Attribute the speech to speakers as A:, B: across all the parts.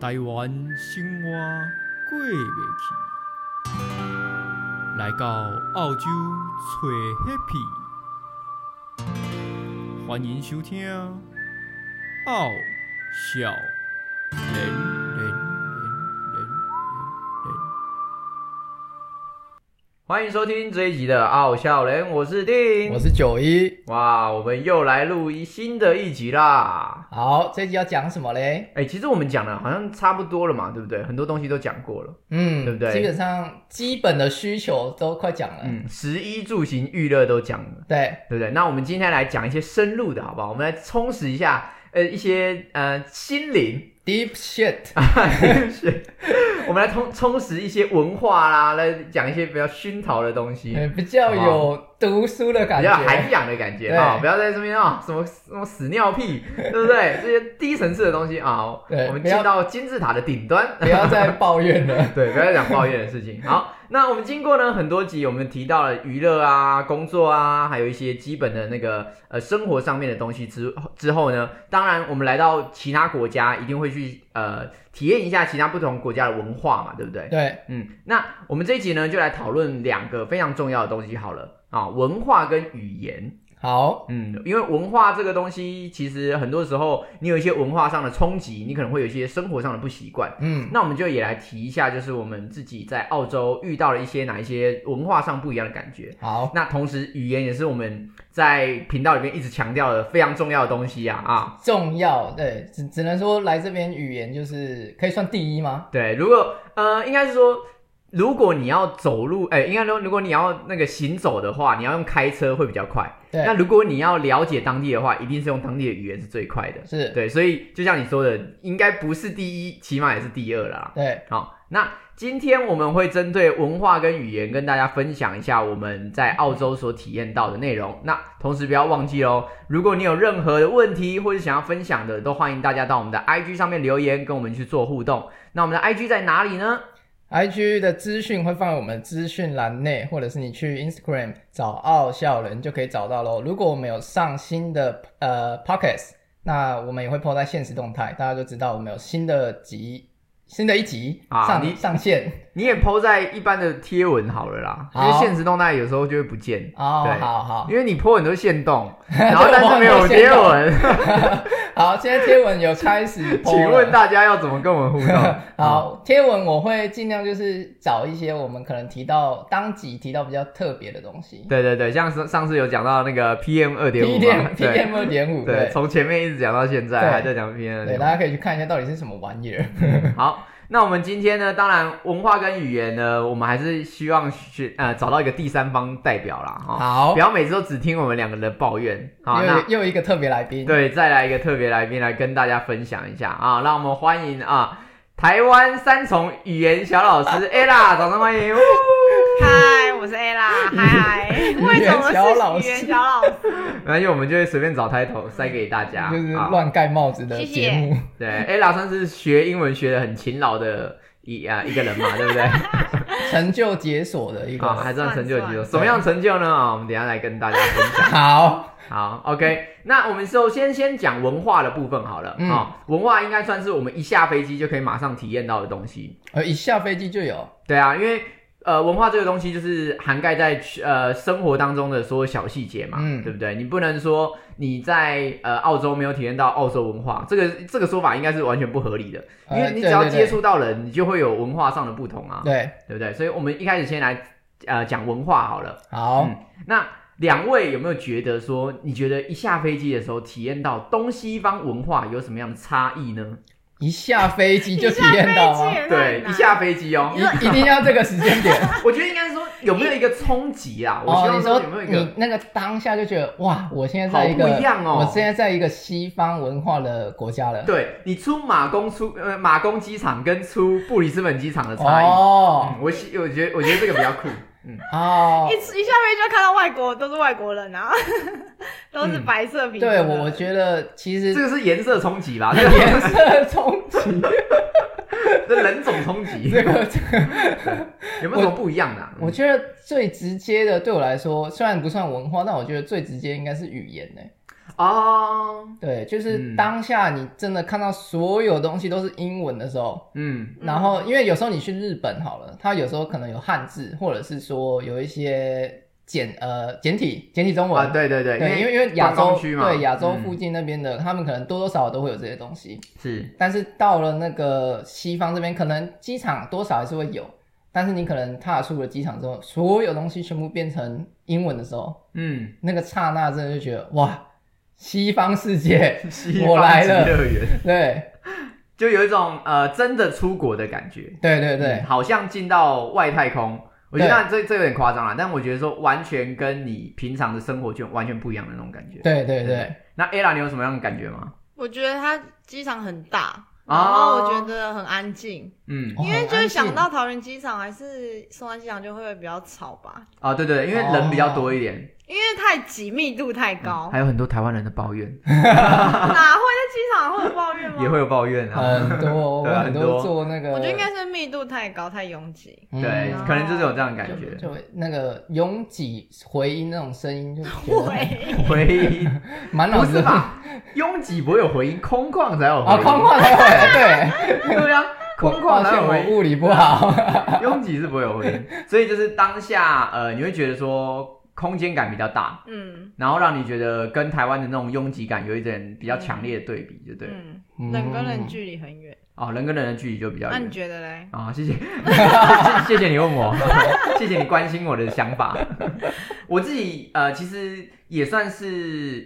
A: 台湾生活过袂去，来到澳洲找 Happy。欢迎收听《澳小人人人人人人
B: 欢迎收听这一集的《傲笑人》，我是丁，
C: 我是九一。
B: 哇，我们又来录一新的一集啦。
C: 好，这集要讲什么嘞？
B: 哎、其实我们讲的好像差不多了嘛，对不对？很多东西都讲过了。
C: 嗯，
B: 对不对
C: 基本上基本的需求都快讲了。
B: 嗯，食衣住行娱乐都讲了，
C: 对，
B: 对不对？那我们今天来讲一些深入的，好不好？我们来充实一下，呃，一些呃心灵，
C: deep shit，
B: 是我们来充充实一些文化啦，来讲一些比较熏陶的东西。
C: 呃比较有读书的感
B: 比较涵
C: 觉。
B: 养的感觉
C: 对
B: 啊、不要在这边啊、什么什么屎尿屁，对不 对？这些低层次的东西啊、
C: 对
B: 我们
C: 不要
B: 进到金字塔的顶端，
C: 不要再抱怨了。
B: 对，不要再讲抱怨的事情。好，那我们经过呢很多集，我们提到了娱乐啊、工作啊，还有一些基本的那个呃生活上面的东西之之后呢，当然我们来到其他国家，一定会去呃体验一下其他不同国家的文化嘛，对不对？
C: 对，
B: 嗯，那我们这一集呢就来讨论两个非常重要的东西好了啊，文化跟语言。
C: 好，
B: 嗯，因为文化这个东西，其实很多时候你有一些文化上的冲击，你可能会有一些生活上的不习惯。
C: 嗯，
B: 那我们就也来提一下，就是我们自己在澳洲遇到了一些哪一些文化上不一样的感觉。
C: 好，
B: 那同时，语言也是我们在频道里面一直强调的非常重要的东西呀啊啊！
C: 重要。对，只只能说来这边语言就是可以算第一吗？
B: 对，如果呃，应该是说，如果你要走路，哎、应该说，如果你要那个行走的话，你要用开车会比较快。
C: 对
B: 那如果你要了解当地的话，一定是用当地的语言是最快的。
C: 是，
B: 对，所以就像你说的，应该不是第一，起码也是第二啦。
C: 对，
B: 好，那今天我们会针对文化跟语言跟大家分享一下我们在澳洲所体验到的内容。那同时不要忘记哦，如果你有任何的问题或者想要分享的，都欢迎大家到我们的 IG 上面留言，跟我们去做互动。那我们的 IG 在哪里呢？
C: IG 的资讯会放在我们资讯栏内，或者是你去 Instagram 找傲笑人就可以找到喽。如果我们有上新的呃 Pockets，那我们也会 po 在现实动态，大家就知道我们有新的集、新的一集
B: 啊
C: 上、
B: 你
C: 上线。
B: 你也 PO 在一般的贴文好了啦，因为
C: 好
B: 现实动态有时候就会不见。
C: 哦
B: 对，
C: 好好
B: 因为你 PO 很多限动，然后但是没
C: 我
B: 有
C: 很多限
B: 贴
C: 动
B: 文，
C: 好，现在贴文有 开始 po 了。？
B: 请问大家要怎么跟我们互动
C: 哦 好，贴文我会尽量就是找一些我们可能提到当集提到比较特别的东西。
B: 嗯对对对，像上上次有讲到那个 PM 二点五
C: P
B: 嘛
C: M，P
B: 对
C: M 二点五，
B: 对，
C: 对
B: 从前面一直讲到现在，
C: 对
B: 还在讲 PM 二
C: 对，
B: 点
C: 大家可以去看一下到底是什么玩意儿。
B: 五。好，那我们今天呢，当然文化跟语言呢，我们还是希望学呃找到一个第三方代表啦，哈、
C: 好
B: 不，要每次都只听我们两个人的抱怨。好，
C: 又
B: 那
C: 又一个特别来宾，，
B: 对，再来一个特别来宾来跟大家分享一下啊，让我们欢迎啊。台湾三重语言小老师 Ella，掌声欢迎！呜
D: 嗨，我 是 Ella，嗨嗨，为什么是语言小老师？
B: 那因为我们就会随便找 title 塞给大家，
C: 就是
B: 啊
C: 乱盖帽子的节目。
B: 对，Ella 算是学英文学的很勤劳的一啊一个人嘛，对不对？啊，
C: 成就解锁的 一个。
B: 还算成就极有。
D: 算算
B: 什么样成就呢？啊，我们等一下来跟大家分享。
C: 好，
B: 好，OK，那我们首先先讲文化的部分好了。啊、
C: 嗯
B: 文化应该算是我们一下飞机就可以马上体验到的东西。
C: 呃，一下飞机就有，
B: 对啊，因为呃，文化这个东西就是涵盖在呃生活当中的所有小细节嘛，
C: 嗯
B: 对不对？你不能说你在呃澳洲没有体验到澳洲文化，这个这个说法应该是完全不合理的。因为
C: 呃
B: 你只
C: 对
B: 要
C: 对对
B: 接触到人，你就会有文化上的不同啊，
C: 对，
B: 对不对？所以我们一开始先来呃讲文化好了。
C: 好，
B: 嗯那两位有没有觉得说，你觉得一下飞机的时候体验到东西方文化有什么样的差异呢？
C: 一下飞机就体验到啊吗
D: 一下飞机？也
B: 对
D: 很，啊难
B: 一下飞机哦，
C: 一一定要这个时间点
B: 我觉得应该是说有没有一个冲击啊？ 我希
C: 哦！
B: 望
C: 你说
B: 有没有一
C: 你
B: 个
C: 那个当下就觉得哇，我现在在一个
B: 好不一样哦
C: 我现在在一个西方文化的国家了。
B: 对你出马公出呃马公机场跟出布里斯本机场的差异？
C: 哦
B: 嗯我希我觉得我觉得这个比较酷，嗯。
C: 哦
D: 一，一下飞机就看到外国都是外国人啊， 都是白色皮肤的。
C: 嗯对我我觉得其
B: 这
C: 实
B: 个是颜色冲击吧？这个
C: 颜色冲击，
B: 这人种冲击，
C: 这个这个
B: 有没有什么不一样的、啊？
C: 我觉得最直接的对我来说，虽然不算文化，但我觉得最直接应该是语言呢、
B: 哦，
C: 欸对，就是
B: 嗯
C: 当下你真的看到所有东西都是英文的时候，
B: 嗯
C: 然后，因为有时候你去日本好了，它有时候可能有汉字，或者是说有一些简呃简体简体中文。
B: 啊，对对对，
C: 对，因为因为亚
B: 观光
C: 洲
B: 区嘛，
C: 对亚洲
B: 嗯
C: 附近那边的，他们可能多多少少都会有这些东西。
B: 是
C: 但是到了那个西方这边，可能机场多少还是会有，但是你可能踏出了机场之后，所有东西全部变成英文的时候，
B: 嗯，，
C: 那个刹那真的就觉得哇，西方世界
B: 西
C: 我
B: 方
C: 来
B: 极
C: 了。
B: 乐园，
C: 对
B: 就有一种呃真的出国的感觉，
C: 对对对
B: 嗯，好像进到外太空。我觉得
C: 对
B: 那这这有点夸张了，但我觉得说完全跟你平常的生活就完全不一样的那种感觉。
C: 对对对，
B: 那 Ella，你有什么样的感觉吗？
D: 我觉得它机场很大，
B: 哦
D: 然后我觉得很安静，
B: 嗯，
C: 哦
D: 因为
C: 很
D: 就是
C: 安
D: 想
C: 静
D: 到桃园机场还是松山机场就会比较吵吧，
B: 啊，对对，对因
C: 哦
B: 为人比较多一点，
D: 因为太挤，密度太高，
C: 嗯
B: 还有很多台湾人的抱怨，
D: 哪会在机场会有抱怨吗？
B: 也会有抱怨啊。
C: 很多，我
B: 对啊
C: 们很
B: 很多
C: 多做那个，
D: 我觉得应该是密度太高，太拥挤。
C: 嗯
B: 对，可能就是有这样的感觉。
C: 就会那个拥挤回音那种声音，就 觉 得
D: 会，
B: 回 音
C: 满脑
B: 不是
C: 子
B: 吧？拥挤不会有回音，空旷才有回
C: 啊，
B: 音。
C: 空旷才会，
B: 对啊，
C: 对，
B: 空
C: 我
B: 旷
C: 抱
B: 才有
C: 歉
B: 回
C: 我
B: 音。
C: 物理不好，
B: 拥挤是不会有回音，所以就是当下呃，你会觉得说空间感比较大，
D: 嗯
B: 然后让你觉得跟台湾的那种拥挤感有一点比较强烈的对比，就对了。
D: 嗯，
C: 嗯
D: 人跟人距离很远，
B: 哦，人跟人的距离就比较
D: 那你
B: 远。
D: 觉得嘞？
B: 啊、谢谢， 谢谢谢你问我， 谢谢你关心我的想法。 我自己呃，其实也算是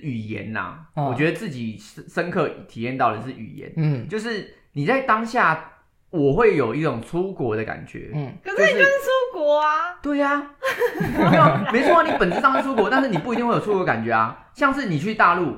B: 语言呐、
C: 嗯
B: 我觉得自己深深刻体验到的是语言，
C: 嗯
B: 就是你在当下，我会有一种出国的感觉。
C: 嗯，
D: 可
B: 就是
D: 是你就是出国啊，
B: 对呀、 没有没错啊，你本质上是出国，但是你不一定会有出国感觉啊。像是你去大陆，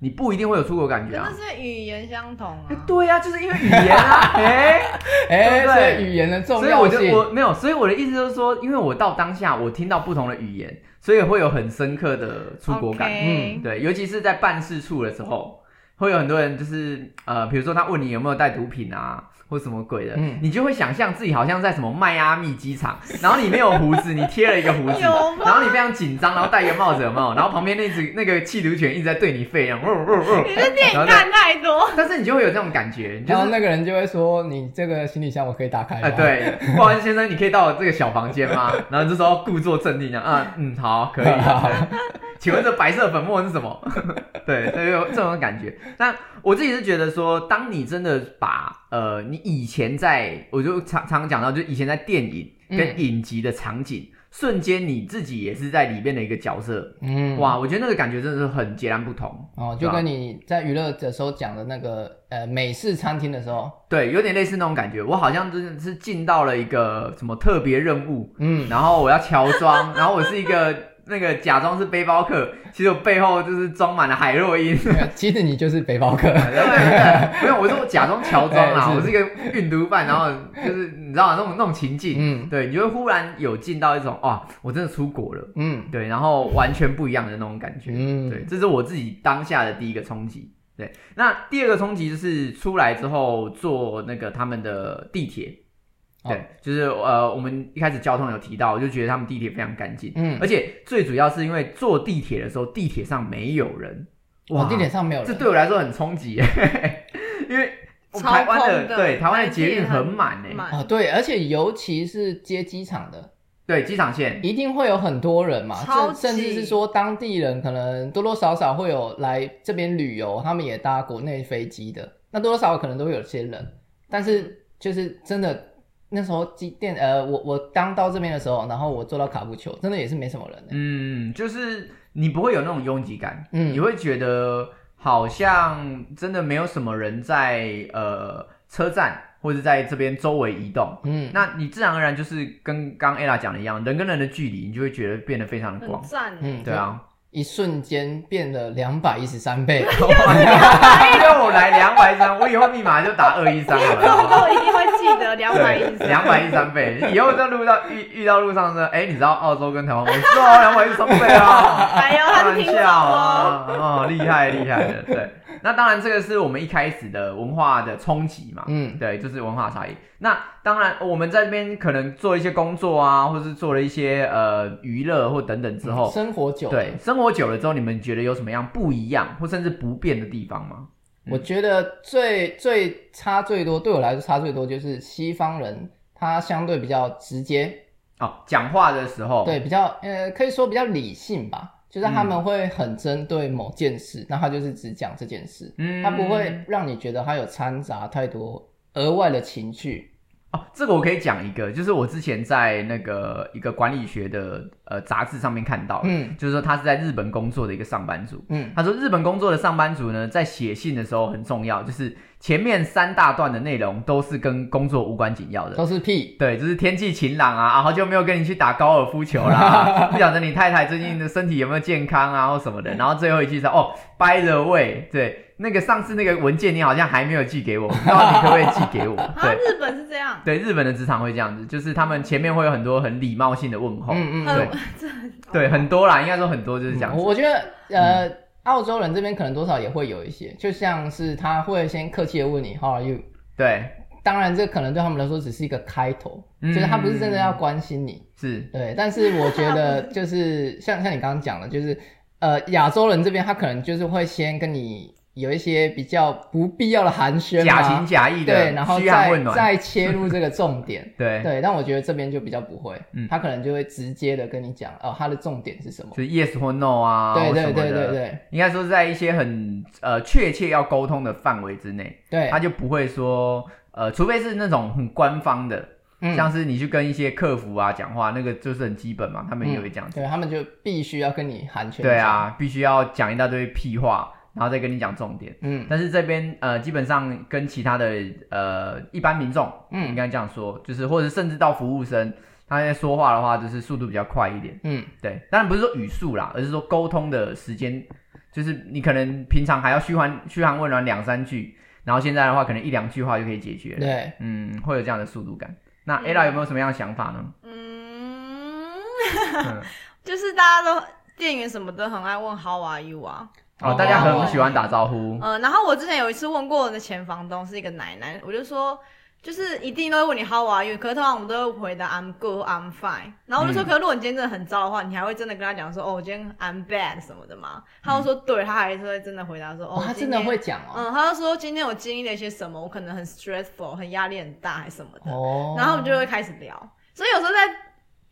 B: 你不一定会有出国感觉
D: 可
B: 啊
D: 是。是语言相同
B: 哎
D: 啊。
B: 对呀、就是因为语言 啊，哎、对
C: 哎，
B: 不
C: 所
B: 对
C: 以语言的重
B: 所以我
C: 要
B: 就
C: 性，
B: 我没有，所以我的意思就是说，因为我到当下，我听到不同的语言，所以会有很深刻的出国感。
D: OK
B: 对，尤其是在办事处的时候，会有很多人就是呃，比如说他问你有没有带毒品啊，或什么鬼的，
C: 嗯
B: 你就会想象自己好像在什么迈阿密机场，然后你没有胡子，你贴了一个胡子，
D: 有吗
B: 然后你非常紧张，然后戴一个帽子，有没 有？然后旁边那只那个气毒犬一直在对你吠，一样，喔喔喔
D: 你是
B: 然
D: 电影哦
B: 后
D: 看太多，
B: 但是你就会有这种感觉，你就
C: 然
B: 是
C: 后那个人就会说：“你这个行李箱我可以打开
B: 啊、
C: 吗？”，
B: 对，不好意思，先生，你可以到我这个小房间吗？然后这时候故作镇定，这样，啊，嗯，好，可以。请问这白色粉末是什么？ 对，所以有这种感觉。那我自己是觉得说，当你真的把呃，你以前在，我就常常讲到，就以前在电影跟
C: 嗯
B: 影集的场景，瞬间你自己也是在里面的一个角色，
C: 嗯，
B: 哇，我觉得那个感觉真的是很截然不同。
C: 哦，就跟你在娱乐的时候讲的那个呃美式餐厅的时候，
B: 对，有点类似那种感觉，我好像真的是进到了一个什么特别任务，
C: 嗯，
B: 然后我要乔装，然后我是一个那个假装是背包客，其实我背后就是装满了海洛因。
C: 其实你就是背包客，
B: 对对对，没 有，我说我假装乔装啦，
C: 哎对是
B: 我是一个运毒犯，然后就是你知道那种那种情境，
C: 嗯
B: 对，你就会忽然有进到一种哇，我真的出国了，
C: 嗯
B: 对，然后完全不一样的那种感觉，
C: 嗯
B: 对，这是我自己当下的第一个冲击。对，那第二个冲击就是出来之后坐那个他们的地铁，
C: 哦
B: 对，就是呃，我们一开始交通有提到，我就觉得他们地铁非常干净，
C: 嗯
B: 而，且最主要是因为坐地铁的时候，地铁上没有人，
C: 我哦地铁上没有
B: 这
C: 人，
B: 对我来说很冲击耶， 因为我们
D: 超
B: 台湾的
D: 空的
B: 对台湾的
D: 台
B: 捷
D: 铁
B: 运
D: 很
B: 很满诶，
D: 满
C: 哦对，而且尤其是接机场的，
B: 对机场线，
C: 一定会有很多人嘛，
D: 超
C: 甚甚至
D: 级
C: 是说当地人可能多多少少会有来这边旅游，他们也搭国内飞机的，那多多少少可能都会有些人，但是就是真的那时候机电呃，我我刚到这边的时候，然后我坐到卡布丘，真的也是没什么人、欸，
B: 嗯，就是你不会有那种拥挤感，
C: 嗯
B: 你会觉得好像真的没有什么人在呃车站或者在这边周围移动。
C: 嗯，
B: 那你自然而然就是跟刚 ella 讲的一样，人跟人的距离，你就会觉得变得非常的
D: 很
B: 广。
D: 赞欸。
C: 嗯
B: 对 啊，
C: 一瞬间变了两百一十三倍，
B: 又来两百一三，我以后密码就打二一三好了。
D: 我一定会记得两 百一十
B: 两百一三倍，以后在路上遇遇到路上呢，哎、你知道澳洲跟台湾，我知道两百一三倍啊，
D: 哎呦，
B: 开
D: 他是
B: 玩
D: 听
B: 笑
D: 众哦。
B: 啊，哦，厉害厉害的，对。那当然，这个是我们一开始的文化的冲击嘛，
C: 嗯
B: 对，就是文化差异。那当然，我们在这边可能做一些工作啊，或是做了一些呃娱乐或等等之后，
C: 嗯生活久了，
B: 对，生活久了之后，你们觉得有什么样不一样或甚至不变的地方吗？
C: 我觉得最最差最多，对我来说差最多就是西方人，他相对比较直接，
B: 哦，嗯讲话的时候，
C: 对，比较呃，可以说比较理性吧，就是他们会很针对某件事，那他就是只讲这件事，
B: 嗯
C: 他不会让你觉得他有掺杂太多额外的情绪。
B: 哦，这个我可以讲一个，就是我之前在那个一个管理学的呃杂志上面看到，
C: 嗯
B: 就是说他是在日本工作的一个上班族。
C: 嗯，
B: 他说，日本工作的上班族呢，在写信的时候很重要，就是前面三大段的内容都是跟工作无关紧要的，
C: 都是屁。
B: 对，就是天气晴朗啊，啊好久没有跟你去打高尔夫球啦，不晓得你太太最近的身体有没有健康啊，或什么的。然后最后一句是哦，by the way，对，那个上次那个文件你好像还没有寄给我，不知道你可不可以寄给我？
D: 啊，
B: 哦对。
D: 日本是这样，
B: 对，日本的职场会这样子，就是他们前面会有很多很礼貌性的问候，
C: 嗯嗯哦
D: 很
B: 对
D: 这很
B: 对，很多啦，应该说很多就是这样
C: 我
B: 子。嗯
C: 我觉得呃，澳洲人这边可能多少也会有一些，就像是他会先客气的问你 How are you。
B: 对，
C: 当然，这可能对他们来说只是一个开头，
B: 嗯
C: 就是他不是真的要关心你，
B: 是，
C: 对，但是我觉 得就是像像你刚刚讲的，就是呃亚洲人这边他可能就是会先跟你有一些比较不必要的寒暄嘛，
B: 假情假意
C: 对，然
B: 的
C: 后
B: 嘘寒问
C: 再
B: 暖，。
C: 再切入这个重点
B: 对，
C: 对，但我觉得这边就比较不会，
B: 嗯
C: 他可能就会直接的跟你讲，哦，他的重点是什么？
B: 就是 yes 或 no 啊，
C: 对
B: 或
C: 对
B: 什么
C: 对
B: 的
C: 对对
B: 应该说是在一些很呃确切要沟通的范围之内，
C: 对，
B: 他就不会说呃，除非是那种很官方的，
C: 嗯
B: 像是你去跟一些客服啊讲话，那个就是很基本嘛，他们也会这样子。
C: 对他们就必须要跟你寒暄。
B: 对，啊，必须要讲一大堆屁话，然后再跟你讲重点。
C: 嗯
B: 但是这边呃，基本上跟其他的呃一般民众应
C: 嗯
B: 该这样说，就是或者甚至到服务生，他在说话的话，就是速度比较快一点。
C: 嗯，
B: 对，当然不是说语速啦，而是说沟通的时间，就是你可能平常还要嘘寒嘘寒问暖两三句，然后现在的话可能一两句话就可以解决了。
C: 对，
B: 嗯，会有这样的速度感。那
D: 嗯
B: Ella 有没有什么样的想法 呢？
D: 嗯，
B: 嗯
D: 就是大家都店员什么的很爱问 How are you 啊，
B: 哦，大家很喜欢打招呼。
D: 嗯，然后我之前有一次问过我的前房东是一个奶奶，我就说。就是一定都会问你 How are you，可是通常我们都会回答 I'm good, I'm fine。然后我就
B: 嗯
D: 说，可是如果你今天真的很糟的话，你还会真的跟他讲说，哦，我今天 I'm bad 什么的吗？他就说，
B: 嗯
D: 对，他还是会真的回答说，
C: 哦，
D: 哦，
C: 他真
D: 今
C: 的
D: 天
C: 会讲哦。
D: 嗯，他就说今天我经历了一些什么，我可能很 stressful，很压力很大，还什么的。
C: 哦，
D: 嗯然后我们就会开始聊，所以有时候在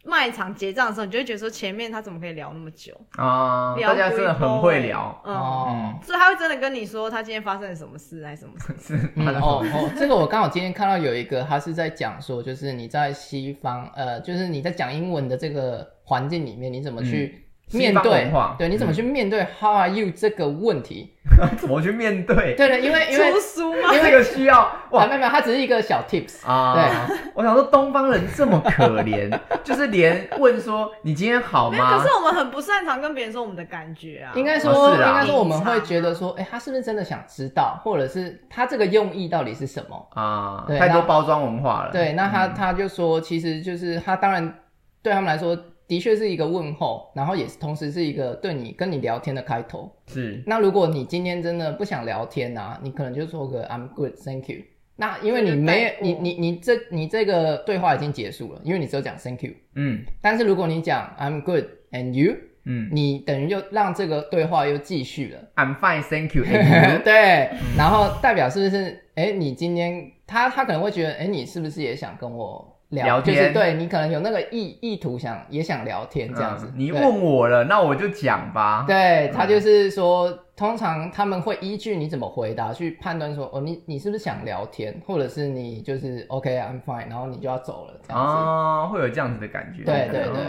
D: 卖场结账的时候，你就会觉得说前面他怎么可以聊那么久？
B: 啊、
D: 聊
B: 大家
D: 鬼
B: 真的很
D: 头
B: 会
D: 欸
B: 聊。
D: 嗯，
C: 哦。
D: 所以他会真的跟你说他今天发生了什么事，还是什么 事？
B: 是
C: 嗯
B: 他的
C: 哦哦，这个我刚好今天看到有一个，他是在讲说，就是你在西方，呃，就是你在讲英文的这个环境里面，你怎么去
B: 嗯
C: 面
B: 西方
C: 对
B: 文化？嗯
C: 对，你怎么去面对 “How are you” 这个问题？
B: 怎么去面对？
C: 对的，因为因为
D: 出书 吗？
C: 因
B: 这
C: 为
B: 个需 要
C: 啊，
B: 哇
C: 没有没有，它只是一个小 tips。
B: 啊！我想说东方人这么可怜， 就是连问说你今天好
D: 没有，
B: 吗
D: 可是？我们很不擅长跟别人说我们的感觉啊。
C: 应该
B: 哦
C: 说，
B: 是
C: 应
B: 啊
C: 该说我们会觉得说，哎，他是不是真的想知道，或者是他这个用意到底是什么？
B: 啊，
C: 对
B: 太多
C: 那
B: 包装文化了。
C: 对，那他
B: 嗯
C: 他就说，其实就是他当然对他们来说，的确是一个问候，然后也是同时是一个对你跟你聊天的开头。
B: 是
C: 那如果你今天真的不想聊天啊，你可能就说个 I'm good, thank you。那因为你没有
D: 这就带过
C: 你你你这你这个对话已经结束了，因为你只有讲 thank you。
B: 嗯
C: 但是如果你讲 I'm good and you，
B: 嗯
C: 你等于又让这个对话又继续了。
B: ，I'm fine, thank you. and you
C: 对，然后代表是不是？哎，你今天他他可能会觉得，哎，你是不是也想跟我聊？
B: 聊天
C: 就是对你可能有那个意意图想也想聊天 这样子。
B: 嗯你
C: 对
B: 问我了，那我就讲吧。
C: 对
B: 嗯
C: 他就是说，通常他们会依据你怎么回答去判断说，哦，你你是不是想聊天，或者是你就是 OK I'm fine，然后你就要走了这样子。
B: 哦，会有这样子的感觉。
C: 对对
B: 哦
C: 对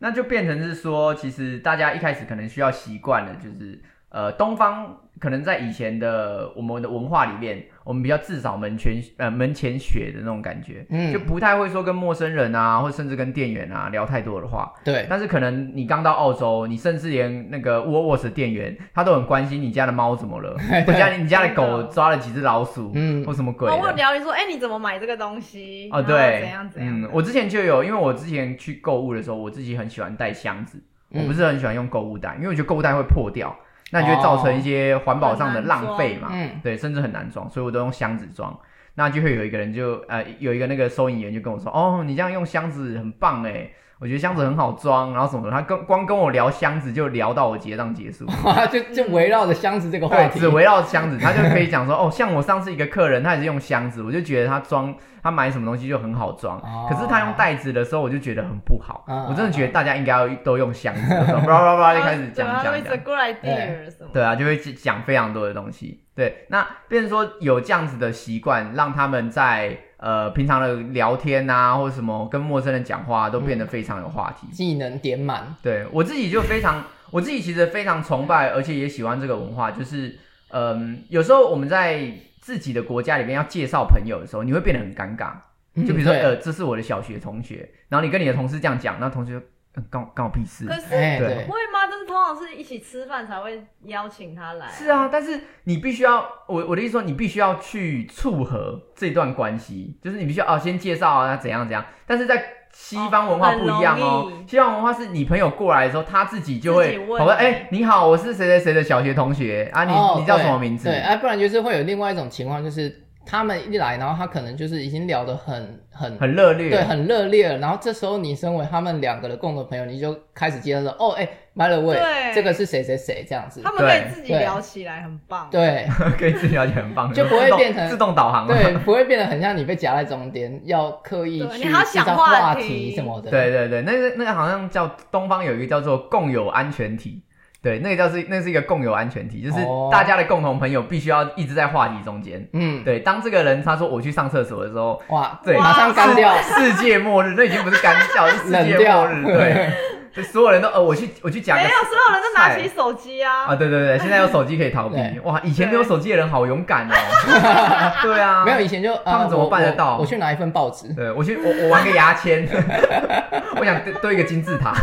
B: 那就变成是说，其实大家一开始可能需要习惯了，就是呃，东方可能在以前的我们的文化里面，我们比较自扫门前呃门前雪的那种感觉，
C: 嗯
B: 就不太会说跟陌生人啊，或甚至跟店员啊聊太多的话。
C: 对，
B: 但是可能你刚到澳洲，你甚至连那个 Woolworths 的店员，他都很关心你家的猫怎么 了，或家你家的狗抓了几只老鼠，
C: 嗯
B: 或什么鬼
D: 然
B: 的。
D: 后我有聊你说，哎，你怎么买这个东西？
B: 哦，
D: 然后
B: 对，
D: 怎样怎样
B: 嗯，？我之前就有，因为我之前去购物的时候，我自己很喜欢带箱子，
C: 嗯
B: 我不是很喜欢用购物袋，因为我觉得购物袋会破掉，那你就会造
D: 哦
B: 成一些环保上的浪费嘛，
D: 哎
C: 很难装
B: 对，甚至很难装，所以我都用箱子装。那就会有一个人就呃有一个那个收银员就跟我说，哦，你这样用箱子很棒哎，我觉得箱子很好装，然后什么的，他跟光跟我聊箱子就聊到我结账结束，
C: 哇，嗯 就就围绕着箱子这个话
B: 对，
C: 题
B: 只，围绕箱子，他就可以讲说，哦，像我上次一个客人，他也是用箱子，我就觉得他装他买什么东西就很好装，
C: 哦
B: 可是他用袋子的时候，我就觉得很不好，
D: 啊
C: 嗯
B: 我真的觉得大家应该要都用 箱子，然后叭叭叭就开始讲
D: 然后
B: 讲
D: 啊一直
B: 讲。
D: 过来 dear 什么，
B: 对啊，就会讲非常多的东西。对，那变成说有这样子的习惯，让他们在呃平常的聊天啊，或者什么跟陌生人讲话，都变得非常有话题。
D: 嗯
C: 技能点满，
B: 对我自己就非常，我自己其实非常崇拜，而且也喜欢这个文化。就是，嗯，有时候我们在自己的国家里面要介绍朋友的时候，你会变得很尴尬。就比如说，
C: 嗯对
B: 呃，这是我的小学同学，然后你跟你的同事这样讲，那同学就嗯，干我干我屁事。
D: 可是
C: 哎
B: 对
C: 对，
D: 会吗？但是通常是一起吃饭才会邀请他来。
B: 是啊，但是你必须要，我我的意思说，你必须要去促和这段关系，就是你必须要哦，先介绍啊，怎样怎样。但是在西方文化
D: 哦
B: 不一样哦
D: 很，容易
B: 西方文化是你朋友过来的时候，他自己就会
D: 自己，问
B: 好吧，哎、你好，我是谁谁谁的小学同学啊，你、
C: 哦
B: 你叫
C: 对
B: 什么名字？
C: 对，哎、不然就是会有另外一种情况，就是他们一来，然后他可能就是已经聊得很很
B: 很热烈，
C: 对，很热烈了。然后这时候你身为他们两个的共同朋友，你就开始接着说，哦，哎、b y the way，
D: 对
C: 这个是谁谁谁这样子
D: 他，们可
B: 对
D: 以自己聊起来，很棒。
C: 对
B: 可以自己了解，很棒，
C: 就不会
B: 自动
C: 变成
B: 自动导航了。
C: 对，不会变得很像你被夹在中间，要刻意
D: 对
C: 去
D: 你还要
C: 制
D: 想
C: 造
D: 话
C: 题
D: 题
C: 什么的，
B: 对对对，那个那个好像叫东方有一个叫做共有安全体，对，那个叫是那是一个共有安全体，就是
C: 哦
B: 大家的共同朋友必须要一直在话题中间。
C: 嗯，
B: 对，当这个人他说我去上厕所的时候，
C: 哇，
B: 对，
C: 马上干掉，
B: 世界末日，那已经不是干掉，是世
C: 冷
B: 界
C: 掉
B: 末日， 对，就所有人都呃，我去我去夹个
D: 没有，所有人都拿起
B: 菜
D: 手机啊
B: 啊，。对对对，现在有手机可以逃避
C: 对，
B: 哇，以前没有手机的人好勇敢哦， 对啊，
C: 没有以前就、呃、
B: 他们怎么
C: 我
B: 办得
C: 我
B: 到
C: 我去拿一份报纸，
B: 对我去我我玩个牙 签，我想堆堆一个金字塔，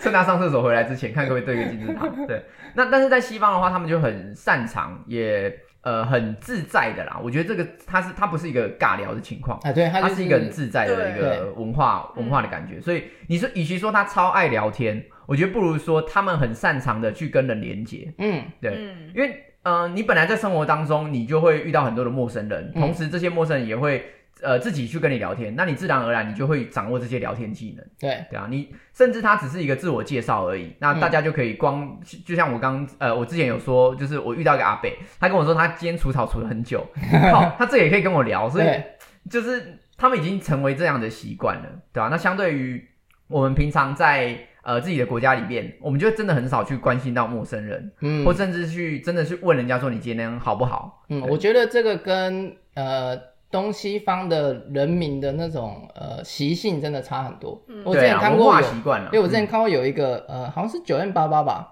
B: 趁他上厕所回来之前，看可不可以堆一个金字塔。对，那但是在西方的话，他们就很擅长，也呃很自在的啦。我觉得这个它是它不是一个尬聊的情况。
C: 啊，对，他
B: 它
C: 就是
B: 一个很自在的
D: 对
B: 一个文化
D: 嗯
B: 文化的感觉，所以你说，与其说他超爱聊天，我觉得不如说他们很擅长的去跟人连接，
C: 嗯。
B: 对，
D: 嗯，
B: 因为呃，你本来在生活当中，你就会遇到很多的陌生人，
C: 嗯
B: 同时这些陌生人也会呃自己去跟你聊天，那你自然而然你就会掌握这些聊天技能，
C: 对，
B: 对啊，你甚至他只是一个自我介绍而
C: 嗯
B: 已，那大家就可以光、就像我刚呃我之前有说，就是我遇到一个阿北，他跟我说他今天除草除了很 久，靠，他这也可以跟我聊，所以
C: 对，
B: 就是他们已经成为这样的习惯了，对吧、啊那相对于我们平常在呃自己的国家里面，我们就真的很少去关心到陌生人。
C: 嗯
B: 或，甚至去真的去问人家说你今天好不好？
C: 嗯，
B: 对
C: 我觉得这个跟呃东西方的人民的那种呃习性真的差很多。
D: 嗯
C: 我之
B: 对
C: 前
B: 啊，
C: 看
B: 文
C: 过
B: 化
C: 有，
B: 习惯了。
C: 因为我之前看过有一个呃，好像是九 N 八八吧，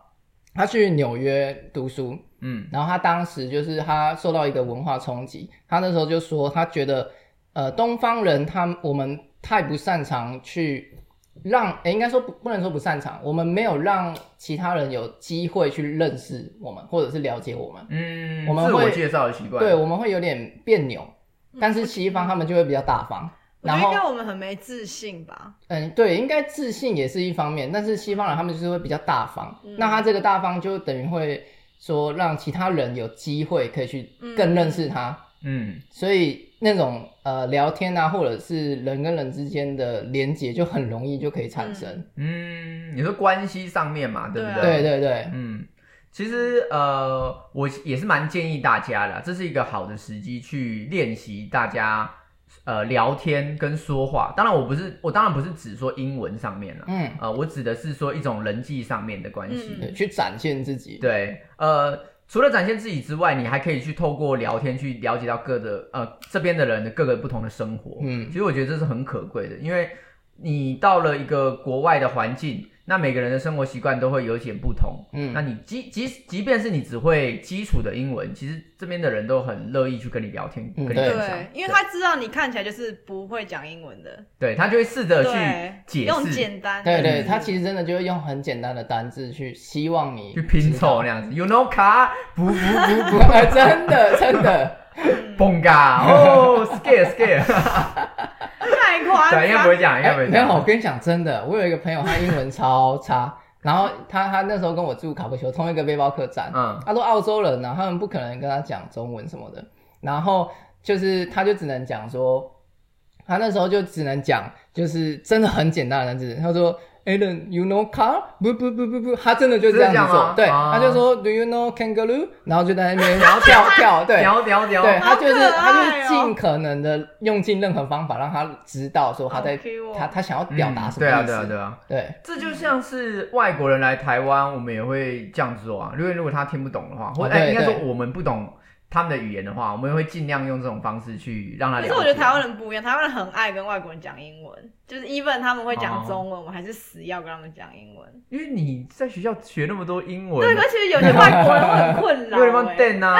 C: 他去纽约读书，
B: 嗯
C: 然后他当时就是他受到一个文化冲击，他那时候就说他觉得呃东方人他我们太不擅长去让，诶应该说不不能说不擅长，我们没有让其他人有机会去认识我们或者是了解我们。
B: 嗯，
C: 我们
B: 自我
C: 会
B: 介绍的习惯。
C: 对，我们会有点别扭，但是西方他们就会比较大方。
D: 我觉
C: 然
D: 得应
C: 后
D: 该，我们很没自信吧。
C: 嗯，对，应该自信也是一方面，但是西方人他们就是会比较大方。那他这个大方就等于会说让其他人有机会可以去更认识他，
B: 嗯，
C: 所以那种呃聊天啊，或者是人跟人之间的连接就很容易就可以产生。
B: 嗯，你说关系上面嘛，对不
D: 对啊
C: 对对对，
B: 嗯，其实呃，我也是蛮建议大家的，这是一个好的时机去练习大家呃聊天跟说话。当然，我不是我当然不是只说英文上面了，
C: 嗯，
B: 呃，我指的是说一种人际上面的关系。
D: 嗯
C: 对，去展现自己。
B: 对，呃，除了展现自己之外，你还可以去透过聊天去了解到各的呃这边的人的各个不同的生活。
C: 嗯
B: 其实我觉得这是很可贵的，因为你到了一个国外的环境，那每个人的生活习惯都会有一点不同。
C: 嗯
B: 那你即即即便是你只会基础的英文，其实这边的人都很乐意去跟你聊天，
C: 嗯
B: 跟你
C: 对
B: 分享
D: 对，，因为他知道你看起来就是不会讲英文的，
B: 对他就会试着去
D: 对，
B: 解
D: 用
B: 释。
D: 简单
C: 对
D: 的
C: 对，
D: 字
C: 他其实真的就会用很简单的单字去希望你
B: 去拼
C: 知道
B: 凑那样子，you know car，不不不不，
C: 哎 真的真的，
D: 嗯
B: 蹦嘎哦，scare scare，
D: 太夸
B: 对，应该不会
D: 张，
B: 讲，应该啊不
C: 哎
B: 会
C: 没
B: 讲
C: 有，。我跟你讲真的，我有一个朋友，他英文超差，然后他他那时候跟我住卡布丘同一个背包客栈，
B: 嗯
C: 他说澳洲人呢、啊，他们不可能跟他讲中文什么的，然后就是他就只能讲说他那时候就只能讲，就是真的很简单的单字。他说，Alan，you know car？不不不不不，他真的就这样
B: 真的这
C: 子
B: 样
C: 做
B: 吗。
C: 对，
B: 啊
C: 他就说，Do you know kangaroo？然后就在那边 跳跳，对，
B: 屌屌屌，
C: 对
D: 好
C: 他就是
D: 可
C: 他就
D: 爱
C: 是
D: 哦
C: 尽可能的用尽任何方法让他知道说他在
D: 好 Q 哦
C: 他他想要表达什么
B: 对啊
C: 意
B: 对啊对
C: 思。
B: 啊，
C: 对
B: 这就像是外国人来台湾，我们也会这样做啊。因为如果他听不懂的话，或
C: 哦
B: 者哎、
C: 对
B: 应该说
C: 对
B: 我们不懂他们的语言的话，我们会尽量用这种方式去让他了
D: 可
B: 解。
D: 是我觉得台湾人不一样，台湾人很爱跟外国人讲英文，就是 even 他们会讲
B: 哦
D: 中文，我还是死要跟他们讲英文。
B: 因为你在学校学那么多英
C: 哦
B: 文，
D: 对，而且有些外国人会很 困扰、
B: 有地方
D: 欸。
B: 电啊，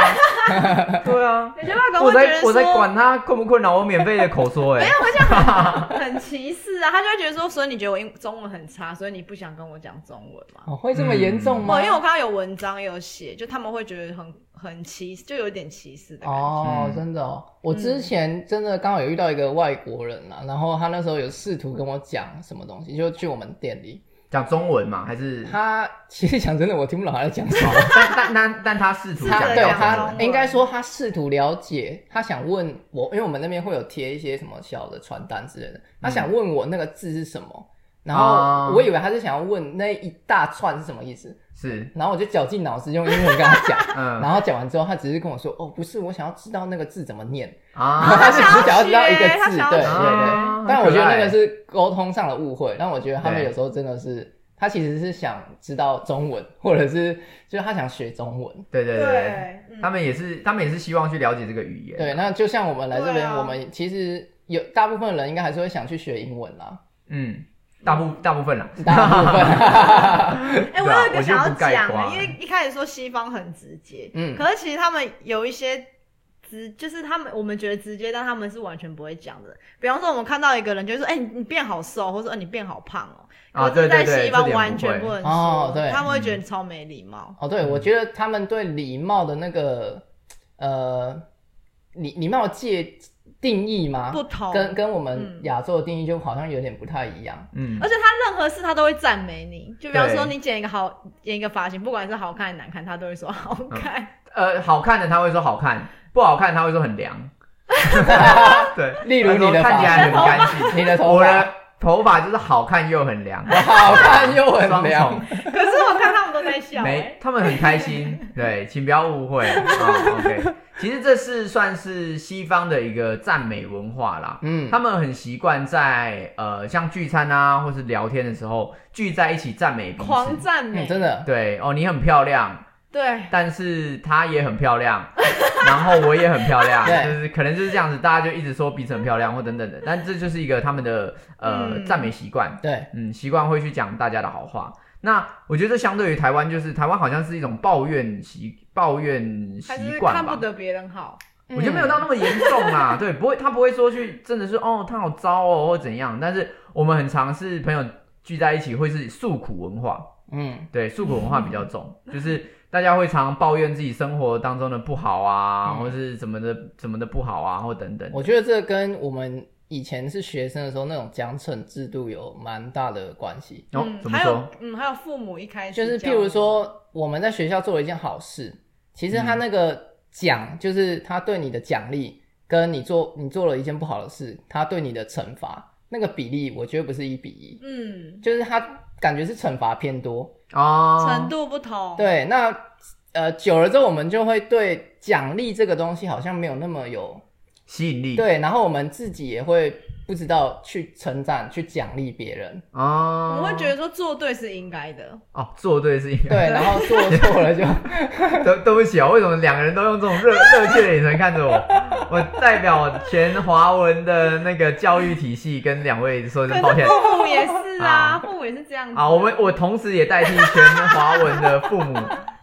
B: 对啊，
D: 有些外国
B: 我
D: 人会觉得
B: 在
D: 说，
B: 我在管他困不困扰，我免费的口说哎、
D: 没有，好像很很歧视啊，他就会觉得说，所以你觉得我英中文很差，所以你不想跟我讲中文 吗？
C: 哦，会这么严重吗
D: 哦，？因为我看到有文章有写，就他们会觉得很很歧视，就有点歧视的感觉。
C: 哦
B: 嗯，
C: 真的哦，我之前真的刚好有遇到一个外国人啦，然后他那时候有试图跟我讲什么东西，就去我们店里，
B: 讲中文嘛，还是
C: 他其实讲真的，我听不懂他在讲什么。
B: 但但但但他试图 讲中
C: 他
D: 他的
C: 对
B: 文，
C: 他
D: 中文
C: 应该说他试图了解，他想问我，因为我们那边会有贴一些什么小的传单之类的，他想问我那个字是什么，
B: 嗯
C: 然
B: 啊
C: 后我以为他是想要问那一大串是什么意思，
B: 是
C: 然后我就绞尽脑汁用英文跟他讲，
B: 嗯
C: 然后讲完之后，他只是跟我说，哦，不是，我想要知道那个字怎么念，
B: 啊
C: 他只是想要知道一个
D: 他
C: 字，
D: 想要
C: 对对
D: 学
C: 对。
B: 啊
C: 但我觉得那
B: 很
C: 个
B: 可爱
C: 是沟通上的误会，但我觉得他们
B: 对
C: 有时候真的是，他其实是想知道中文，或者是就是他想学中文。
B: 对对对对，
D: 嗯
B: 他们也是他们也是希望去了解这个语言，
C: 对，那就像我们来这
D: 对
C: 边，
D: 啊
C: 我们其实有大部分人应该还是会想去学英文啦，
B: 嗯，大部大部分啦，
C: 大部 分。
D: 哎、我
B: 对啊
D: 有一个想
B: 我
D: 要
B: 就不概
D: 讲、
B: 括
D: 欸，因为一开始说西方很直接，
C: 嗯，
D: 可是其实他们有一些直，就是他们我们觉得直接，但他们是完全不会讲的。比方说，我们看到一个人就会说：“哎、你你变好瘦，或者说、哎你变好胖哦。
B: 啊
D: 可是
B: 对对
D: 在
B: 对
D: 西
B: 这
D: 方
B: 点不
D: 完全
B: 会嗯
D: 不能说，
C: 哦对
D: 他们会觉得你超没礼貌。
C: 哦，对，我觉得他们对礼貌的那个呃礼礼貌界定义
B: 啊
C: 吗？
D: 不同
C: 跟跟我们
D: 嗯
C: 亚洲的定义就好像有点不太一 样。
B: 嗯
D: 而且他任何事他都会赞美你，就比方说
B: 对
D: 你剪一个好剪一个发型，不管是好看还是难看，他都会说好看。
B: 呃，好看的他会说好看，不好看他会说很凉，对，
C: 例如你的
B: 他说看起来很干净，
C: 你的头
B: 我
C: 发
B: 的头发就是好看又很凉，
C: 好看又 很
B: 双
C: 凉
B: 重，
D: 可是我看他们都在笑、
B: 没
D: 哎，
B: 他们很开心， 对，请不要误会啊、OK，其实这是算是西方的一个赞美文化啦。
C: 嗯
B: 他们很习惯在呃，像聚餐啊，或是聊天的时候聚在一起赞美彼
D: 狂
B: 此。
D: 赞
C: 嗯，
D: 美，
C: 真的。
B: 对哦，你很漂亮，
D: 对。
B: 但是她也很漂亮，然后我也很漂亮，
C: 对
B: 就是可能就是这样子，大家就一直说彼此很漂亮或等等的，但这就是一个他们的呃
D: 嗯
B: 赞美习惯。
C: 对，
B: 嗯，习惯会去讲大家的好话。那我觉得这相对于台湾，就是台湾好像是一种抱怨习抱怨
D: 还
B: 习
D: 是
B: 惯
D: 看
B: 吧
D: 不。得嗯别人好，
C: 嗯
B: 我觉得没有到那么严重啦，对，不会，他不会说去真的是哦，他好糟哦或怎样。但是我们很常是朋友聚在一起，会是诉苦文化，
C: 嗯，
B: 对，诉苦文化比较重，就是大家会常抱怨自己生活当中的不好啊，
C: 嗯
B: 或是怎么的怎么的不好啊，或等等。
C: 我觉得这跟我们以前是学生的时候那种奖惩制度有蛮大的关系。
B: 哦
D: 嗯，，
B: 怎么
D: 还有
B: 说？
D: 嗯，还有父母一开始
C: 就是
D: 教
C: 譬如说，我们在学校做了一件好事，其实他那个奖、就是他对你的奖励，跟你做你做了一件不好的事，他对你的惩罚那个比例，我觉得不是一比一，
D: 嗯，
C: 就是他感觉是惩罚偏多。
B: 哦，
D: 程度不同，
C: 啊对，那呃久了之后，我们就会对奖励这个东西好像没有那么有
B: 吸引力，
C: 对，然后我们自己也会不知道去称赞、去奖励别 人，
D: 我
B: 哦，
D: 们会觉得说做对是应该的，
B: 哦，做对是应该
C: 对，然后做错了就
B: 对，对不起啊、为什么两个人都用这种热热切的眼神看着我？我代表全华文的那个教育体系跟两位说一
D: 可
B: 声
D: 是
B: 抱歉
D: 父母也是
B: 啊
D: 啊，父母也是这样子
B: 啊！我们我同时也代替全华文的父母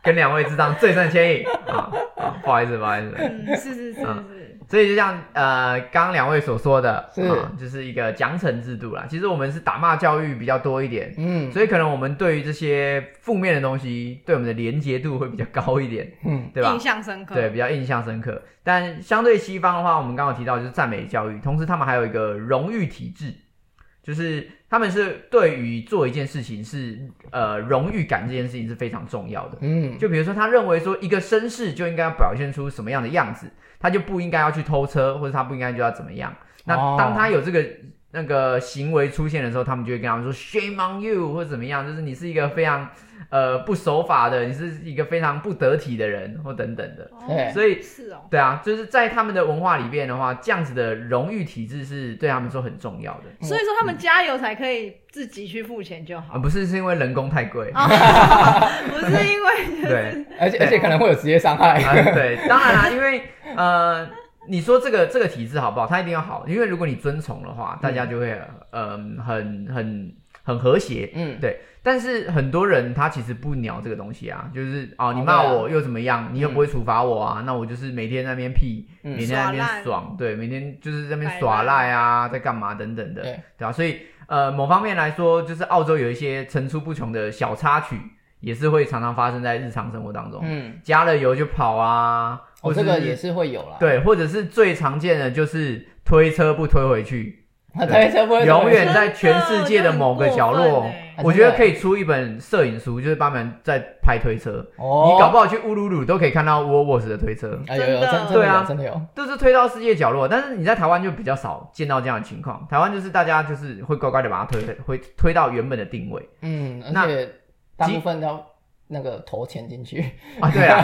B: 跟两位智障最深歉意啊啊！不好意思，不好意思。
D: 嗯，是是是
B: 啊
D: 是，
B: 所以就像呃，刚刚两位所说的，
C: 是
B: 啊，就是一个奖惩制度啦。其实我们是打骂教育比较多一点，
C: 嗯
B: 所以可能我们对于这些负面的东西，对我们的连结度会比较高一 点，
C: 嗯
B: 对吧？
D: 印象深刻，
B: 对，比较印象深刻。但相对西方的话，我们刚刚有提到就是赞美教育，同时他们还有一个荣誉体制，就是他们是对于做一件事情是呃荣誉感这件事情是非常重要的。
C: 嗯，
B: 就比如说，他认为说一个绅士就应该表现出什么样的样子，他就不应该要去偷车，或者他不应该就要怎么样。那
C: 哦
B: 当他有这个那个行为出现的时候，他们就会跟他们说 “shame on you” 或者怎么样，就是你是一个非常呃不守法的，你是一个非常不得体的人或等等的。
C: 对
B: 所以
D: 是哦，
B: 对啊，就是在他们的文化里面的话，这样子的荣誉体制是对他们说很重要的。
D: 所以说他们加油才可以自己去付钱就
B: 啊，
D: 好，啊
B: 不是是因为人工太贵，
D: 哦 不是因为
B: 对。
C: 而且而且可能会有职业伤害。
B: 啊，对，当然啦，因为呃，你说这个这个体制好不好？它一定要好，因为如果你遵从的话，大家就会嗯、呃很很很和谐。
C: 嗯，
B: 但是很多人他其实不鸟这个东西啊，就是哦，你
C: 哦
B: 骂
C: 对啊
B: 我又怎么样？你又不会处罚我啊？那我就是每天在那边屁，
C: 嗯
B: 每天在那
D: 耍赖
B: 边爽，对，每天就是在那边
D: 摆
B: 耍
D: 烂
B: 赖啊，在干嘛等等的，
C: 对
B: 对啊，所以呃，某方面来说，就是澳洲有一些层出不穷的小插曲，也是会常常发生在日常生活当中。
C: 嗯，
B: 加了油就跑啊，
C: 我、
B: 或
C: 哦这
B: 者
C: 个也是啊会有啦。，
B: 对，或者是最常见的就是推车不推回去，
C: 推车不会
B: 永
C: 推
B: 远
D: 真
B: 在全世界的某个角
D: 的很过
B: 落
D: 分欸。
B: 我觉得
C: 啊真的
B: 可以出一本摄影书，就是帮忙在拍推车。
C: 哦，
B: 你搞不好去乌鲁鲁都可以看到沃沃斯的推车，
C: 啊有有
D: 真的
C: 真真的
B: 对啊
C: 有真的有，
B: 都是推到世界角落。但是你在台湾就比较少见到这样的情况，台湾就是大家就是会乖乖的把它推回推到原本的定 位
C: 嗯，
B: 那
C: 而且大
B: 即
C: 部分都要那个投钱进去。
B: 啊。对啊，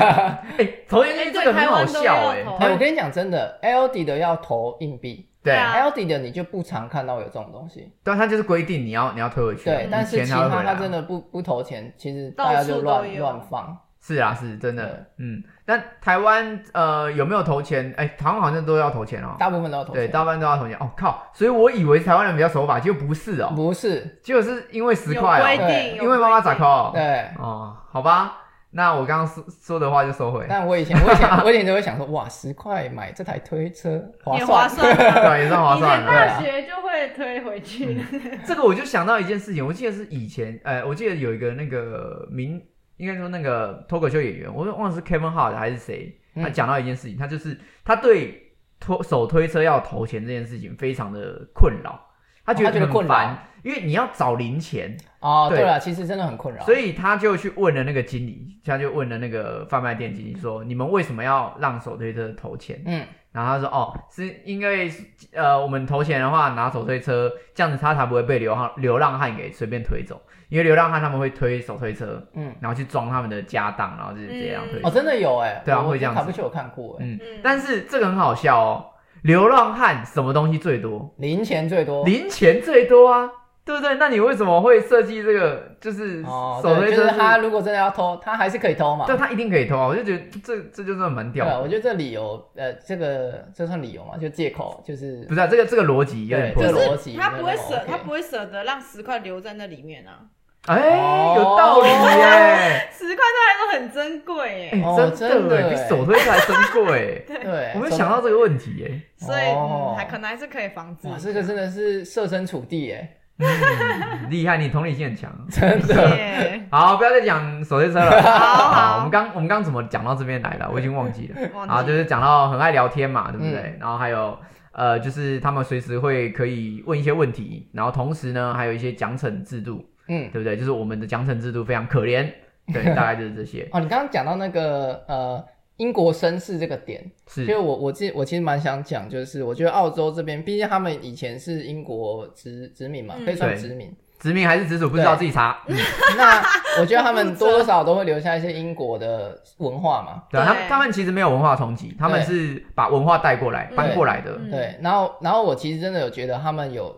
B: 哎，头先
D: 哎
B: 这个
D: 对
B: 很
D: 台
B: 好
D: 湾都
B: 笑
D: 要
B: 哎，
D: 投
C: 哎、我跟你讲真的，LD 的要投硬币、
B: 对
D: 对啊
C: l d 的你就不常看到有这种东西。
B: 对，他就是规定你要你要推回去，啊
C: 对，但
B: 以
C: 是
B: 前
C: 其
B: 会
C: 他
B: 回来啊
C: 他真的不不投钱，其实
D: 到
C: 大家
D: 处
C: 就
D: 都
C: 乱
D: 有
C: 乱放。
B: 是啊，是真的，嗯。但台湾呃有没有投钱？哎、台湾好像都要投钱哦。
C: 大部分都要投
B: 对，
C: 钱。
B: 大半都要投钱。哦靠！所以我以为台湾人比较守法，结果不是哦，
C: 不是，
B: 结果是因为十
D: 有
B: 块
D: 规
B: 哦，
D: 定，有
B: 因为妈妈
D: 规
B: 咋
D: 定
B: 扣哦。
C: 对。
B: 哦，好吧，那我刚刚说说的话就收回。
C: 但我以前，我以前，我以前都会想说，哇，十块买这台推车划
D: 也划
C: 算。
D: 算啊。
B: 对，也啊嗯算划
D: 以
B: 算
D: 前
B: 了。
D: 大学就会推回去的，
B: 这个我就想到一件事情，我记得是以前，呃，我记得有一个那个名，应该说那个脱口秀演员，我忘了是 Kevin Hart 还是谁，
C: 嗯
B: 他讲到一件事情，他就是他对拖手推车要投钱这件事情非常的困扰，他觉
C: 哦他觉得
B: 很
C: 困扰
B: 烦，因为你要找零钱，
C: 哦，
B: 对
C: 对了，其实真的很困扰。
B: 所以他就去问了那个经理，他就问了那个贩卖店经理说，你们为什么要让手推车投钱？
C: 嗯，
B: 然后他说：“哦，是因为呃，我们投钱的话拿手推车，这样子他才不会被流浪流浪汉给随便推走。因为流浪汉他们会推手推车，
C: 嗯，
B: 然后去装他们的家当，然后就是这样推
D: 嗯
C: 哦，
B: 走。
C: 真的有哎，
B: 对啊
C: 我
B: 会这样子
C: 卡布奇有看过哎，
B: 嗯
D: 嗯
B: 但是这个很好笑哦，流浪汉什么东西最多？
C: 零钱最多。
B: 零钱最多啊，对不对？那你为什么会设计这个？就是
C: 哦，
B: 手
C: 对，
B: 推
C: 就
B: 车
C: 是
B: 是、
C: 他如果真的要偷，他还是可以偷嘛。
B: 对他一定可以偷啊！我就觉得这这就真的蛮屌
C: 对啊，我
B: 的。
C: 觉得这理由，呃，这个这算理由嘛？就借口，就是
B: 不是、啊、这个这个逻辑有点
C: 对
B: 破
C: 这个
B: 洞
C: 逻。
D: 可
C: 逻
D: 是
C: 辑
D: 他不会
C: 那
D: 舍
C: 个，
D: 他
C: OK
D: 不会舍得让十块留在那里面啊，
B: 哎、有
C: 哦
B: 道理耶。
D: 十块对他来说很珍贵
B: 哎
D: 耶，
C: 哦
B: 真
C: 真的哎
B: 耶比
C: 欸
B: 手推车还珍贵耶。
C: 对，
B: 我没有想到这个问题耶。
D: 所以嗯
C: 哦
D: 还可能还是可以防止
C: 哇，。这个真的是设身处地哎，
B: 嗯 厉害，你同理心很强。
C: 真
D: 谢
C: 的。
D: 谢
B: 好，不要再讲手推车了。
D: 好好
B: 我们刚我们刚怎么讲到这边来了？我已经忘记了。
D: 忘记
B: 啊，就是讲到很爱聊天嘛，对不对？然后还有呃，就是他们随时会可以问一些问题，然后同时呢，还有一些奖惩制度，
C: 嗯，
B: 对不对？就是我们的奖惩制度非常可怜。对，大概就是这些。
C: 哦，你刚刚讲到那个呃英国绅士这个点，
B: 是
C: 其实我我记我其实蛮想讲，就是我觉得澳洲这边，毕竟他们以前是英国殖殖民嘛，
D: 嗯
C: 可以算
B: 对
C: 殖民。
B: 殖民还是直属？不知道自己查。嗯
C: 那我觉得他们多多少少都会留下一些英国的文化嘛。
B: 对啊，他
D: 对
B: 们他们其实没有文化冲击，他们
C: 对
B: 是把文化带过来、搬过来的。
D: 嗯
C: 对，然后然后我其实真的有觉得他们有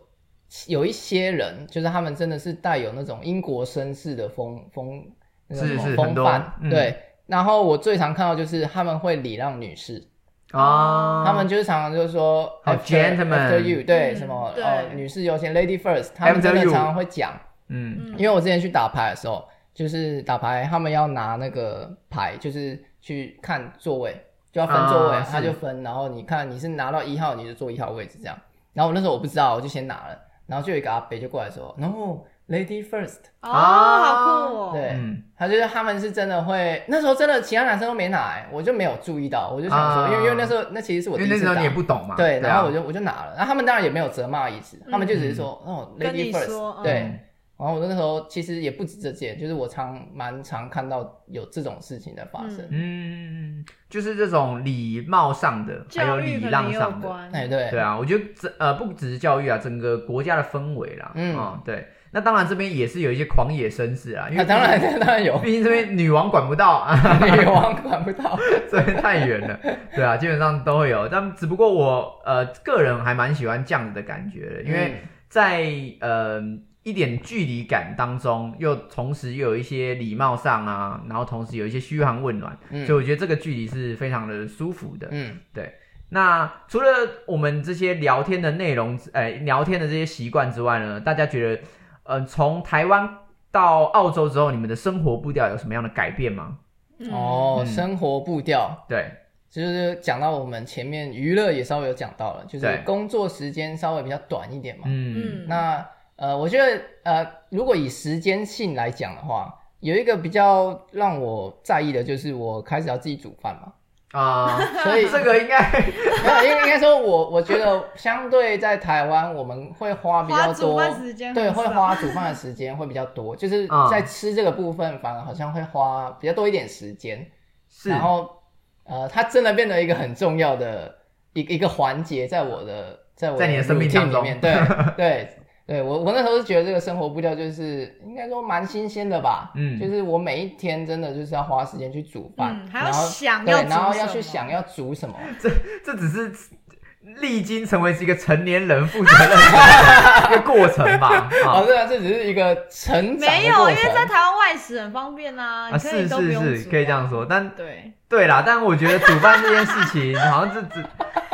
C: 有一些人，就是他们真的是带有那种英国绅士的风风那个
B: 是
C: 什么
B: 是很
C: 风
B: 多
C: 范，
B: 嗯
C: 对。然后我最常看到就是他们会礼让女士，
B: 啊，
C: 他们就是常常就是说
B: 哦
C: after-
B: gentlemen
C: after you 对、
D: 嗯
C: 什么
D: 对
C: 呃女士优先 lady first，他们
B: After
C: 真的
B: you
C: 常常会讲，
B: 嗯，
D: 嗯
C: 因为我之前去打牌的时候，就是打牌他们要拿那个牌，就是去看座位，就要分座位，
B: 啊
C: 他
B: 是
C: 就分，然后你看你是拿到一号，你就坐一号位置这样。然后我那时候我不知道，我就先拿了，然后就有一个阿伯就过来说，然后。 Lady First，
D: 哦，
B: 啊
D: 好酷哦！
C: 对，
B: 嗯，
C: 他就是他们是真的会，那时候真的其他男生都没拿、欸，我就没有注意到，我就想说，
B: 啊
C: 因为因为那时候那其实是
B: 因
C: 我第
B: 为
C: 一
B: 那
C: 次
B: 时候
C: 打，
B: 你也不懂嘛，
C: 对，
B: 啊嗯
C: 然后我就我就拿了，然后他们当然也没有责骂的意思，他们就只是说哦
D: 跟你
C: ，Lady First，、
D: 说嗯
C: 对，然后我那时候其实也不止这件，就是我常蛮常看到有这种事情的发生，
B: 嗯，就是这种礼貌上的，还有
D: 教育
B: 礼
D: 可能
B: 让
D: 也有
B: 上的，
D: 关，
C: 哎、对，
B: 对啊，我觉得这呃不只是教育啊，整个国家的氛围啦，嗯、
C: 嗯
B: 对。那当然这边也是有一些狂野绅士啊，因为
C: 啊，当然当然有，
B: 毕竟这边女王管不到 啊，
C: 女王管不到，
B: 这边太远了，对啊，基本上都会有。但只不过我呃个人还蛮喜欢这样子的感觉的， 因为在呃一点距离感当中，又同时又有一些礼貌上啊，然后同时有一些嘘寒问暖，
C: 嗯
B: 所以我觉得这个距离是非常的舒服的。
C: 嗯
B: 那除了我们这些聊天的内容，呃，聊天的这些习惯之外呢，大家觉得，呃，从台湾到澳洲之后，你们的生活步调有什么样的改变吗？
D: 嗯
C: 哦，
B: 嗯
C: 生活步调。
B: 对，
C: 就是讲到我们前面娱乐也稍微有讲到了，就是
B: 对
C: 工作时间稍微比较短一点嘛。
B: 嗯
D: 嗯，
C: 那呃，我觉得呃，如果以时间性来讲的话，有一个比较让我在意的就是我开始要自己煮饭嘛，
B: 啊、
C: 所 以
B: 这个应该
C: 没有，应应该说我我觉得相对在台湾我们会花比较
D: 花煮
C: 多
D: 饭时间
C: 对，
D: 很
C: 会
D: 少
C: 花煮饭的时间会比较多，就是
B: 嗯
C: 在吃这个部分反而好像会花比较多一点时间。
B: 是
C: 然后呃，它真的变得一个很重要的一一个环节，在我的在我
B: 在你的生命
C: routine
B: 当
C: 里
B: 中
C: 面，对对对，我我那时候是觉得这个生活步调就是应该说蛮新鲜的吧，
B: 嗯
C: 就是我每一天真的就是要花时间去煮饭，
D: 嗯还要
C: 然后
D: 想
C: 对
D: 要煮
C: 然后要
D: 什
C: 去
D: 么
C: 想要煮什么，
B: 这只是历经成为一个成年人负责任的一个过程 吧。
C: 哦，
B: 啊
C: 对啊，这只是一个成长
D: 没
C: 的
D: 有，
C: 过
D: 因为
C: 程
D: 在台湾外食很方便啊，
B: 啊，
D: 你可以
B: 是
D: 都不用
B: 是是，
D: 煮啊
B: 可以这样说，但
D: 对，
B: 对啦，但我觉得煮饭这件事情好像是只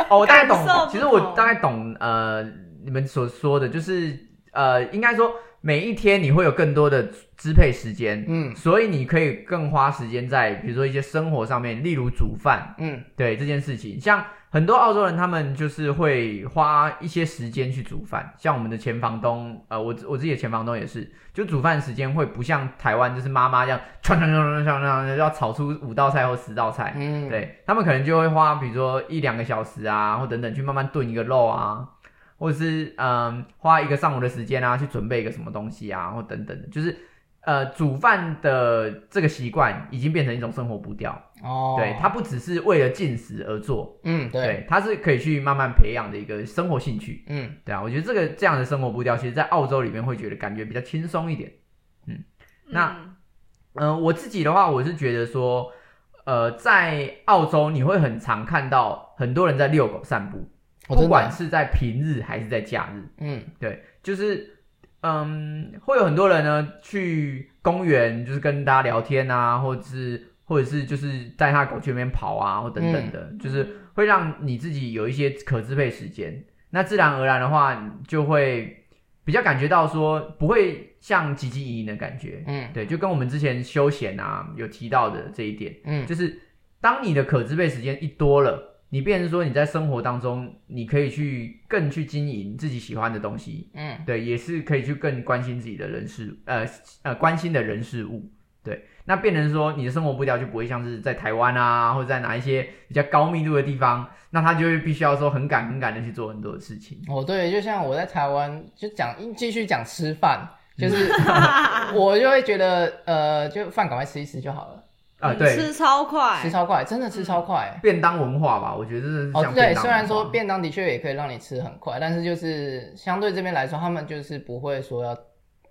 B: 哦，我大概
D: 感受
B: 懂。
D: 不
B: 其实我
D: 同
B: 大概懂呃，你们所说的就是呃，应该说每一天你会有更多的支配时间，
C: 嗯
B: 所以你可以更花时间在比如说一些生活上面，例如煮饭，
C: 嗯
B: 对这件事情，像很多澳洲人，他们就是会花一些时间去煮饭。像我们的前房东，呃，我我自己的前房东也是，就煮饭时间会不像台湾，就是妈妈这样唰唰唰唰唰唰要炒出五道菜或十道菜。
C: 嗯，
B: 对他们可能就会花，比如说一两个小时啊，或等等去慢慢炖一个肉啊，或者是嗯花一个上午的时间啊，去准备一个什么东西啊，或等等的，就是呃煮饭的这个习惯已经变成一种生活步调。
C: 哦，
B: 对，它不只是为了进食而做，
C: 嗯对
B: 对，它是可以去慢慢培养的一个生活兴趣，
C: 嗯。
B: 对啊，我觉得这个这样的生活步调，其实在澳洲里面会觉得感觉比较轻松一点。那
D: 嗯
B: 嗯、我自己的话，我是觉得说，呃，在澳洲你会很常看到很多人在遛狗散步，
C: 哦
B: 不
C: 真的
B: 管是在平日还是在假日，
C: 嗯
B: 对，就是嗯，会有很多人呢去公园，就是跟大家聊天啊，或者是或者是就是带他的狗去那边跑啊，或等等的，就是会让你自己有一些可支配时间。那自然而然的话，你就会比较感觉到说不会像汲汲营营的感觉，
C: 嗯
B: 对，就跟我们之前休闲啊有提到的这一点，
C: 嗯
B: 就是当你的可支配时间一多了，你变成说你在生活当中，你可以去更去经营自己喜欢的东西，
C: 嗯
B: 对，也是可以去更关心自己的人事，呃呃，关心的人事物，对，那变成说你的生活步调就不会像是在台湾啊，或者在哪一些比较高密度的地方，那他就会必须要说很赶很赶的去做很多的事情，
C: 哦，对，就像我在台湾就讲继续讲吃饭，
B: 嗯
C: 就是 我就会觉得呃，就饭赶快吃一吃就好了，
B: 啊、
D: 嗯
B: 对，
D: 吃超快，嗯
C: 吃超快，真的吃超快。
B: 便当文化吧，我觉得真的是
C: 哦
B: 嗯像，
C: 对，
B: 便当文化、
C: 虽然说便当的确也可以让你吃很快，但是就是相对这边来说，他们就是不会说要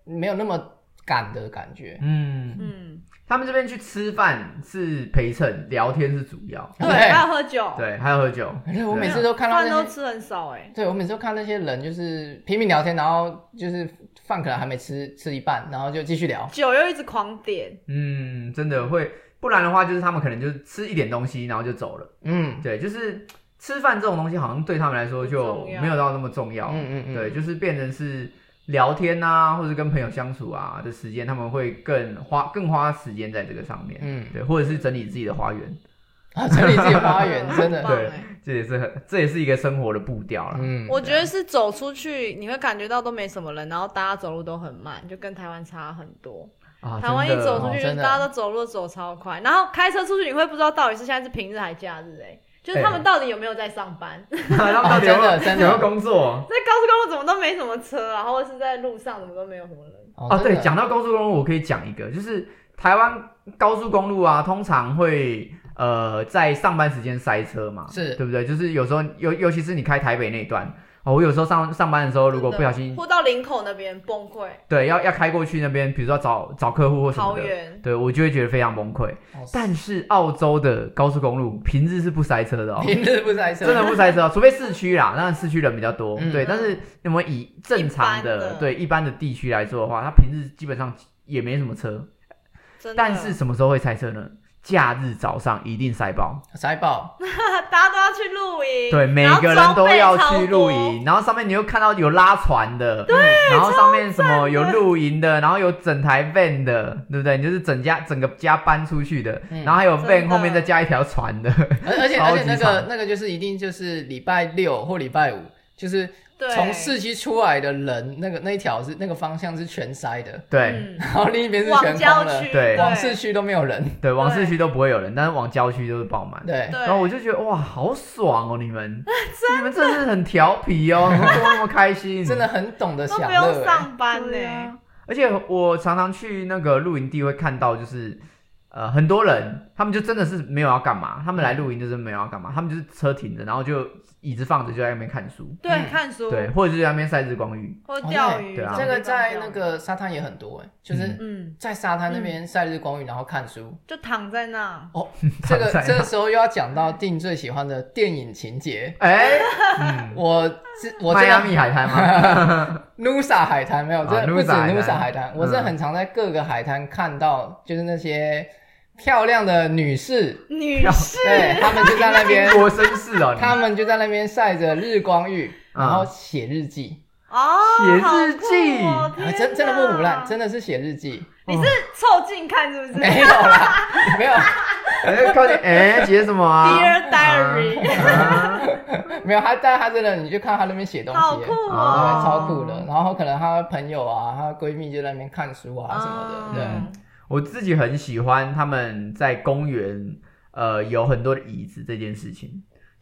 C: 没有那么赶的感觉。
B: 嗯，
D: 嗯，
B: 他们这边去吃饭是陪衬，聊天是主要。
D: 对，
C: 对
D: 还要喝酒，
B: 对，还有喝酒。
C: 而且我
B: 嗯对啊
C: 每次都看到
D: 饭
C: 那
D: 都
C: 些，
D: 吃很少哎，
C: 对我每次都看那些人就是拼命聊天，然后就是饭可能还没吃吃一半，然后就继续聊。
D: 酒又一直狂点，
B: 嗯，真的会，不然的话就是他们可能就是吃一点东西，然后就走了。
C: 嗯
B: 对，就是吃饭这种东西，好像对他们来说就
D: 重要
B: 没有到那么重要。
C: 嗯嗯嗯，
B: 对，就是变成是聊天啊，或者跟朋友相处啊的时间，他们会更花更花时间在这个上面。
C: 嗯
B: 对，或者是整理自己的花园。 嗯
C: 啊，整理自己的花园，真的
D: 很棒哎
B: 这也是很，这也是一个生活的步调啦。
C: 嗯，
D: 我觉得是走出去，你会感觉到都没什么人，然后大家走路都很慢，就跟台湾差很多。
B: 啊，
D: 台湾一
B: 真的
D: 走出
C: 哦
D: 去，就是
C: 真的
D: 大家都走路走超快，然后开车出去，你会不知道到底是现在是平日还假日、欸，就是他们到底有没有在上班？
B: 他们到底有没有
C: 哦真的真的
B: 有没有工作？
D: 在高速公路怎么都没什么车啊，或者是在路上怎么都没有什么人。
B: 哦，对，
C: 真的
B: 讲到高速公路，我可以讲一个，就是台湾高速公路啊，通常会呃在上班时间塞车嘛，
C: 是
B: 对不对？就是有时候，尤尤其是你开台北那一段。哦，我有时候上上班的时候，如果不小心，
D: 或到林口那边崩溃，
B: 对，要要开过去那边，比如说找找客户或什么
D: 桃
B: 的，
D: 园
B: 对我就会觉得非常崩溃。
C: 哦
B: 但是澳洲的高速公路平日是不塞车的 哦，
C: 平日不塞车，
B: 真的不塞车哦，除非市区啦，当然市区人比较多，
C: 嗯
B: 对。但是那么以正常
D: 一般
B: 的
D: 的
B: 对一般的地区来说的话，它平日基本上也没什么车，
D: 真的，
B: 但是什么时候会塞车呢？假日早上一定塞爆，
C: 塞爆，
D: 大家都要去露营，
B: 对，每
D: 然后
B: 个人都要
D: 装
B: 去
D: 备超
B: 露
D: 多
B: 营，然后上面你又看到有拉船的，对，然后上面什么有露营的，然后有整台 van 的，对不对？你就是整家整个家搬出去的，
C: 嗯
B: 然后还有 van
D: 真的
B: 后面再加一条船的，
C: 而而且
B: 超级
C: 而且那个
B: 长
C: 那个就是一定就是礼拜六或礼拜五，就是
D: 对，
C: 从市区出来的人，那个那一条是那个方向是全塞的，
B: 对。
D: 嗯
C: 然后另一边是
D: 往
C: 全
D: 郊
C: 空的，
D: 区，
B: 对
C: 往市区都没有人，
B: 对，往市区都不会有人，但是往郊区都是爆满。
C: 对，
D: 对，
B: 然后我就觉得哇，好爽哦！你 们，你们真的是很调皮哦， 怎么过那么开心？
C: 真的。很懂得
D: 都
C: 享
D: 不
C: 乐
D: 用
C: 欸，
D: 上班呢、
B: 对啊而且我常常去那个露营地会看到，就是呃很多人，他们就真的是没有要干嘛，他们来露营就是没有要干嘛，他们就是车停着，然后就椅子放着就在那边看书，
D: 对，啊
C: 嗯
D: 看书，
B: 对，或者就在那边晒日光浴。
D: 或钓鱼，
B: 对啊
D: 找
C: 这
D: 地
C: 个
D: 方
C: 在
D: 钓
C: 那
D: 鱼，
C: 个沙滩也很多哎，就是
D: 嗯，
C: 在沙滩那边晒日光浴，然后 看书，
D: 就躺在那，
C: 这个
B: 躺在那
C: 这个时候又要讲到定最喜欢的电影情节。
B: 哎，嗯，
C: 我之我
B: 迈
C: 真
B: 阿
C: 的
B: 密海滩 吗？
C: Nusa 海滩没有，
B: 啊
C: 真的不止
B: Nusa 海滩
C: Nusa 海滩，我真的
B: 嗯
C: 很常在各个海滩看到，就是那些漂亮的女士，
D: 女士，
C: 对，她们就在那边，
B: 国绅士哦，你
C: 她们就在那边晒着日光浴，
B: 嗯
C: 然后写日记，
D: 哦，
B: 写
D: 好
B: 日记
D: 酷哦
C: 啊
D: 天
C: 真真的不腐
D: 哪
C: 烂，真的是写日记，
D: 你是
B: 嗯
D: 凑近看是不是
C: 没有啦，没有
B: 哎，靠近，哎，写什么啊？
D: ？Dear Diary，
B: 啊
C: 没有，她但她真的，你就看她那边写东西，
D: 好酷
B: 啊
C: 对
D: 哦，
C: 超酷的，然后可能她朋友啊，她闺蜜就在那边看书啊什么的，对。
D: 嗯
B: 我自己很喜欢他们在公园，呃，有很多的椅子这件事情。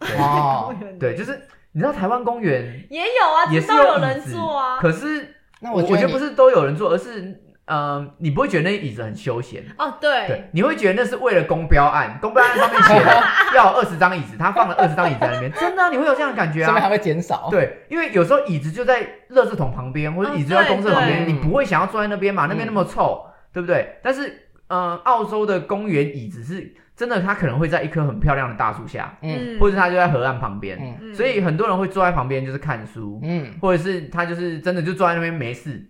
B: 嗯
C: 哦，
B: 对，就是你知道台湾公园
D: 也有啊，
B: 也
D: 知
B: 是有
D: 道有
B: 椅
D: 人
B: 子
D: 坐啊。
B: 可是
C: 那
B: 我
C: 觉
B: 觉
C: 得
B: 得
C: 你
B: 不是都有人坐，而是呃，你不会觉得那椅子很休闲。
D: 哦，
B: 对
D: 对，，
B: 你会觉得那是为了公标案，公标案上面写 了要二十张椅子，他放了二十张椅子在那边，真的啊、你会有这样的感觉
C: 上面还
B: 啊？
C: 会减少，
B: 对，因为有时候椅子就在垃圾桶旁边，或者
D: 哦
B: 椅子就在公厕旁
C: 对
B: 边，
C: 啊对
B: 你不会想要坐在那边嘛？那边
C: 嗯
B: 那么臭，对不对？但是，呃，澳洲的公园椅子是真的，它可能会在一棵很漂亮的大树下，
C: 嗯
B: 或者它就在河岸旁边，
C: 嗯
D: 嗯
B: 所以很多人会坐在旁边就是看书，
C: 嗯，
B: 或者是他就是真的就坐在那边没事，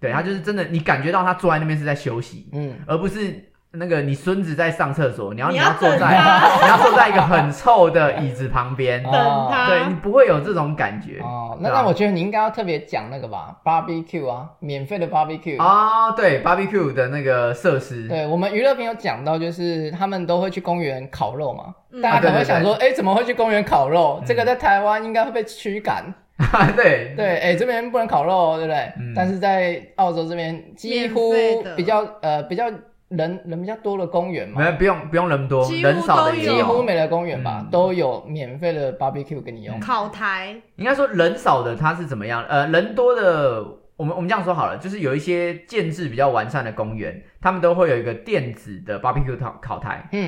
B: 对他就是真的，你感觉到他坐在那边是在休息，
C: 嗯，
B: 而不是那个你孙子在上厕所，你要
D: 你
B: 你
D: 要
B: 要坐在
D: 等他
B: 你要坐在一个很臭的椅子旁边，
C: 哦
D: 等他，
B: 对你不会有这种感觉
C: 哦，
B: 对
C: 那
B: 啊吧
C: 那我觉得你应该要特别讲那个吧，barbecue 啊，免费的 barbecue。
B: 哦，对，barbecue 的那个设施，
C: 对我们娱乐片有讲到，就是他们都会去公园烤肉嘛，
D: 嗯
C: 大家可能会想说，
B: 啊
C: 哎、怎么会去公园烤肉？
B: 嗯
C: 这个在台湾应该会被驱赶。
B: 对
C: 对，哎、这边不能烤肉哦，对不对？
B: 嗯
C: 但是在澳洲这边几乎
D: 免费的
C: 比较呃比较人人比较多的公园
B: 没有
C: 嘛，
B: 不用不用人多，
D: 几乎
B: 人少的也
D: 都有
C: 几
B: 有
C: 乎每个公园吧、
B: 嗯
C: 都有免费的 barbecue 给你用。
D: 烤台，
B: 应该说人少的它是怎么样？呃，人多的，我们我们这样说好了，就是有一些建制比较完善的公园，他们都会有一个电子的 barbecue 烤烤台。
C: 嗯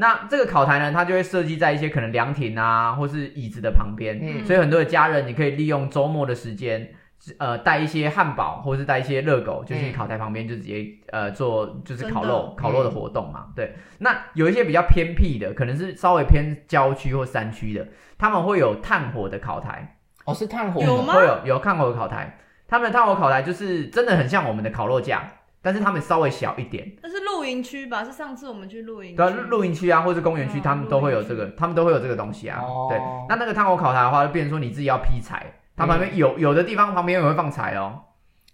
B: 那这个烤台呢，它就会设计在一些可能凉亭啊，或是椅子的旁边，
C: 嗯
B: 所以很多的家人你可以利用周末的时间。呃，带一些汉堡或是带一些热狗，就去
C: 嗯
B: 烤台旁边就直接呃做就是
D: 真的
B: 烤肉烤肉的活动嘛。对，那有一些比较偏僻的，可能是稍微偏郊区或山区的，他们会有炭火的烤台。
C: 哦，是炭火的
D: 有吗
B: 会有有看过烤台，他们的炭火烤台就是真的很像我们的烤肉架，但是他们稍微小一点。
D: 那是露营区吧？是上次我们去露营区，
B: 对啊，露营区啊，或是公园区，
D: 嗯
B: 他们都会有这个，他们都会有这个东西啊。
C: 哦
B: 对，那那个炭火烤台的话，就变成说你自己要劈柴，它旁边有有的地方旁边也会放柴哦。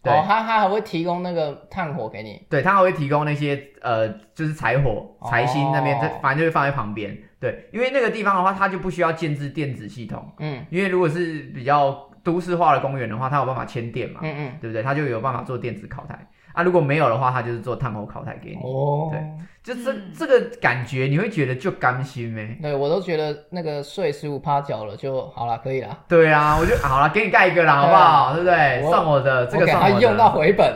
B: 对
C: 嗯哦，他他还会提供那个炭火给你。
B: 对，它还会提供那些呃，就是柴火、柴薪那边，
C: 哦
B: 这反正就会放在旁边。对，因为那个地方的话，它就不需要建置电子系统，
C: 嗯
B: 因为如果是比较都市化的公园的话，它有办法签电嘛，
C: 嗯嗯，
B: 对不对？它就有办法做电子烤台啊。如果没有的话，它就是做炭火烤台给你。
C: 哦，
B: 对就这、
D: 嗯
B: 这个感觉，你会觉得就甘心欸没、
C: 对我都觉得那个税十五趴缴了就好了，可以了。
B: 对啊，我就好了，给你盖一个啦，好不好？对不对？
C: 啊我
B: 算我的，这
C: 我
B: 个
C: 给
B: 算
C: 他
B: 我的。
C: 用到回本，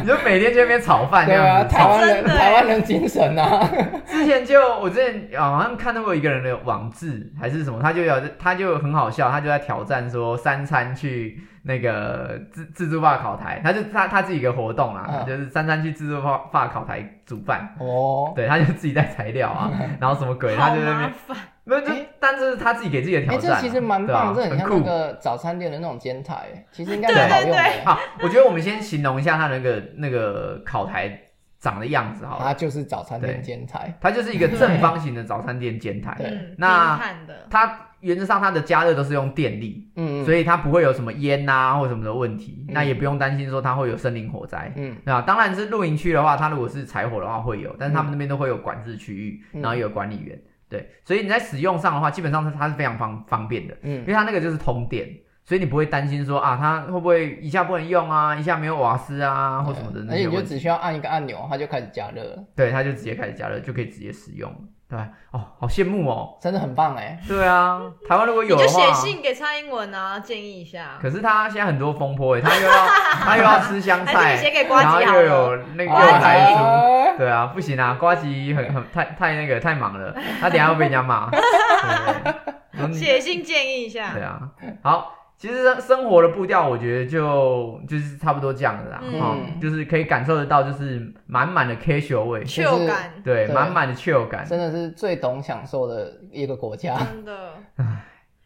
B: 你就每天 去那边炒饭这
C: 对啊，
B: 样子。
C: 台湾人
D: 真的欸
C: 台湾人精神啊，
B: 之前就我之前哦好像看到过一个人的网志还是什么，他就有他就很好笑，他就在挑战说三餐去那个自自助吧烤台，他就他他自己一个活动啦，
C: 嗯
B: 就是三餐去自助吧吧烤台煮饭。
C: 哦，
B: 对，他就自己带材料 啊，然后什么鬼，他
D: 好
B: 就在那
D: 麻
B: 边，
D: 烦。
B: 没有就
C: 诶，
B: 但这是他自己给自己的
C: 哎，
B: 挑战
C: 这
B: 啊，
C: 其实蛮棒，这
B: 对吧
C: 很像那
B: 酷
C: 个早餐店的那种煎台，其实应该
D: 对
C: 蛮好
D: 对
C: 用的
D: 对
C: 欸。
B: 好，我觉得我们先形容一下他那个那个烤台长的样子好
C: 它
B: 了，
C: 就是早餐店
B: 对
C: 煎台，
B: 它就是一个正方形的早餐店煎台，
C: 对
D: 嗯，
B: 那
D: 低碳的，
B: 它原则上它的加热都是用电力，
C: 嗯
B: 所
C: 以
B: 以它不会有什么烟呐或什么的问题，
C: 嗯
B: 那也不用担心说它会有森林火灾。
C: 嗯
B: 那当然是露营区的话，它如果是柴火的话会有，但是他们那边都会有管制区域，
C: 嗯
B: 然后也有管理员。对，所以你在使用上的话，基本上是它是非常方方便的，因
C: 嗯
B: 为它那个就是通电，所以你不会担心说啊，它会不会一下不能用啊，一下没有瓦斯啊或什么的
C: 对
B: 那
C: 而且
B: 些
C: 哎你就
B: 问题。
C: 只需要按一个按钮，它就开始加热了，
B: 对，它就直接开始加热，就可以直接使用了，对吧？哦，好羡慕哦。
C: 真的很棒哎。
B: 对啊，台湾如果
D: 你
B: 有
D: 就
B: 的
D: 写
B: 话，
D: 信给蔡英文啊，建议一下。
B: 可是它现在很多风波哎，它又要它又要吃香
D: 还是你
B: 菜
D: 写，给瓜
B: 然后
D: 吉好
B: 又
D: 了。
B: 有那个
D: 瓜吉
B: 台
D: 来
B: 猪。
C: 啊
B: 对啊，不行啊，瓜吉很很太太那个太忙了，他等一下会被人家骂。 对对对
D: 写信建议一
B: 对
D: 下，
B: 啊，好，其实生生活的步调，我觉得就就是差不多这样的啦，
D: 嗯
B: 哈、就是可以感受得到，就是满满的 casual 味，
D: 确
C: 就是
D: 感
B: 对，
C: 对
B: 满满的 chill 感，
C: 真的是最懂享受的一个 国家。
D: 真的，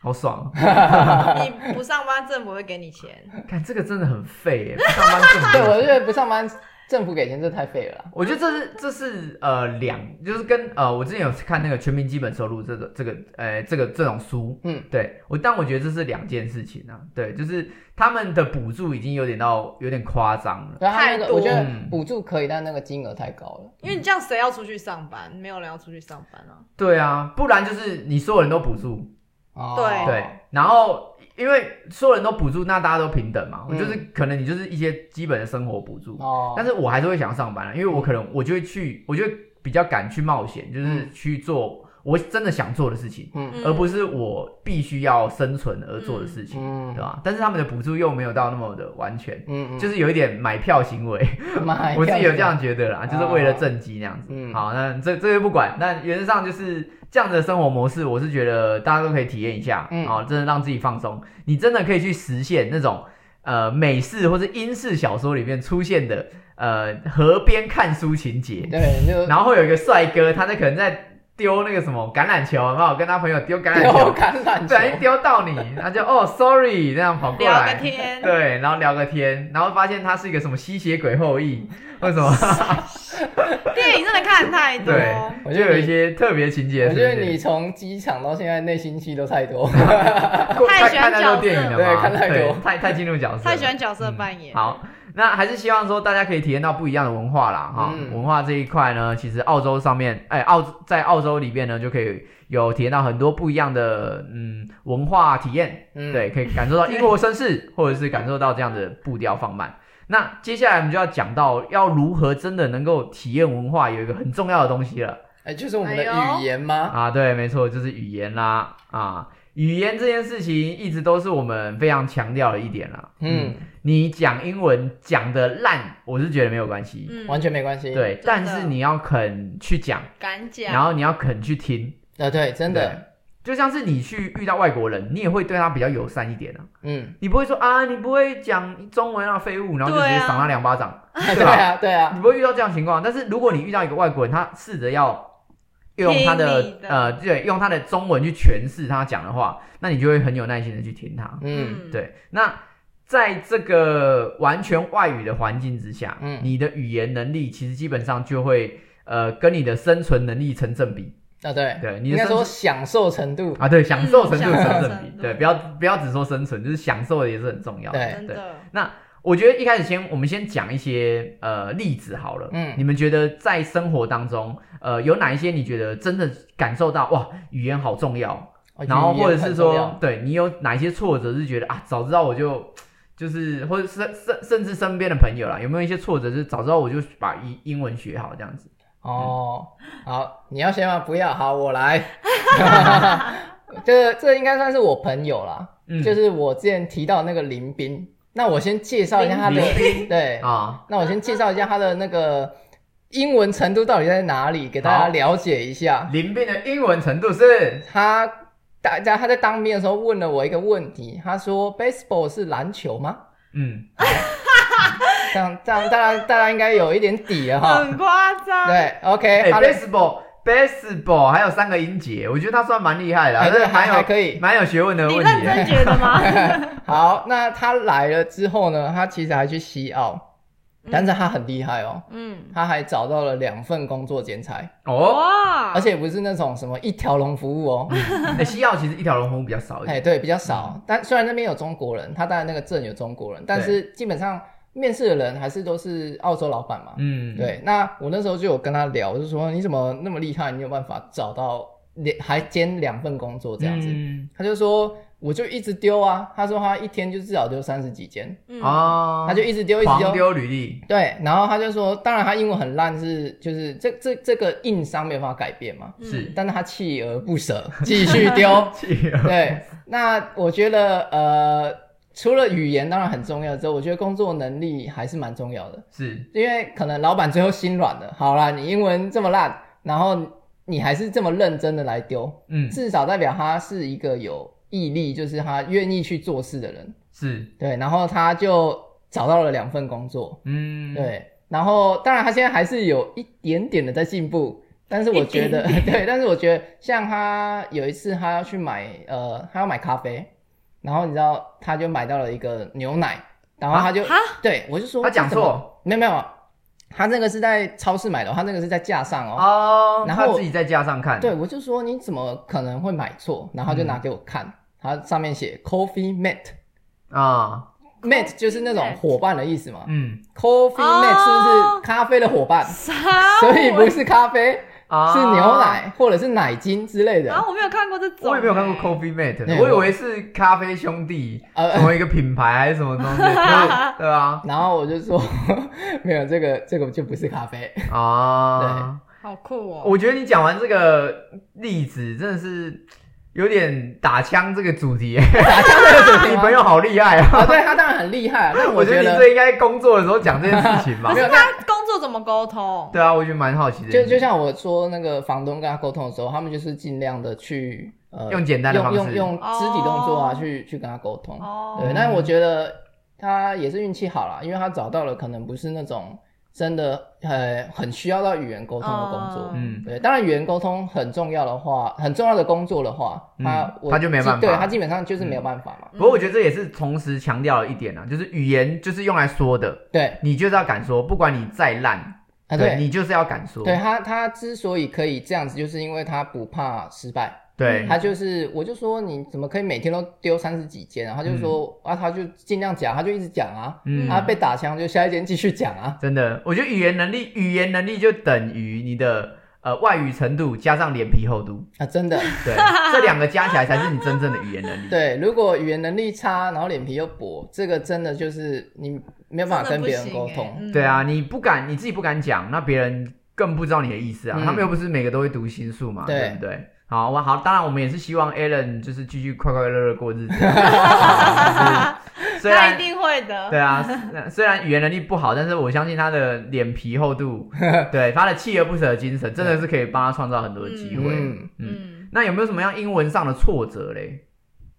B: 好爽。
D: 你不上班政府会给你钱，
B: 看这个真的很废耶，不上班更
C: 对， 我就觉得不上班，政府给钱这太废了啦。
B: 我觉得这是这是呃两，就是跟呃我之前有看那个《全民基本收入》这个这个呃这个这种书，
C: 嗯，
B: 对我，但我觉得这是两件事情啊，对，就是他们的补助已经有点到有点夸张了，
C: 然后他那
D: 太
C: 个，
D: 多
C: 我觉得
B: 嗯
C: 补助可以，但那个金额太高了。
D: 因为你这样谁要出去上班？没有人要出去上班啊。
B: 对啊，不然就是你所有人都补助，
C: 哦
D: 嗯对
B: 对，然后因为所有人都补助，那大家都平等嘛，我就是可能你就是一些基本的生活补助，
C: 嗯哦，
B: 但是我还是会想要上班啊，因为我可能我就会去，我就会比较敢去冒险，就是
C: 嗯
B: 去做我真的想做的事情。
C: 嗯
B: 而不是我必须要生存而做的事情，
C: 嗯
B: 对吧？但是他们的补助又没有到那么的完全，
C: 嗯嗯，
B: 就是有一点买票行为，
C: 买
B: 我自己有这
C: 票
B: 样觉得啦，就是为了政绩那样子。
C: 嗯
B: 好，那这这就不管，那原则上就是这样的生活模式，我是觉得大家都可以体验一下，
C: 嗯
B: 好，真的让自己放松，你真的可以去实现那种呃美式或是英式小说里面出现的呃河边看书情节，
C: 对， 就
B: 然后会有一个帅哥，他在可能在丢那个什么橄榄球，然后跟他朋友丢橄榄
C: 丢
B: 球，
C: 橄榄
B: 不小心
C: 球，
B: 丢到你，然后就哦，sorry，这样跑过
D: 聊个
B: 来，
D: 天，
B: 对，然后聊个天，然后发现他是一个什么吸血鬼后 裔，或者什么，
D: 电影真的看太多。
B: 对，
C: 我
B: 就
C: 觉得
B: 有一
C: 你
B: 些特别情节
C: 我
B: 出
C: 觉
B: 现。
C: 得你从机场到现在内心戏都 太多。
B: 过
D: 太
B: 看
D: 喜
B: 看
D: 欢
B: 太
D: 角
B: 多
D: 色
B: 电影了吧？
C: 对看太多
B: 对太太进入角色了，
D: 太喜欢角色扮演。
B: 嗯好，那还是希望说大家可以体验到不一样的文化啦，哈、
C: 嗯
B: 文化这一块呢，其实澳洲上面，哎，澳在澳洲里面呢，就可以有体验到很多不一样的嗯文化体验，
C: 嗯，
B: 对，可以感受到英国绅士，或者是感受到这样的步调放慢。那接下来我们就要讲到要如何真的能够体验文化，有一个很重要的东西了。
C: 哎，就是我们的
D: 哎呦
C: 语言吗？
B: 啊，对，没错，就是语言啦啊，语言这件事情一直都是我们非常强调的一点啦。
C: 嗯，
B: 你讲英文讲的烂，我是觉得没有关系，
D: 嗯，
C: 完全没关系。，
B: 对，
D: 的
B: 但是你要肯去讲，
D: 敢
B: 然
D: 讲，
B: 后你要肯去听，
C: 呃，对，真的，
B: 就像是你去遇到外国人，你也会对他比较友善一点啊，
C: 嗯，
B: 你不会说啊，你不会讲中文啊，废物，然后就直接
D: 对啊
B: 赏他两巴掌，
C: 对啊，对啊，
B: 你不会遇到这样的情况，但是如果你遇到一个外国人，他试着要用他
D: 听
B: 的
D: 你的
B: 呃，对，用他的中文去诠释他讲的话，那你就会很有耐心的去听他。
C: 嗯，
B: 对，那在这个完全外语的环境之下，
C: 嗯
B: 你的语言能力其实基本上就会呃跟你的生存能力成正比。
C: 啊，对，
B: 对，你
C: 应
B: 的
C: 该
B: 生
C: 说
B: 存
C: 享受程度，
B: 啊，对，享受程度
D: 嗯享
B: 成
D: 受程
B: 正比。
D: 度
B: 对，不要不要只说生存，就是享受也是很重要的。
C: 对
D: 真的，
B: 那我觉得一开始先我们先讲一些呃例子好了。
C: 嗯
B: 你们觉得在生活当中，呃，有哪一些你觉得真的感受到哇，语言好重要？
C: 哦
B: 然后
C: 语言
B: 或者是
C: 很重要
B: 说，对你有哪一些挫折是觉得啊，早知道我就就是，或者甚甚甚至身边的朋友啦，有没有一些挫折是早知道我就把英英文学好这样子？
C: 哦，
B: 嗯
C: 好，你要先吗？不要，好，我 来。这这应该算是我朋友啦，
B: 嗯
C: 就是我之前提到那个林斌。那我先介绍一下他的
B: 林
C: 对，
B: 啊，
C: 那我先介绍一下他的那个英文程度到底在哪里，给大
B: 好
C: 家了解一下。
B: 林斌的英文程度是
C: 他大家他在当兵的时候问了我一个问题，他说 “baseball 是篮球吗
B: 嗯，？”
C: 这样这样，大家大家应该有一点底了哈。
D: 很夸张。
C: 对
B: 哎
C: ，OK，好的，
B: ，baseball。baseball 还有三个音节，我觉得他算蛮厉害的啊，
C: 哎对
B: 这蛮有
C: 还还可以
B: 蛮有学问的问
D: 你
B: 题。
D: 认真觉得吗？
C: 好，那他来了之后呢，他其实还去西澳，
B: 嗯
C: 但是他很厉害哦，
D: 嗯，
C: 他还找到了两份工作兼差，
B: 哦，
D: 哇，
C: 而且不是那种什么一条龙服务哦，
B: 哎，西药其实一条龙服务比较少一
C: 哎，
B: 点。
C: 对，比较
B: 嗯
C: 少。但虽然那边有中国人，他当然那个镇有中国人，但是基本上面试的人还是都是澳洲老板嘛。
B: 嗯，，
C: 对，那我那时候就有跟他聊，我就说你怎么那么厉害，你有办法找到两还兼两份工作这样子？
B: 嗯
C: 他就说我就一直丢啊，他说他一天就至少丢三十几间。
D: 嗯
B: 哦，
C: 他就一直丢，一直
B: 狂
C: 丢，
B: 丢履历，
C: 对，然后他就说，当然他英文很烂，是就是这这这个硬伤没有办法改变嘛，
B: 是。
C: 但是他锲而不舍，继续丢
B: 气 了。
C: 对，那我觉得呃，除了语言当然很重要之后，我觉得工作能力还是蛮重要的，
B: 是，
C: 因为可能老板最后心软了，好啦，你英文这么烂，然后你还是这么认真的来丢，
B: 嗯，
C: 至少代表他是一个有毅力，就是他愿意去做事的人。
B: 是，
C: 对，然后他就找到了两份工作，
B: 嗯，，
C: 对，然后当然他现在还是有一点点的在进步，但是我觉 得对，但是我觉得像他有一次他要去买呃，他要买咖啡，然后你知道他就买到了一个牛奶，然后他就、
D: 哈，
C: 对我就说
B: 啊他讲
C: 这怎么
B: 错，
C: 没有没有，他那个是在超市买的哦，他那个是在架上哦。
B: 哦，
C: 然后
B: 他自己在架上看，
C: 对，，我就说你怎么可能会买错？然后他就拿给我看，他上面写 coffee mate，mate
B: 啊，
C: 就是那种
D: mate
C: 伙伴的意思嘛。
B: 嗯，
C: coffee mate 是不
D: 哦
C: 是咖啡的伙伴？
B: 哦
D: 啥？
C: 所以不是咖啡，
B: 啊，
C: 是牛，奶或者是奶精之类的
B: 哦
D: 啊，。我没有看过这种，
B: 我也没有看过
D: 欸
B: Coffee Mate，
C: 对
B: 我以
C: 我
B: 为是咖啡兄弟
C: 呃
B: 什么一个品牌还是什么东 西，对对啊，
C: 然后我就说 没有这个，这个就不是咖 啡。
B: 啊，
D: 好酷哦。
B: 我觉得你讲完这个例子，真的是有点打枪这个主题。
C: 打枪这个主题
B: 你
C: 吗
B: 朋友好厉害啊！
C: 啊，对他当然很厉害，啊但
B: 我
C: 我
B: 觉得
C: 觉
B: 你
C: 得
B: 最应该工作的时候讲这件事情吧
D: 可
C: 没。
D: 是
C: 有
D: 他工作怎么沟通？
B: 对啊，我觉得蛮好奇的。
C: 就就像我说那个房东跟他沟通的时候，他们就是尽量的去呃
B: 用简单的方式
C: 用用用肢体动作啊
D: 哦
C: 去去跟他沟通。
D: 哦，
C: 对，但我觉得他也是运气好啦，因为他找到了可能不是那种真的呃很需要到语言沟通的工作。
D: 哦
B: 嗯，
C: 对，当然语言沟通很重要的话，很重要的工作的话，
B: 嗯
C: 他我
B: 他就没办法嗯
C: 对他基本上就是没有办法嘛。
B: 不过我觉得这也是同时强调了一点啊，就是语言就是用来说的，
C: 对
B: 你就是要敢说，不管你再烂，
C: 啊，对，
B: 你就是要敢说。
C: 对他他之所以可以这样子，就是因为他不怕失败。
B: 对
C: 他就是，我就说你怎么可以每天都丢三十几间啊？他就说、啊，他就尽量讲，他就一直讲啊，
B: 嗯
C: 啊被打枪就下一间继续讲啊。
B: 真的，我觉得语言能力，语言能力就等于你的呃外语程度加上脸皮厚度，
C: 啊，真的，
B: 对，这两个加起来才是你真正的语言能力。
C: 对，如果语言能力差，然后脸皮又薄，这个真的就是你没有办法跟
D: 真的
C: 别人
D: 不行
C: 沟
D: 欸
C: 通。
D: 嗯
B: 对啊，你不敢，你自己不敢讲，那别人更不知道你的意思啊。
C: 嗯
B: 他们又不是每个都会读心术嘛，
C: 对
B: 对不对？好，我好，当然我们也是希望 Alan 就是继续快快乐乐过日 子啊。就是虽
D: 他一
B: 然
D: 定会的。
B: 对啊，虽虽然语言能力不好，但是我相信他的脸皮厚 度，对他的锲而不舍的精神，真的是可以帮他创造很多的机会。嗯
C: 嗯
D: 嗯，
B: 那有没有什么样英文上的挫折嘞？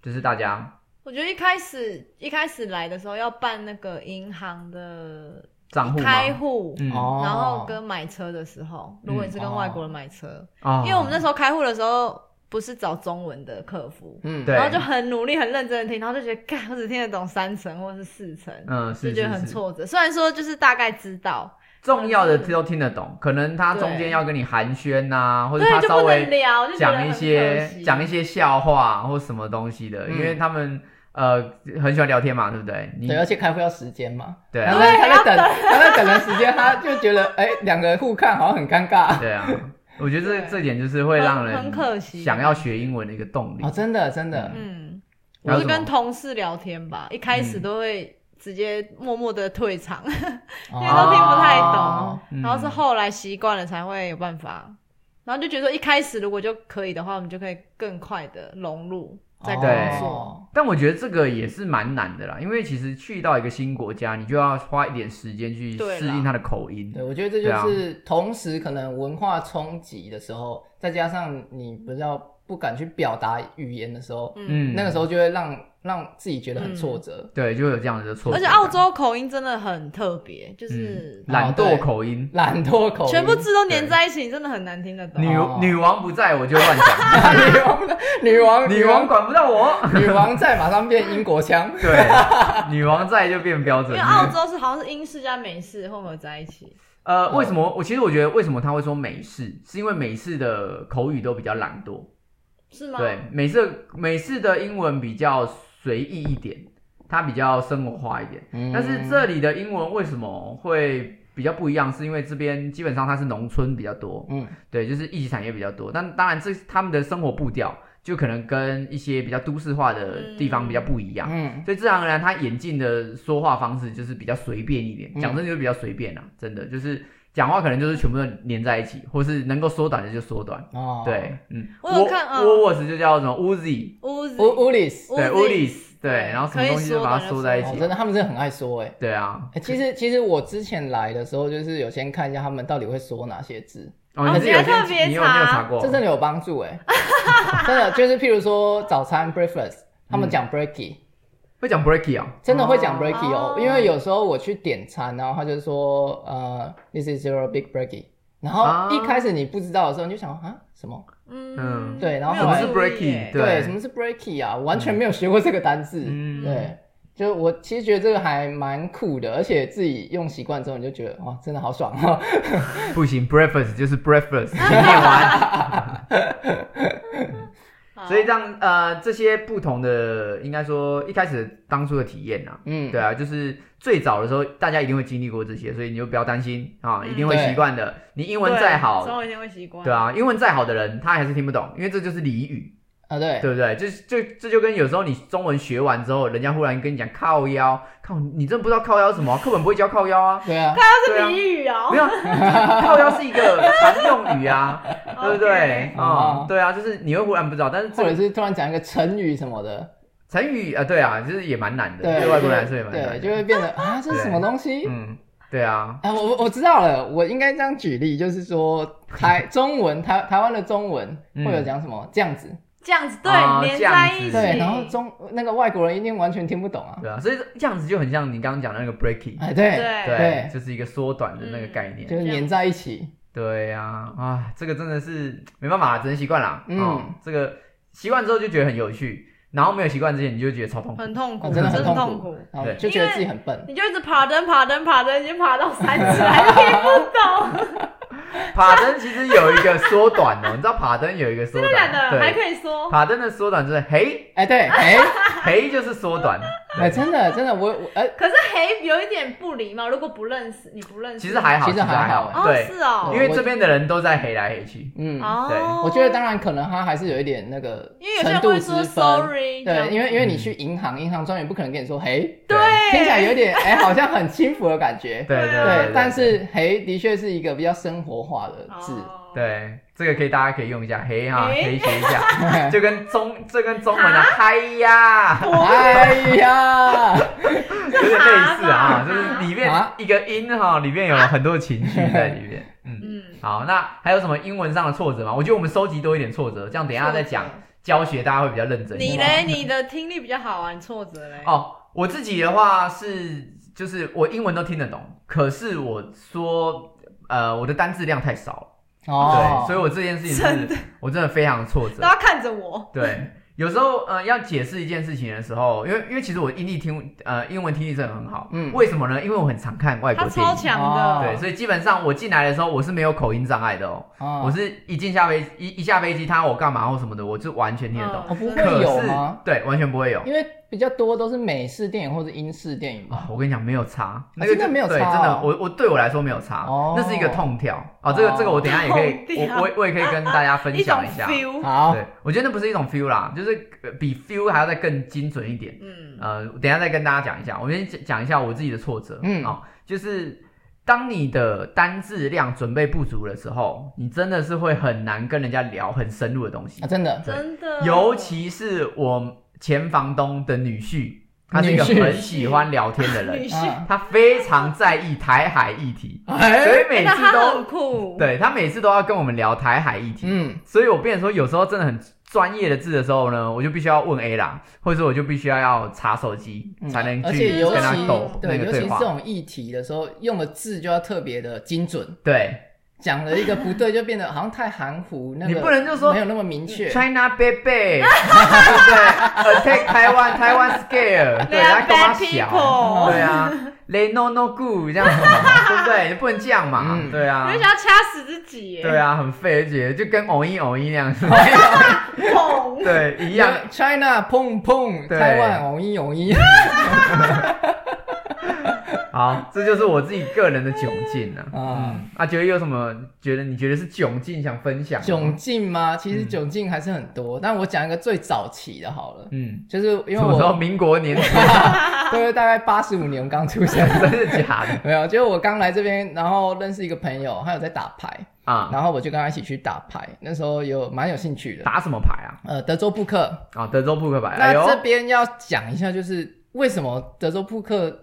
B: 就是大家
D: 我觉得一开始一开始来的时候要办那个银行的
B: 账户吗？
D: 开户，
B: 嗯
C: 哦，
D: 然后跟买车的时候，如果你是跟外国人买车，
C: 嗯
B: 哦
D: 因为我们那时候开户的时候不是找中文的客服，
C: 嗯
B: 对
D: 然后就很努力、很认真的听，然后就觉得，干，我只听得懂三成或是四成，
B: 嗯是
D: 就觉得
B: 是
D: 很
B: 是
D: 挫折。虽然说就是大概知道，
B: 重要的都听得懂，可能他中间要跟你寒暄呐、或者
D: 嗯对，
B: 他
D: 就
B: 稍
D: 不能
B: 微
D: 聊，就觉得
B: 讲
D: 很
B: 一
D: 可
B: 些
D: 惜
B: 讲一些笑话或什么东西的，
C: 嗯
B: 因为他们呃很喜欢聊天嘛，对不对？你
C: 对，而且开会要时间嘛，
B: 嗯对
C: 然
B: 啊
C: 后
D: 对
C: 他
D: 要
C: 在等，
D: 等
C: 他在等的时间，他就觉得哎，两个互看好像很尴尬
B: 对啊，我觉得这
C: 对
B: 这点就是会让人
D: 很很可惜
B: 想要学英文的一个动力
C: 哦，。真的真的，
D: 嗯，
B: 还
D: 我
B: 有
D: 是
B: 什么嗯
D: 跟同事聊天吧，一开始都会直接默默的退场，
C: 因
D: 因为
C: 哦
D: 都听不太懂。
B: 哦嗯
D: 然后是后来习惯了才会有办法，然后就觉得说一开始如果就可以的话，我们就可以更快的融入
B: 哦
D: 在工
B: 对
D: 作。
B: 但我觉得这个也是蛮难的啦，因为其实去到一个新国家，你就要花一点时间去
D: 对啦
B: 适应它的口音。
C: 对，我觉得这就是同时可能文化冲击的时候，再加上你不知道不敢去表达语言的时候，
D: 嗯，
B: 嗯，
C: 那个时
B: 候
C: 候就会让让自己觉得很挫折。
B: 对就会有这样子的错。
D: 而且澳洲口音真的很特别，就是
B: 嗯懒
C: 哦
B: 惰
C: 对
B: 口音，
C: 懒惰口音
D: 嗯全部字都粘在一起，你真的很难听得懂。
B: 女
C: 哦
B: 女王不在我就乱讲，
C: 女王的女 王
B: 女王管不到 我。
C: 女王在马上变英 国腔，
B: 对，女王在就变标
D: 因
B: 准
D: 为。澳洲是好像是英式加美式混合在一起，
B: 呃，为什么？我其实我觉得为什么他会说美式，是因为美式的口语都比较懒惰。
D: 是吗？
B: 对，美式美式的英文比较随意一点，它比较生活化一点。
C: 嗯
B: 但是这里的英文为什么会比较不一样？是因为这边基本上它是农村比较多，
C: 嗯
B: 对，就是一级产业比较多。但当然这他们的生活步调就可能跟一些比较都市化的地方比较不一样，
C: 嗯
B: 所以自然而然他演进的说话方式就是比较随便一点，
C: 嗯
B: 讲真的就比较随便啊，真的就是讲话可能就是全部都连在一起，或是能够缩短的就缩短。
C: 哦，
B: 对，嗯，
D: 我有看嗯
B: w o r d s 就叫什么 Uzi，
D: 屋子
C: 乌乌里斯，
B: 对
D: Uzi
B: ，Ulis，对，然后什么东西就把它缩在一
C: 哦
B: 起，
C: 真的他们真的很爱说哎、
B: 对啊，
C: 哎其实其实我之前来的时候，就是有先看一下他们到底会说哪些字，
B: 哦，你是
D: 你
B: 有
D: 还特别
B: 先，你有你有
D: 查
B: 查过？
C: 这真的有帮助哎、 真的就是譬如说早餐 breakfast，他
B: 嗯
C: 们讲 breaky，、
B: 会讲 breaky 啊？
C: 真的会讲 breaky 哦
D: 哦
C: 因为有时候我去点餐，然后他就说呃 this is your big breaky，然
B: 哦
C: 后一开始你不知道的时候，你就想啊什么
B: 嗯
D: 嗯，
C: 对然后
D: 没有
C: 什
B: 么是
D: 注意耶
B: breaking？对
C: 什么是 breaky 啊，我完全没有学过这个单字，
B: 嗯
C: 对。就我其实觉得这个还蛮酷的，而且自己用习惯之后，你就觉得哇，真的好爽哦！
B: 不行，breakfast 就是 breakfast，念完。
D: 好
B: 所以这样，呃，这些不同的，应该说一开始当初的体验啊，
C: 嗯，
B: 对啊，就是最早的时候，大家一定会经历过这些，所以你就不要担心啊，
D: 嗯
B: 一定会习惯的。你英文再
D: 对
B: 好，
D: 总有一天会习惯。
B: 对啊，英文再好的人，他还是听不懂，因为这就是俚语。
C: 啊，对，
B: 对不对？就是就这就跟有时候你中文学完之后，人家忽然跟你讲靠腰，靠你真的不知道靠腰是什 么啊，课本不会教靠腰啊，
C: 对啊，
D: 这
B: 对
D: 是
B: 啊
D: 俚语哦
B: 没，有，靠腰是一个常用语 啊，对不对
D: OK？
B: 啊、
C: 哦
B: 对啊，就是你会忽然不知道，但是
C: 或
B: 这
C: 者
B: 个
C: 是突然讲一个成语什么的，
B: 成语啊、呃对啊，就是也蛮难的，
C: 对，
B: 对外国人来说也蛮难的，
C: 对，就会变得啊，这是什么东西？
B: 嗯，对啊，
C: 啊，我我我知道了，我应该这样举例，就是 说台中文台台湾的中文
B: 嗯
C: 会有讲什么这样子，
D: 这样子对
B: 哦
D: 连
B: 这样
D: 在
B: 子
D: 一起，
C: 对，然后中那个外国人一定完全听不懂啊，
B: 对啊，所以这样子就很像你刚刚讲的那个 breaking，
C: 哎，对，
D: 对
B: 对
C: 对，
B: 就是一个缩短的那个概念，
C: 就是粘在一起，
B: 对呀、啊，这个真的是没办法啦，只能习惯啦。嗯、
C: 嗯
B: 这个习惯之后就觉得很有趣，然后没有习惯之前你就觉得超痛苦。
D: 很痛苦，
C: 哦真的
D: 的
C: 很
D: 痛
C: 痛苦，然后就觉得自己很笨，
D: 你就一直爬登爬登爬登，已经爬到三次还是听不懂，
B: 爬登其实有一个缩短哦，你知道爬登有一个缩
D: 真的假
B: 短，
D: 的？还
B: 对，
D: 可以说，
B: 爬登的缩短就是嘿
C: 哎，对， 哎
B: 嘿就是缩短，
C: 哎，真的真的，我我哎，
D: 可是嘿有一点不礼貌，如果不认识你不认识，
B: 其实还好，
C: 其实还好
B: 好，
D: 哦
B: 对，
D: 是哦，
B: 因为这边的人都在嘿来嘿去，
C: 嗯，
D: 哦，
C: 我觉得当然可能他还是有一点那个
D: 因为有些
C: 程
D: 人
C: 度
D: 会
C: 之
D: 说
C: 分。
D: sorry，这样
C: 对，因为因为你去银行，银行专员不可能跟你说嘿，
B: 对
C: 听起来有点哎，好像很轻浮的感觉。
B: 对
D: 对啊
C: 对，但是嘿的确是一个比较生活化的字。
D: 哦，
B: 对这个可以大家可以用一下嘿哈
D: 嘿
B: 嘿学一下，哦 就跟中这跟中文的嗨呀
C: 哎 呀，
B: 有点类似啊，
D: 哈吧
B: 就是里面
C: 啊
B: 一个音哈，里面有很多情绪在里面。嗯，
D: 嗯，
B: 好，那还有什么英文上的挫折吗？我觉得我们收集多一点挫折，这样等一下再讲教学，大家会比较认真一点。
D: 你嘞，你的听力比较好啊，你挫折嘞，
B: 哦，我自己的话是，就是我英文都听得懂，可是我说，呃，我的单字量太少了，
C: 哦
B: 对，所以我这件事情
D: 真
B: 是，我真的非常挫折
D: 都。要看着我，
B: 对，有时候，呃，要解释一件事情的时候，因为因为其实我英力听，呃，英文听力真的很好。
C: 嗯
B: 为什么呢？因为我很常看外国
D: 他
B: 电影
D: 超。强
C: 哦
D: 的，
B: 对，所以基本上我进来的时候，我是没有口音障碍的哦。
C: 啊
B: 我是一进下飞一一下飞机，他我干嘛或什么的，我就完全听得懂。
C: 哦不
D: 真的
C: 会
B: 可
C: 有
B: 是
C: 吗
B: 对，完全不会有。
C: 因为比较多都是美式电影或者英式电影
B: 哦
C: 嘛。、
B: 我跟你讲，没有差，
C: 啊真的没有
B: 对，
C: 差哦
B: 真的，我我对我来说没有差，
C: 哦
B: 那是一个痛调哦。这个
C: 哦
B: 这个我等一下也可以，
D: 痛调
B: 我我也我也可以跟大家分
D: 一种
B: 享一下。
D: feel，
C: 好，
B: 哦对，我觉得那不是一种 feel 啦，就是呃比 feel 还要再更精准一点。
D: 嗯，
B: 呃，等一下再跟大家讲一下，我先讲讲一下我自己的挫折。
C: 嗯
B: 哦，就是当你的单字量准备不足的时候，你真的是会很难跟人家聊很深入的东西
C: 啊，，真的，
D: 真的，
B: 尤其是我前房东的女婿，他是一个
C: 女婿
B: 很喜欢聊天的人
D: 女。婿，
C: 啊
B: 他非常在意台海议题，
C: 哎
B: 所以每
D: 那
B: 次
D: 他
B: 都
D: 很酷，，
B: 对他每次都要跟我们聊台海议题，
C: 嗯，
B: 所以我变成说有时候真的很专业的字的时候呢，我就必须要问 A 啦，或者说我就必须要要查手机、
C: 嗯
B: 才能
C: 而
B: 去
C: 且尤
B: 跟他
C: 其
B: 斗那
C: 对，
B: 个
C: 尤其
B: 对
C: 是
B: 话
C: 这。种议题的时候，用的字就要特别的精准，
B: 对
C: 讲了一个不对，就变得好像太含糊，那个
B: 你不能就说
C: 没有那么明确。
B: ，China baby，对不对？Attack 呃台湾，台湾 scare，对，他跟他
D: bad
B: 小，
D: people，
B: 对啊，They no no good 这样子嘛， 对不对？你不能这样嘛，
C: 嗯
B: 对啊
D: 我就。想要掐死自己耶，
B: 对 啊，很费解，就跟偶一偶一那样 子，
D: 砰，
B: 对，一样。
C: China 碰碰，
B: 对
C: 台湾偶哦一偶一，
B: 好，这就是我自己个人的窘境啊。
C: 啊
B: 嗯，啊，觉得有什么？觉得你觉得是窘境想分享？
C: 窘，境吗？
B: 嗯
C: 其实窘境还是很多，但我讲一个最早期的好了，
B: 嗯，
C: 就是因为
B: 什么时候？
C: 我
B: 民国年代？
C: 对，大概八十五年我刚出生，
B: 真的假 的
C: 没有，就是我刚来这边，然后认识一个朋友，他有在打牌，
B: 啊？
C: 然后我就跟他一起去打牌，那时候有蛮有兴趣的。
B: 打什么牌啊？
C: 呃，德州扑克，
B: 啊，德州扑克牌。哎
C: 那
B: 呦，
C: 这边要讲一下，就是为什么德州扑克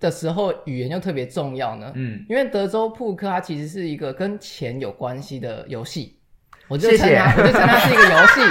C: 的时候语言就特别重要呢？
B: 嗯，
C: 因为德州扑克它其实是一个跟钱有关系的游戏，我就
B: 谢
C: 称
B: 谢
C: 它，我就称它是一个游 戏。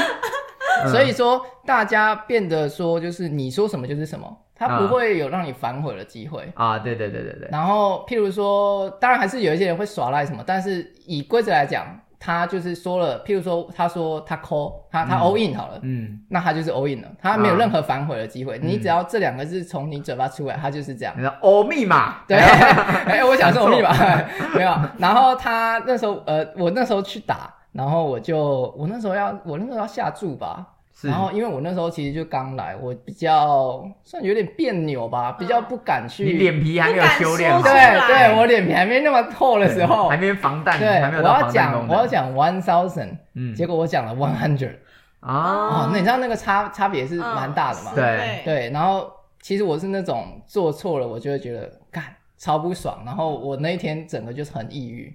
B: 嗯
C: 所以说，大家变得说，就是你说什么就是什么，它不
B: 啊
C: 会有让你反悔的机会。
B: 啊，对对对对对，
C: 然后，譬如说，当然还是有一些人会耍赖什么，但是以规则来讲，他就是说了，譬如说，他说他 call，他他
B: 嗯
C: all in 好了，
B: 嗯，
C: 那他就是 all in 了，他没有
B: 啊
C: 任何反悔的机会。你只要这两个字从你嘴巴出来，他就是这样
B: 你。说欧哦密码？
C: 对，
B: 哎呦
C: 哎、我想说我密码 没有。然后他那时候，呃，我那时候去打，然后我就我那时候要我那时候要下注吧，
B: 是
C: 然后因为我那时候其实就刚来，我比较算有点别扭吧，比较不敢去。
B: 你脸皮还没有修炼好，
D: 不敢说出来
C: 对对，我脸皮还没那么厚的时候
B: 还，没防弹，
C: 对，
B: 还没有
C: 我
B: 到
C: 要
B: 防弹
C: 讲
B: 功
C: 我
B: 能。
C: 要讲 one thousand，
B: 嗯
C: 结果我讲了 one hundred，
B: 啊，
C: 哦，那你知道那个差差别是
D: 嗯
C: 蛮大的嘛？
D: 是
B: 对
C: 对，然后其实我是那种做错了，我就会觉得干超不爽，然后我那一天整个就是很抑 郁，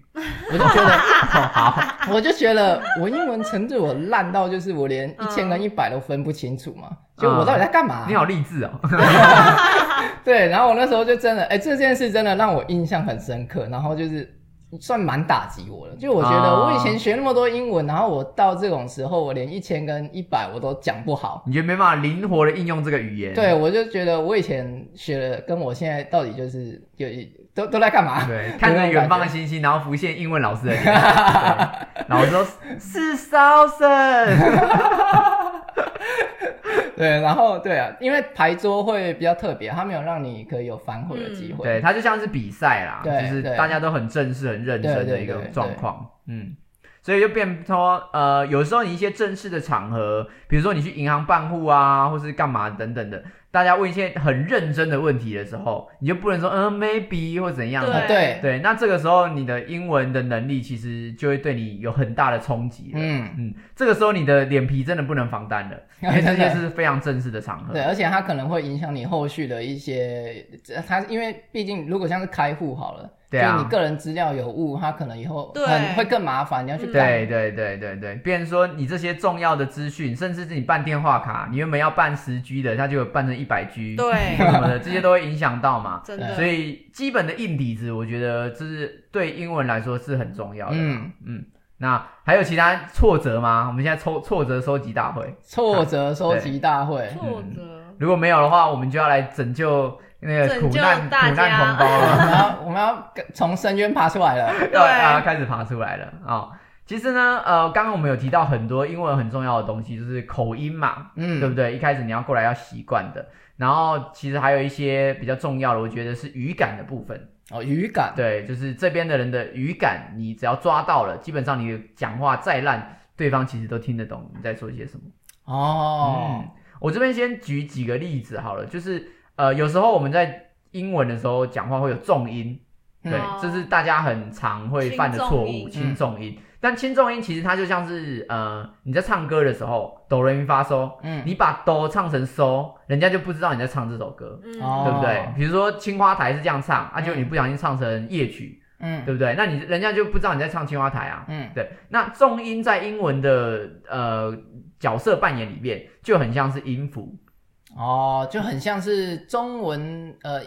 C: 我就觉得好，我就觉得我英文程度我烂到就是我连一千跟一百都分不清楚嘛，就我到底在干嘛、
B: 你好励志哦。
C: 对，然后我那时候就真的，哎、这件事真的让我印象很深刻，然后就是。算蛮打击我的，就我觉得
B: 啊
C: 我以前学那么多英文，然后我到这种时候，我连一千跟一百我都讲不好，
B: 你觉得没办法灵活的应用这个语言？
C: 对，我就觉得我以前学的跟我现在到底就是有都都在干 嘛？
B: 对，看着远方的星星，然后浮现英文老师的 脸，对老师说是 thousand，
C: 对，然后对啊，因为牌桌会比较特别，它没有让你可以有反悔的机会。
B: 对，它就像是比赛啦，
C: 对
B: 就是
C: 对
B: 大家都很正式、很认真的一个
C: 对对对
B: 状况，嗯。所以就变说，呃，有时候你一些正式的场合，比如说你去银行办户啊，或是干嘛等等的，大家问一些很认真的问题的时候，你就不能说嗯 maybe 或怎样的，
C: 啊对
B: 对，那这个时候你的英文的能力其实就会对你有很大的冲击了。
C: 嗯，
B: 嗯，这个时候你的脸皮真的不能防弹了，因 为这些是非常正式的场合。
C: 对，而且它可能会影响你后续的一些，它因为毕竟如果像是开户好了，
B: 对啊
C: 就你个人资料有误，它可能以后
D: 对
C: 很会更麻烦，你要去
D: 嗯
C: 改。
B: 对对对对对，变成说你这些重要的资讯，甚至是你办电话卡，你原本要办十 G 的，它就办成一百 G，
D: 对
B: 什么的，这些都会影响到 嘛。
D: 真的，
B: 所以基本的硬底子，我觉得这是对英文来说是很重要的。嗯
C: 嗯，
B: 那还有其他挫折吗？我们现在抽挫折收集大会，
C: 挫折收集大会，
D: 挫
B: 嗯
D: 折，
B: 如果没有的话，我们就要来拯救那个苦
D: 拯救
B: 难
D: 大
B: 苦难
D: 家
B: 同胞了。
C: 然后我们要从深渊爬出来了。
B: 要大家开始爬出来了啊、哦其实呢，呃，刚刚我们有提到很多英文很重要的东西，就是口音嘛，
C: 嗯，
B: 对不对？一开始你要过来要习惯的，然后其实还有一些比较重要的，我觉得是语感的部分。
C: 哦，语感，
B: 对，就是这边的人的语感，你只要抓到了，基本上你讲话再烂，对方其实都听得懂你在说些什么。
C: 哦
B: 嗯，，我这边先举几个例子好了，就是呃，有时候我们在英文的时候讲话会有重音，对，
C: 嗯
B: 这是大家很常会犯的错误，轻
C: 轻
B: 重音。但轻重音其实它就像是呃，你在唱歌的时候，哆来咪发嗦，
C: 嗯，
B: 你把哆唱成嗦，人家就不知道你在唱这首歌，
D: 嗯，
C: 哦
B: 对不对？比如说青花台是这样唱，啊，就你不小心唱成夜曲，
C: 嗯，
B: 对不对？那你人家就不知道你在唱青花台啊。
C: 嗯，
B: 对，那重音在英文的呃角色扮演里面就很像是音符，
C: 哦，就很像是中文呃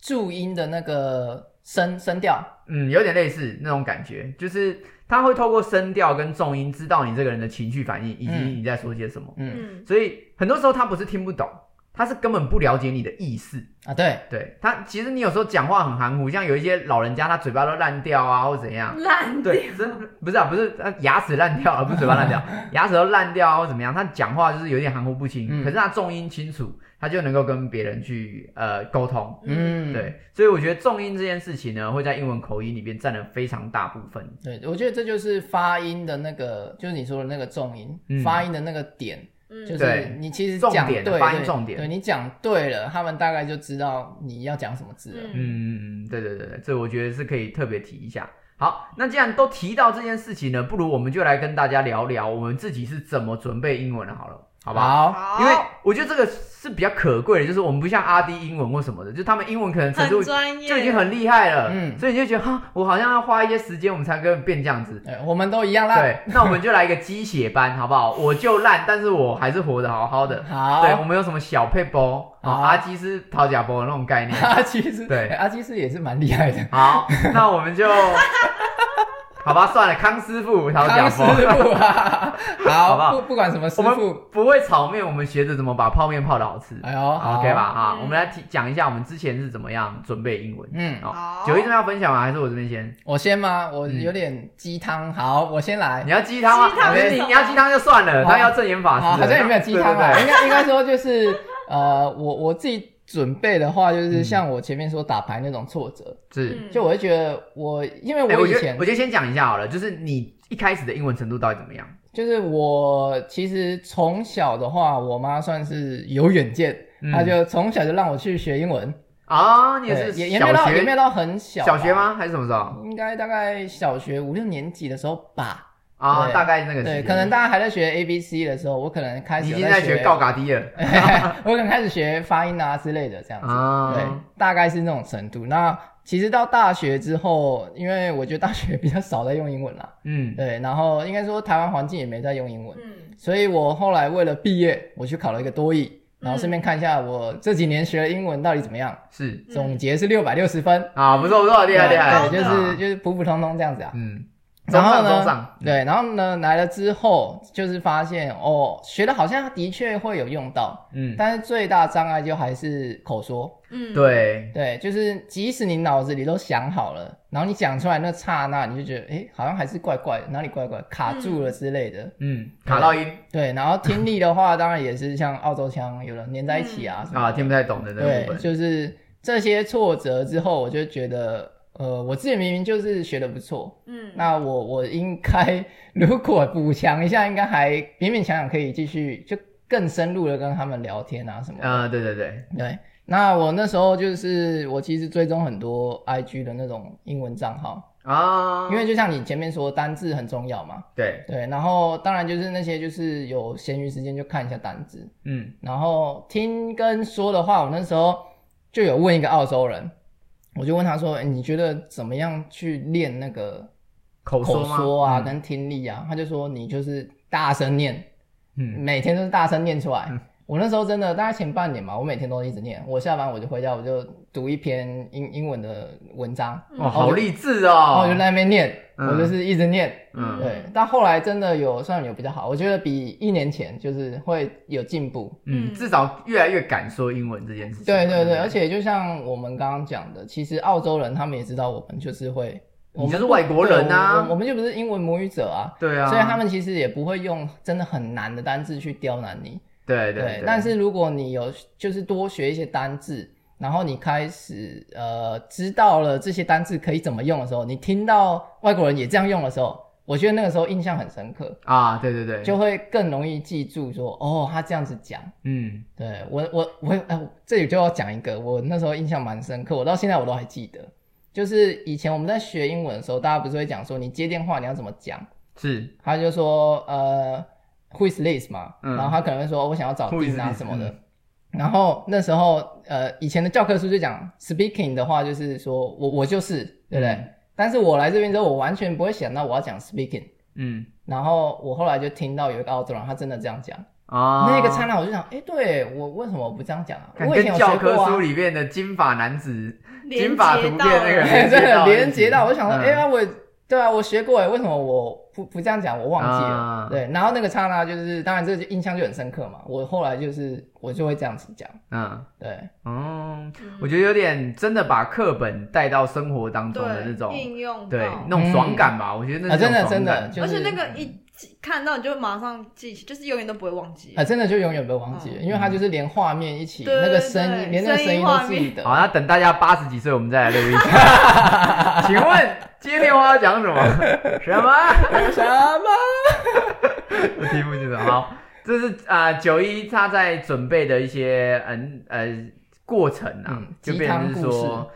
C: 注音的那个声声调，
B: 嗯，有点类似那种感觉，就是他会透过声调跟重音知道你这个人的情绪反应以及
C: 嗯
B: 你在说些什么，
C: 嗯
D: 嗯，
B: 所以很多时候他不是听不懂，他是根本不了解你的意思。
C: 啊，对，
B: 对他，其实你有时候讲话很含糊，像有一些老人家他嘴巴都烂掉啊，或怎样。
C: 嗯
D: 烂
B: 对，真不是啊，不是他牙齿烂掉啊了，不是嘴巴 烂掉，牙齿都烂掉啊，或怎么样，他讲话就是有点含糊不清，
C: 嗯
B: 可是他重音清楚，他就能够跟别人去呃沟通。
C: 嗯，
D: 嗯，
B: 对，所以我觉得重音这件事情呢，会在英文口音里边占了非常大部分。
C: 对，我觉得这就是发音的那个，就是你说的那个重音，
B: 嗯
C: 发音的那个点，
D: 嗯
C: 就
B: 对
C: 是你其实
B: 重
C: 讲
B: 点
C: 对，
B: 发音
C: 对
B: 重点
C: 对你讲对了，他们大概就知道你要讲什么字了。
D: 嗯
B: 嗯，对对对对，这我觉得是可以特别提一下。好，那既然都提到这件事情呢，不如我们就来跟大家聊聊我们自己是怎么准备英文的，好了，好不好？
C: 好，
D: 好，
B: 因为我觉得这个是比较可贵的，就是我们不像阿迪英文或什么的，就他们英文可能程度
D: 很专业，
B: 就已经很厉害了，
C: 嗯
B: 所以你就觉得哈，我好像要花一些时间，我们才跟变这样子。
C: 对，我们都一样啦。
B: 对，那我们就来一个鸡血班，好不好？我就烂，但是我还是活得好好的。对，我
C: 好，
B: 们有什么小配包？好，
C: 好
B: 阿基是讨假包的那种概念。
C: 阿基斯，
B: 对
C: 哎阿基斯也是蛮厉害的。
B: 好，那我们就 好吧，算了，康师傅讨假
C: 康师
B: 包。
C: 傅 啊，
B: 好不好
C: 好，不不管什么师
B: 我们
C: 傅，
B: 不会炒面，我们学着怎么把泡面泡的好吃。
C: 哎呦
B: OK 吧？？哈，
D: 嗯
B: 我们来提讲一下我们之前是怎么样哦准备英文。
C: 嗯，
D: 好，
B: 九一这边要分享吗？还是我这边先？
C: 我先吗？我
B: 嗯
C: 有点鸡汤，好，我先来
B: 你。要鸡汤吗？
D: 鸡汤是
B: 没你
D: 什么
B: 你要鸡汤就算了，
C: 好
B: 他要正言法师
C: 好，
B: 了。
C: 好像也没有鸡汤
B: 对
C: 啊，
B: 对
C: 应该应该说就是呃，我我自己准备的话，
B: 嗯
C: 就是像我前面说打牌那种挫折，
B: 对是。
D: 嗯
C: 就我会觉得我因为
B: 哎
C: 我
B: 我
C: 以
B: 觉得
C: 前
B: 我觉得先讲一下好了，就是你一开始的英文程度到底怎么样？
C: 就是我其实从小的话，我妈算是有远见，
B: 嗯
C: 她就从小就让我去学英文，
B: 啊，你也
C: 对
B: 是
C: 也也没有
B: 小
C: 到也没
B: 学
C: 有到很小，
B: 小学？吗？还是什么时候
C: 应该大概小学五六年级的时候吧。
B: 啊？
C: 对
B: 大概那个时
C: 对，
B: 间
C: 可能大家还在学 A B C 的时候，我可能开始
B: 你已
C: 有
B: 经在学
C: 学
B: 告嘎低了
C: 我可能开始学发音啊之类的这样子。
B: 啊。
C: 对，大概是那种程度。那其实到大学之后，因为我觉得大学比较少在用英文啦，
B: 嗯，
C: 对，然后应该说台湾环境也没在用英文，
D: 嗯
C: 所以我后来为了毕业，我去考了一个多译，然后顺便看一下我这几年学的英文到底怎么样，
B: 是
C: 总结是六百六十分，
B: 啊，不错不错，厉害厉害，
D: 对
C: 就
B: 啊
C: 是就是普普通通这样子啊。
B: 嗯，中
C: 然后
B: 上
C: 呢
B: 中上，
C: 对，然后呢来了之后，就是发现哦，学的好像的确会有用到，
B: 嗯，
C: 但是最大障碍就还是口说。
D: 嗯，
B: 对，
C: 对，就是即使你脑子里都想好了，然后你讲出来那刹那，你就觉得诶，好像还是怪怪的，哪里怪怪，卡住了之类的。
B: 嗯，卡到音
C: 对，然后听力的话，当然也是像澳洲腔有了粘在一起啊什么
B: 啊，听不太懂的那个部
C: 对，
B: 分。
C: 就是这些挫折之后，我就觉得，呃，我自己明明就是学的不错，
D: 嗯，
C: 那我我应该如果补强一下，应该还勉勉强强可以继续就更深入的跟他们聊天啊什么的。
B: 呃，对对对，
C: 对，那我那时候就是我其实追踪很多 IG 的那种英文账号，
B: 啊，
C: 因为就像你前面说单字很重要嘛，
B: 对，
C: 对，然后当然就是那些就是有闲余时间就看一下单字，
B: 嗯，
C: 然后听跟说的话，我那时候就有问一个澳洲人，我就问他说，诶哎你觉得怎么样去练那个
B: 口
C: 口
B: 吗
C: 说啊
B: 嗯
C: 跟听力啊？他就说你就是大声念，
B: 嗯
C: 每天都是大声念出来。
B: 嗯
C: 我那时候真的，大概前半年吧，我每天都一直念。我下班我就回家，我就读一篇英英文的文章，
B: 哦，好励志哦，
C: 然后我就在那边念，
B: 嗯
C: 我就是一直念。
B: 嗯
C: 对，但后来真的有算有比较好，我觉得比一年前就是会有进步。
B: 嗯，
D: 嗯
B: 至少越来越敢说英文这件事情。
C: 对对
B: 不
C: 对，而且就像我们刚刚讲的，其实澳洲人他们也知道我们就是会
B: 你就是外国人
C: 啊，我
B: 啊
C: 们我们就不是英文母语者啊，
B: 对啊，
C: 所以他们其实也不会用真的很难的单字去刁难你。
B: 对对对，
C: 但是如果你有就是多学一些单字，然后你开始呃知道了这些单字可以怎么用的时候，你听到外国人也这样用的时候，我觉得那个时候印象很深刻，
B: 啊，对对对，
C: 就会更容易记住说哦，他这样子讲。
B: 嗯，
C: 对我我我哎、这里就要讲一个，我那时候印象蛮深刻，我到现在我都还记得。就是以前我们在学英文的时候，大家不是会讲说你接电话你要怎么讲？
B: 是
C: 他就说呃，who is this 嘛，
B: 嗯
C: 然后他可能会说我想要找
B: Who is 嗯
C: Dean 啊
B: this？
C: 什么的。然后那时候呃，以前的教科书就讲 speaking 的话，就是说我我就是，对不对？
B: 嗯
C: 但是我来这边之后，我完全不会想到我要讲 speaking。
B: 嗯
C: 然后我后来就听到有一个澳洲人，他真的这样讲。
B: 啊，
C: 那个刹那我就想，哎，对我为什么不这样讲啊？
B: 看
C: 我以前
B: 跟
C: 有
B: 教
C: 学
B: 科
C: 过
B: 书
C: 啊。
B: 里面的金发男子，
D: 连
B: 金
D: 接
B: 发图片
D: 到了
B: 那个
C: 哎，
B: 人，
C: 真的连接
B: 接
C: 到，我就想说，
B: 嗯
C: 哎呀，我也对啊，我学过哎，为什么我不不这样讲？我忘记了。
B: 啊
C: 对，然后那个刹那就是，当然这就印象就很深刻嘛。我后来就是我就会这样子讲，
B: 嗯，
C: 对嗯
B: 哦，我觉得有点真的把课本带到生活当中的
D: 对
B: 那种，
D: 应用
B: 对
D: 到，
B: 那种爽感吧，我觉得那
C: 啊，
B: 是一
C: 真
B: 种
C: 的
B: 爽
C: 真的，
B: 感
C: 就
D: 而
C: 是
D: 且那个一记看到你就会马上记起，就是永远都不会忘记。
B: 哎
C: 啊，真的就永远不会忘记，因为
B: 嗯
C: 它就是连画面一起，
D: 对
C: 那个
D: 对
C: 声
D: 对
C: 音，连那个
D: 声音
C: 声音都
D: 画
C: 记
D: 面
C: 得。
B: 好，那啊等大家八十几岁，我们再来录一下。请问接电话要讲 什么？什么？
C: 什么？
B: 我听不清楚。好，这是啊，九、一他在准备的一些嗯呃过程啊，
C: 嗯
B: 就变成是说，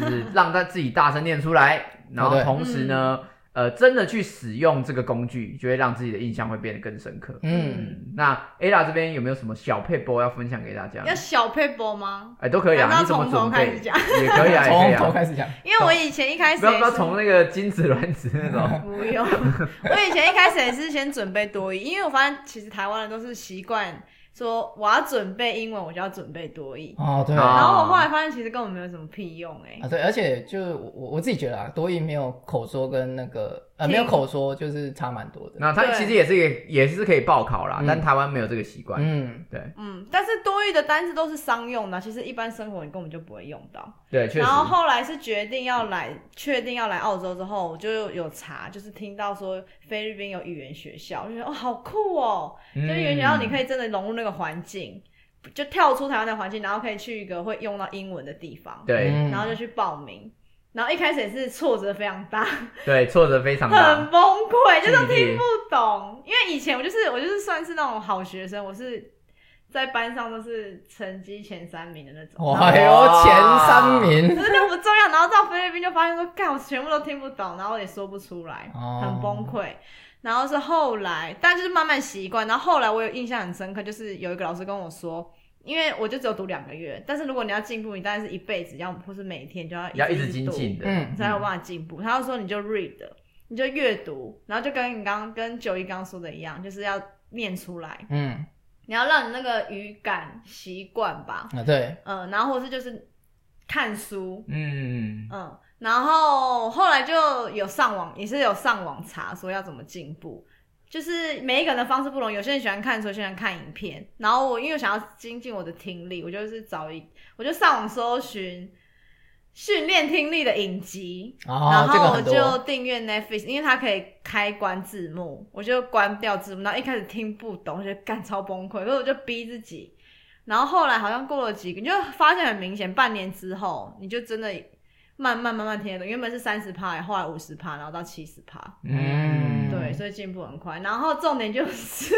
B: 就是让他自己大声念出来， 然后
C: 对
B: 同时呢，
D: 嗯
B: 呃，真的去使用这个工具，就会让自己的印象会变得更深刻。
C: 嗯，
B: 嗯，那 Ada 这边有没有什么小配播要分享给大家？
D: 要
B: 哎、
D: 小 paper 吗？
B: 都可以啊，
D: 还
B: 你
D: 是
B: 怎
D: 要
B: 么
D: 从头
B: 准
D: 开
B: 备
D: 始讲
B: 也可以啊，也可以
C: 从头
B: 啊。
C: 开始讲，
D: 因为我以前一开始
B: 不要
D: 也
B: 不要
D: 是
B: 从那个精子卵子那种。
D: 不用，我以前一开始也是先准备多语，因为我发现其实台湾人都是习惯说我要准备英文，我就要准备多语。
C: 哦，对
B: 啊
C: 啊，
D: 然后我后来发现其实根本没有什么屁用哎、
C: 对，而且就我我我自己觉得啊，多益没有口说跟那个呃没有
D: 听
C: 口说就是差蛮多的。
B: 那它
D: 对
B: 其实也是也也是可以报考啦，
C: 嗯
B: 但台湾没有这个习惯。
C: 嗯，
B: 对
D: 嗯，但是多余的单词都是商用的，啊其实一般生活你根本就不会用到。
B: 对，确实
D: 然。后后来是决定要来，确定要来澳洲之后，我就有查，就是听到说菲律宾有语言学校，我就觉得哦好酷哦，
B: 嗯
D: 就是语言学校你可以真的融入那个环境，就跳出台湾的环境，然后可以去一个会用到英文的地方，
B: 对
C: 嗯
D: 然后就去报名。然后一开始也是挫折非常大，
B: 对，挫折非常
D: 很
B: 大，
D: 崩溃，就是
B: 剧烈
D: 不懂，因为以前我就是我就是算是那种好学生，我是在班上都是成绩前三名的那种，
C: 哇哟，哎前三名，
D: 可是那不重要。然后到菲律宾就发现说，干我全部都听不懂，然后也说不出来，
C: 哦
D: 很崩溃。然后是后来，但就是慢慢习惯。然后后来我有印象很深刻，就是有一个老师跟我说。因为我就只有读两个月，但是如果你要进步，你当然是一辈子，要或是每天就要
B: 要一
D: 直
B: 直精
D: 读
B: 进的。
C: 嗯
D: 才有办法进步。他就说你就 read，你就阅读，然后就跟你刚刚跟九一刚刚说的一样，就是要念出来，
C: 嗯
D: 你要让你那个语感习惯吧，
C: 啊对，
D: 嗯、然后或是就是看书，
B: 嗯，
D: 嗯，然后后来就有上网，也是有上网查说要怎么进步。就是每一个人的方式不同，有些人喜欢看书，有些人看影片。然后我因为我想要精进我的听力，我就是找一，我就上网搜寻训练听力的影集，
C: 啊
D: 然
C: 这个
D: 后我
C: 很多。
D: 就订阅 Netflix，因为它可以开关字幕，我就关掉字幕。然后一开始听不懂，我觉得干超崩溃，所以我就逼自己。然后后来好像过了几个，你就发现很明显，半年之后你就真的慢慢慢慢听得懂。原本是三十趴，后来五十趴，然后到七十趴，
B: 嗯
C: 嗯
D: 对，所以进步很快。然后重点就是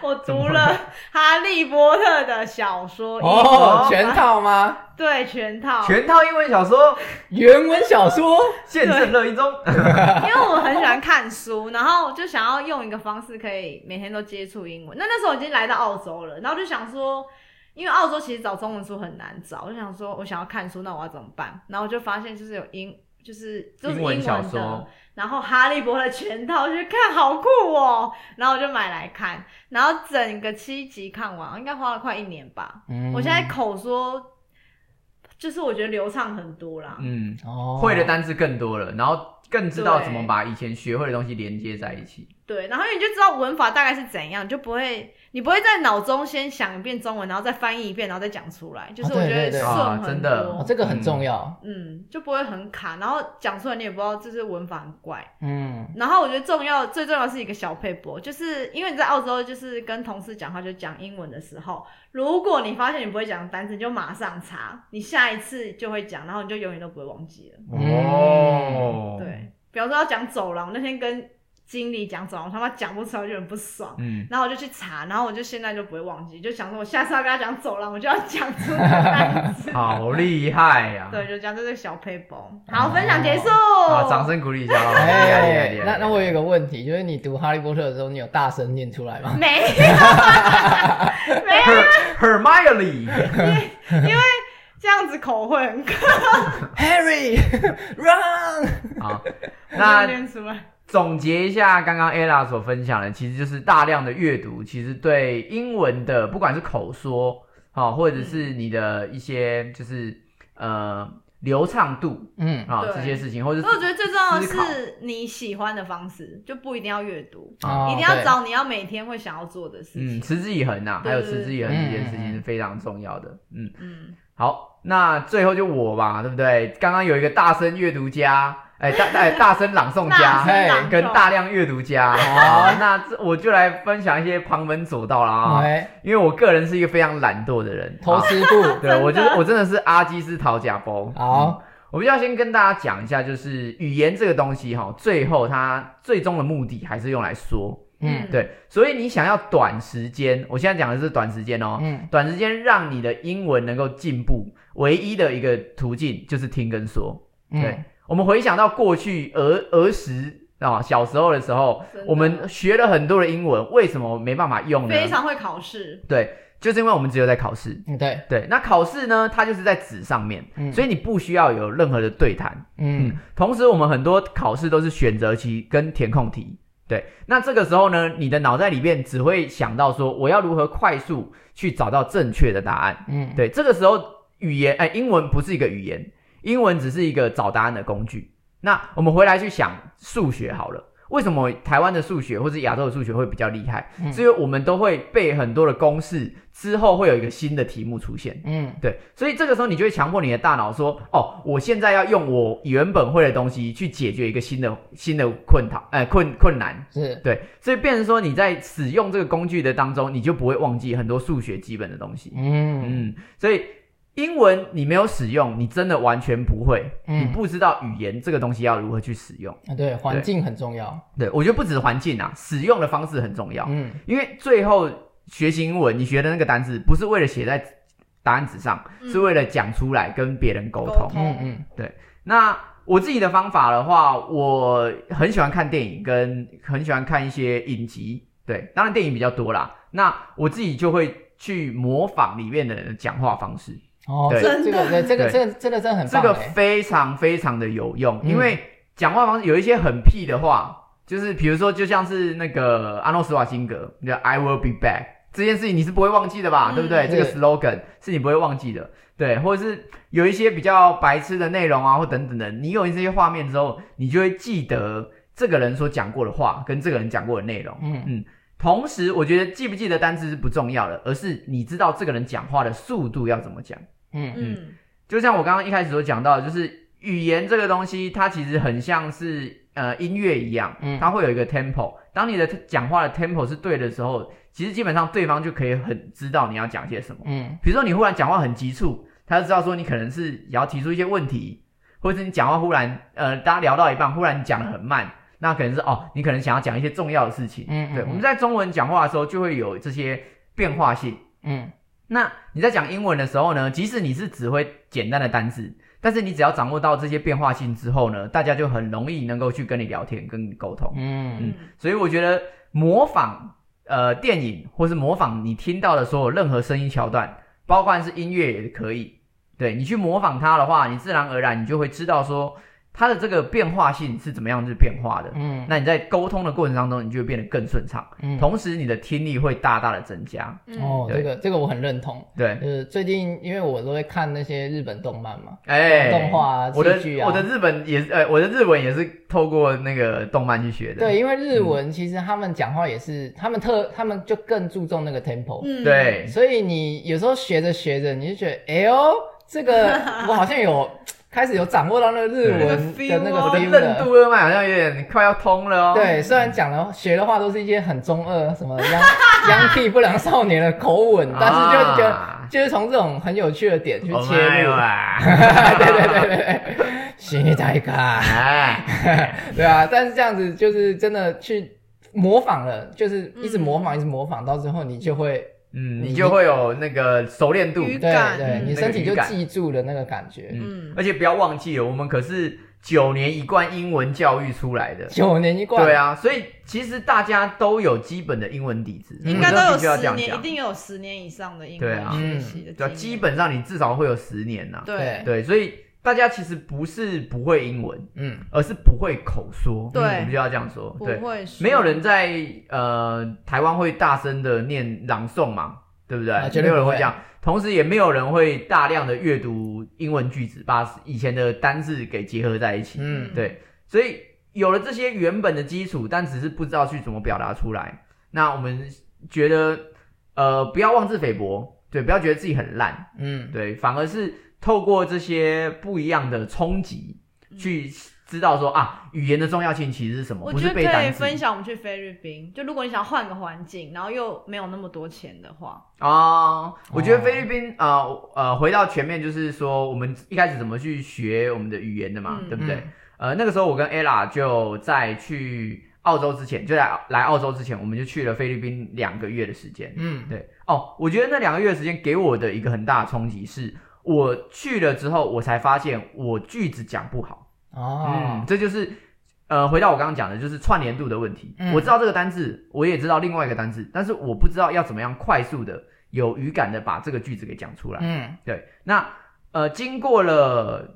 D: 我读了《哈利波特》的小说，
C: 哦，
D: 英文
C: 全
D: 版
C: 套 吗？
D: 对全套，
B: 嗯全套英文小说
C: 原文小说
B: 现正热映中。
D: 因为我很喜欢看书，然后就想要用一个方式可以每天都接触英文。那那时候我已经来到澳洲了，然后就想说，因为澳洲其实找中文书很难找，我就想说我想要看书，那我要怎么办？然后我就发现就是有英，就是就是
B: 英
D: 英文
B: 文
D: 的，
B: 小说
D: 然后《哈利波特》全套，我就觉得看好酷哦，然后我就买来看，然后整个七集看完，应该花了快一年吧。
C: 嗯
D: 我现在口说，就是我觉得流畅很多啦。
B: 嗯，
C: 哦
B: 会的单词更多了，然后更知道怎么把以前学会的东西连接在一起。
D: 对，然后因为你就知道文法大概是怎样，你就不会，你不会在脑中先想一遍中文，然后再翻译一遍，然后再讲出来，就是
C: 啊
D: 我
C: 对
D: 觉得
C: 对对
D: 顺
B: 啊
D: 很多，
B: 真的
C: 哦，这个很重要。
D: 嗯，就不会很卡，然后讲出来你也不知道这是文法很怪。
C: 嗯，
D: 然后我觉得重要最重要的是一个小配博，就是因为你在澳洲就是跟同事讲话就讲英文的时候，如果你发现你不会讲的单词，你就马上查，你下一次就会讲，然后你就永远都不会忘记了。
C: 嗯
B: 哦，，
D: 对，比方说要讲走廊，我那天跟经理讲走廊，我他妈讲不出来，我就很不爽。
B: 嗯，。
D: 然后我就去查，然后我就现在就不会忘记，就想说我下次要跟他讲走廊，我就要讲出这个单词
B: 好厉害呀！
D: 对，就讲这个小配博。好，分享结束。
B: 啊，掌声鼓励一下啊！厉害厉害
C: 哎
B: 厉，害
C: 那那我有一个问题，就是你读《哈利波特》的时候，你有大声念出来吗？
D: 没有，没有。
B: Hermione，
D: 这样子口会很高，
C: Harry run！
B: 好，
D: 我
B: 那
D: 就念出来。
B: 总结一下刚刚 Ella 所分享的，其实就是大量的阅读，其实对英文的不管是口说，好、或者是你的一些就是呃流畅度
C: 嗯，
B: 啊、
D: 对
B: 这些事情，或者
D: 所以
B: 是
D: 我觉得最重要的
B: 思考
D: 是你喜欢的方式，就不一定要阅读，
C: 哦
D: 一定要
C: 对
D: 找你要每天会想要做的事
B: 嗯
D: 情。
B: 持之以恒呐、
D: 对
B: 还有持之以恒
C: 对
B: 这件事情
C: 嗯
B: 是非常重要的，嗯。
D: 嗯，
B: 好，那最后就我吧，对不对？刚刚有一个大声阅读家，哎、大哎大声朗诵
D: 大
B: 家，
D: 声朗
C: 嘿
D: 诵
B: 跟大量阅读家。 好，那这我就来分享一些旁门左道了啊、
C: 哎，
B: 因为我个人是一个非常懒惰的人，
C: 偷
B: 啊
C: 师傅，
B: 对我就是
D: 真的
B: 我真的是阿基斯讨假包。
C: 好，
B: 我必须要先跟大家讲一下，就是语言这个东西哈，最后它最终的目的还是用来说，
C: 嗯
D: 嗯
B: 对，所以你想要短时间，我现在讲的是短时间哦，
C: 嗯，
B: 短时间让你的英文能够进步，唯一的一个途径就是听跟说。对
C: 嗯，
B: 我们回想到过去儿儿时啊、小时候的时候
D: 真，的
B: 我们学了很多的英文，为什么没办法用呢？
D: 非常会考试。
B: 对，就是因为我们只有在考试。
C: 嗯，对，
B: 对，那考试呢，它就是在纸上面，
C: 嗯
B: 所以你不需要有任何的对谈。嗯
C: 嗯，，
B: 同时我们很多考试都是选择题跟填空题。对，那这个时候呢，你的脑袋里面只会想到说，我要如何快速去找到正确的答案。
C: 嗯，
B: 对，这个时候语言，哎，英文不是一个语言，英文只是一个找答案的工具。那我们回来去想数学好了，为什么台湾的数学或是亚洲的数学会比较厉害？
C: 嗯
B: 是因为我们都会背很多的公式，之后会有一个新的题目出现。
C: 嗯，
B: 对，所以这个时候你就会强迫你的大脑说：“哦，我现在要用我原本会的东西去解决一个新的新的困讨，呃，困困难。”
C: 是，
B: 对，所以变成说你在使用这个工具的当中，你就不会忘记很多数学基本的东西。
C: 嗯，
B: 嗯，所以英文你没有使用，你真的完全不会，
C: 嗯
B: 你不知道语言这个东西要如何去使用。
C: 啊对，环境很重要。
B: 对我觉得不止环境啊，使用的方式很重要，
C: 嗯，
B: 因为最后学习英文，你学的那个单词不是为了写在答案纸上，
D: 嗯
B: 是为了讲出来跟别人沟
D: 沟
B: 通。
D: 通
C: 嗯嗯
B: 那我自己的方法的话，我很喜欢看电影，跟很喜欢看一些影集。对，当然电影比较多啦。那我自己就会去模仿里面的人的讲话方式。
C: 哦，
B: 对
C: 这这个对这个
B: 对
C: 这个这个真的很
B: 这
C: 棒
B: 个
C: 哎
B: 非常非常的有用，
C: 嗯
B: 因为讲话方式有一些很屁的话，就是比如说，就像是那个阿诺·施瓦辛格，你的 “I will be back” 这件事情，你是不会忘记的吧？
D: 嗯
B: 对不对？这
C: 对
B: 个 slogan 是你不会忘记的，对，或者是有一些比较白痴的内容啊，或等等的，你有这些画面之后，你就会记得这个人所讲过的话跟这个人讲过的内容。
C: 嗯
B: 同时，我觉得记不记得单词是不重要的，而是你知道这个人讲话的速度要怎么讲。
C: 嗯
D: 嗯，
B: 就像我刚刚一开始所讲到的，就是语言这个东西，它其实很像是呃音乐一样，
C: 嗯
B: 它会有一个 tempo。当你的讲话的 tempo 是对的时候，其实基本上对方就可以很知道你要讲些什么。
C: 嗯
B: 比如说你忽然讲话很急促，他就知道说你可能是也要提出一些问题，或者是你讲话忽然呃大家聊到一半，忽然你讲的很慢，那可能是哦你可能想要讲一些重要的事情。
C: 嗯，
B: 对，我们在中文讲话的时候就会有这些变化性。
C: 嗯
B: 那你在讲英文的时候呢，即使你是只会简单的单字，但是你只要掌握到这些变化性之后呢，大家就很容易能够去跟你聊天、跟你沟通。
C: 嗯
B: 嗯所以我觉得模仿呃电影，或是模仿你听到的所有任何声音桥段，包括是音乐也可以。对你去模仿它的话，你自然而然你就会知道说它的这个变化性是怎么样去变化的。
C: 嗯
B: 那你在沟通的过程当中，你就会变得更顺畅，
C: 嗯，
B: 同时你的听力会大大的增加。
D: 嗯
C: 哦，
B: 对
C: 这个这个我很认同。
B: 对，
C: 就是最近，因为我都会看那些日本动漫嘛，
B: 哎，
C: 动画啊
B: 我的
C: 戏剧啊
B: 我的日本也是，呃，我的日文也是透过那个动漫去学的。
C: 对，因为
B: 嗯
C: 日文其实他们讲话也是，他们特他们就更注重那个 tempo，、
D: 嗯，
B: 对，
C: 所以你有时候学着学着，你就觉得，哎呦，这 个我好像有开始有掌握到那个日
B: 对
C: 文的那个
D: 我
B: 我的
C: feel
B: 任
C: 了。
B: 督二脉好像有点快要通了哦。
C: 对，虽然讲的学的话都是一些很中二什么央央替不良少年的口吻，但是就觉得
B: 啊
C: 就是从这种很有趣的点去
B: お
C: 切
B: 前
C: 入。
B: は
C: 对对对对对，新一代卡。
B: 哎，
C: 对啊，但是这样子就是真的去模仿了，就是一直模仿，一直模仿，到最后你就会，
B: 嗯，
C: 你
B: 你就会有那个熟练度，
D: 语
C: 对
D: 感
C: 对，
D: 嗯
B: 那
C: 你
B: 个
C: 身体就
B: 语感
C: 记住了那个感觉。
D: 嗯
B: 而且不要忘记了，我们可是九年一贯英文教育出来的。
C: 九年一贯，
B: 对啊，所以其实大家都有基本的英文底子，
C: 嗯
D: 应该都
B: 你
D: 有
B: 必须要这
D: 十
B: 样
D: 年，一
B: 讲，
D: 定有十年以上的英
B: 对啊
D: 文学习的经
B: 对啊，
D: 验
B: 基本上你至少会有十年啊呐、
D: 对
B: 对，所以大家其实不是不会英文，
C: 嗯，
B: 而是不会口说。嗯
D: 对
B: 我们就要这样说。
D: 不
B: 对，
D: 会说
B: 没有人在呃台湾会大声的念朗诵嘛，对不对？
C: 啊绝对
B: 没有人
C: 不会
B: 会这样，同时也没有人会大量的阅读英文句子，把以前的单字给结合在一起。
C: 嗯
B: 对，所以有了这些原本的基础，但只是不知道去怎么表达出来。那我们觉得，呃，不要妄自菲薄，对，不要觉得自己很烂，
C: 嗯，
B: 对，反而是透过这些不一样的冲击，去知道说啊，语言的重要性其实是什么，
D: 嗯我
B: 不
D: 觉
B: 是
D: 得
B: 背
D: 可以
B: 单
D: 分
B: 词
D: 享我们去菲律宾，就如果你想换个环境，然后又没有那么多钱的话，
B: 啊。我觉
C: 哦
B: 得菲律宾啊呃回到前面就是说，我们一开始怎么去学我们的语言的嘛，
D: 嗯
B: 对不对？
C: 嗯
B: 呃，那个时候我跟 ella 就在去澳洲之前，就在来澳洲之前，我们就去了菲律宾两个月的时间。
C: 嗯，
B: 对哦，我觉得那两个月的时间给我的一个很大的冲击是，我去了之后，我才发现我句子讲不好。嗯
C: 哦，，
B: 这就是呃，回到我刚刚讲的，就是串联度的问题。
C: 嗯
B: 我知道这个单字，我也知道另外一个单字，但是我不知道要怎么样快速的、有语感的把这个句子给讲出来。
C: 嗯，
B: 对，那呃，经过了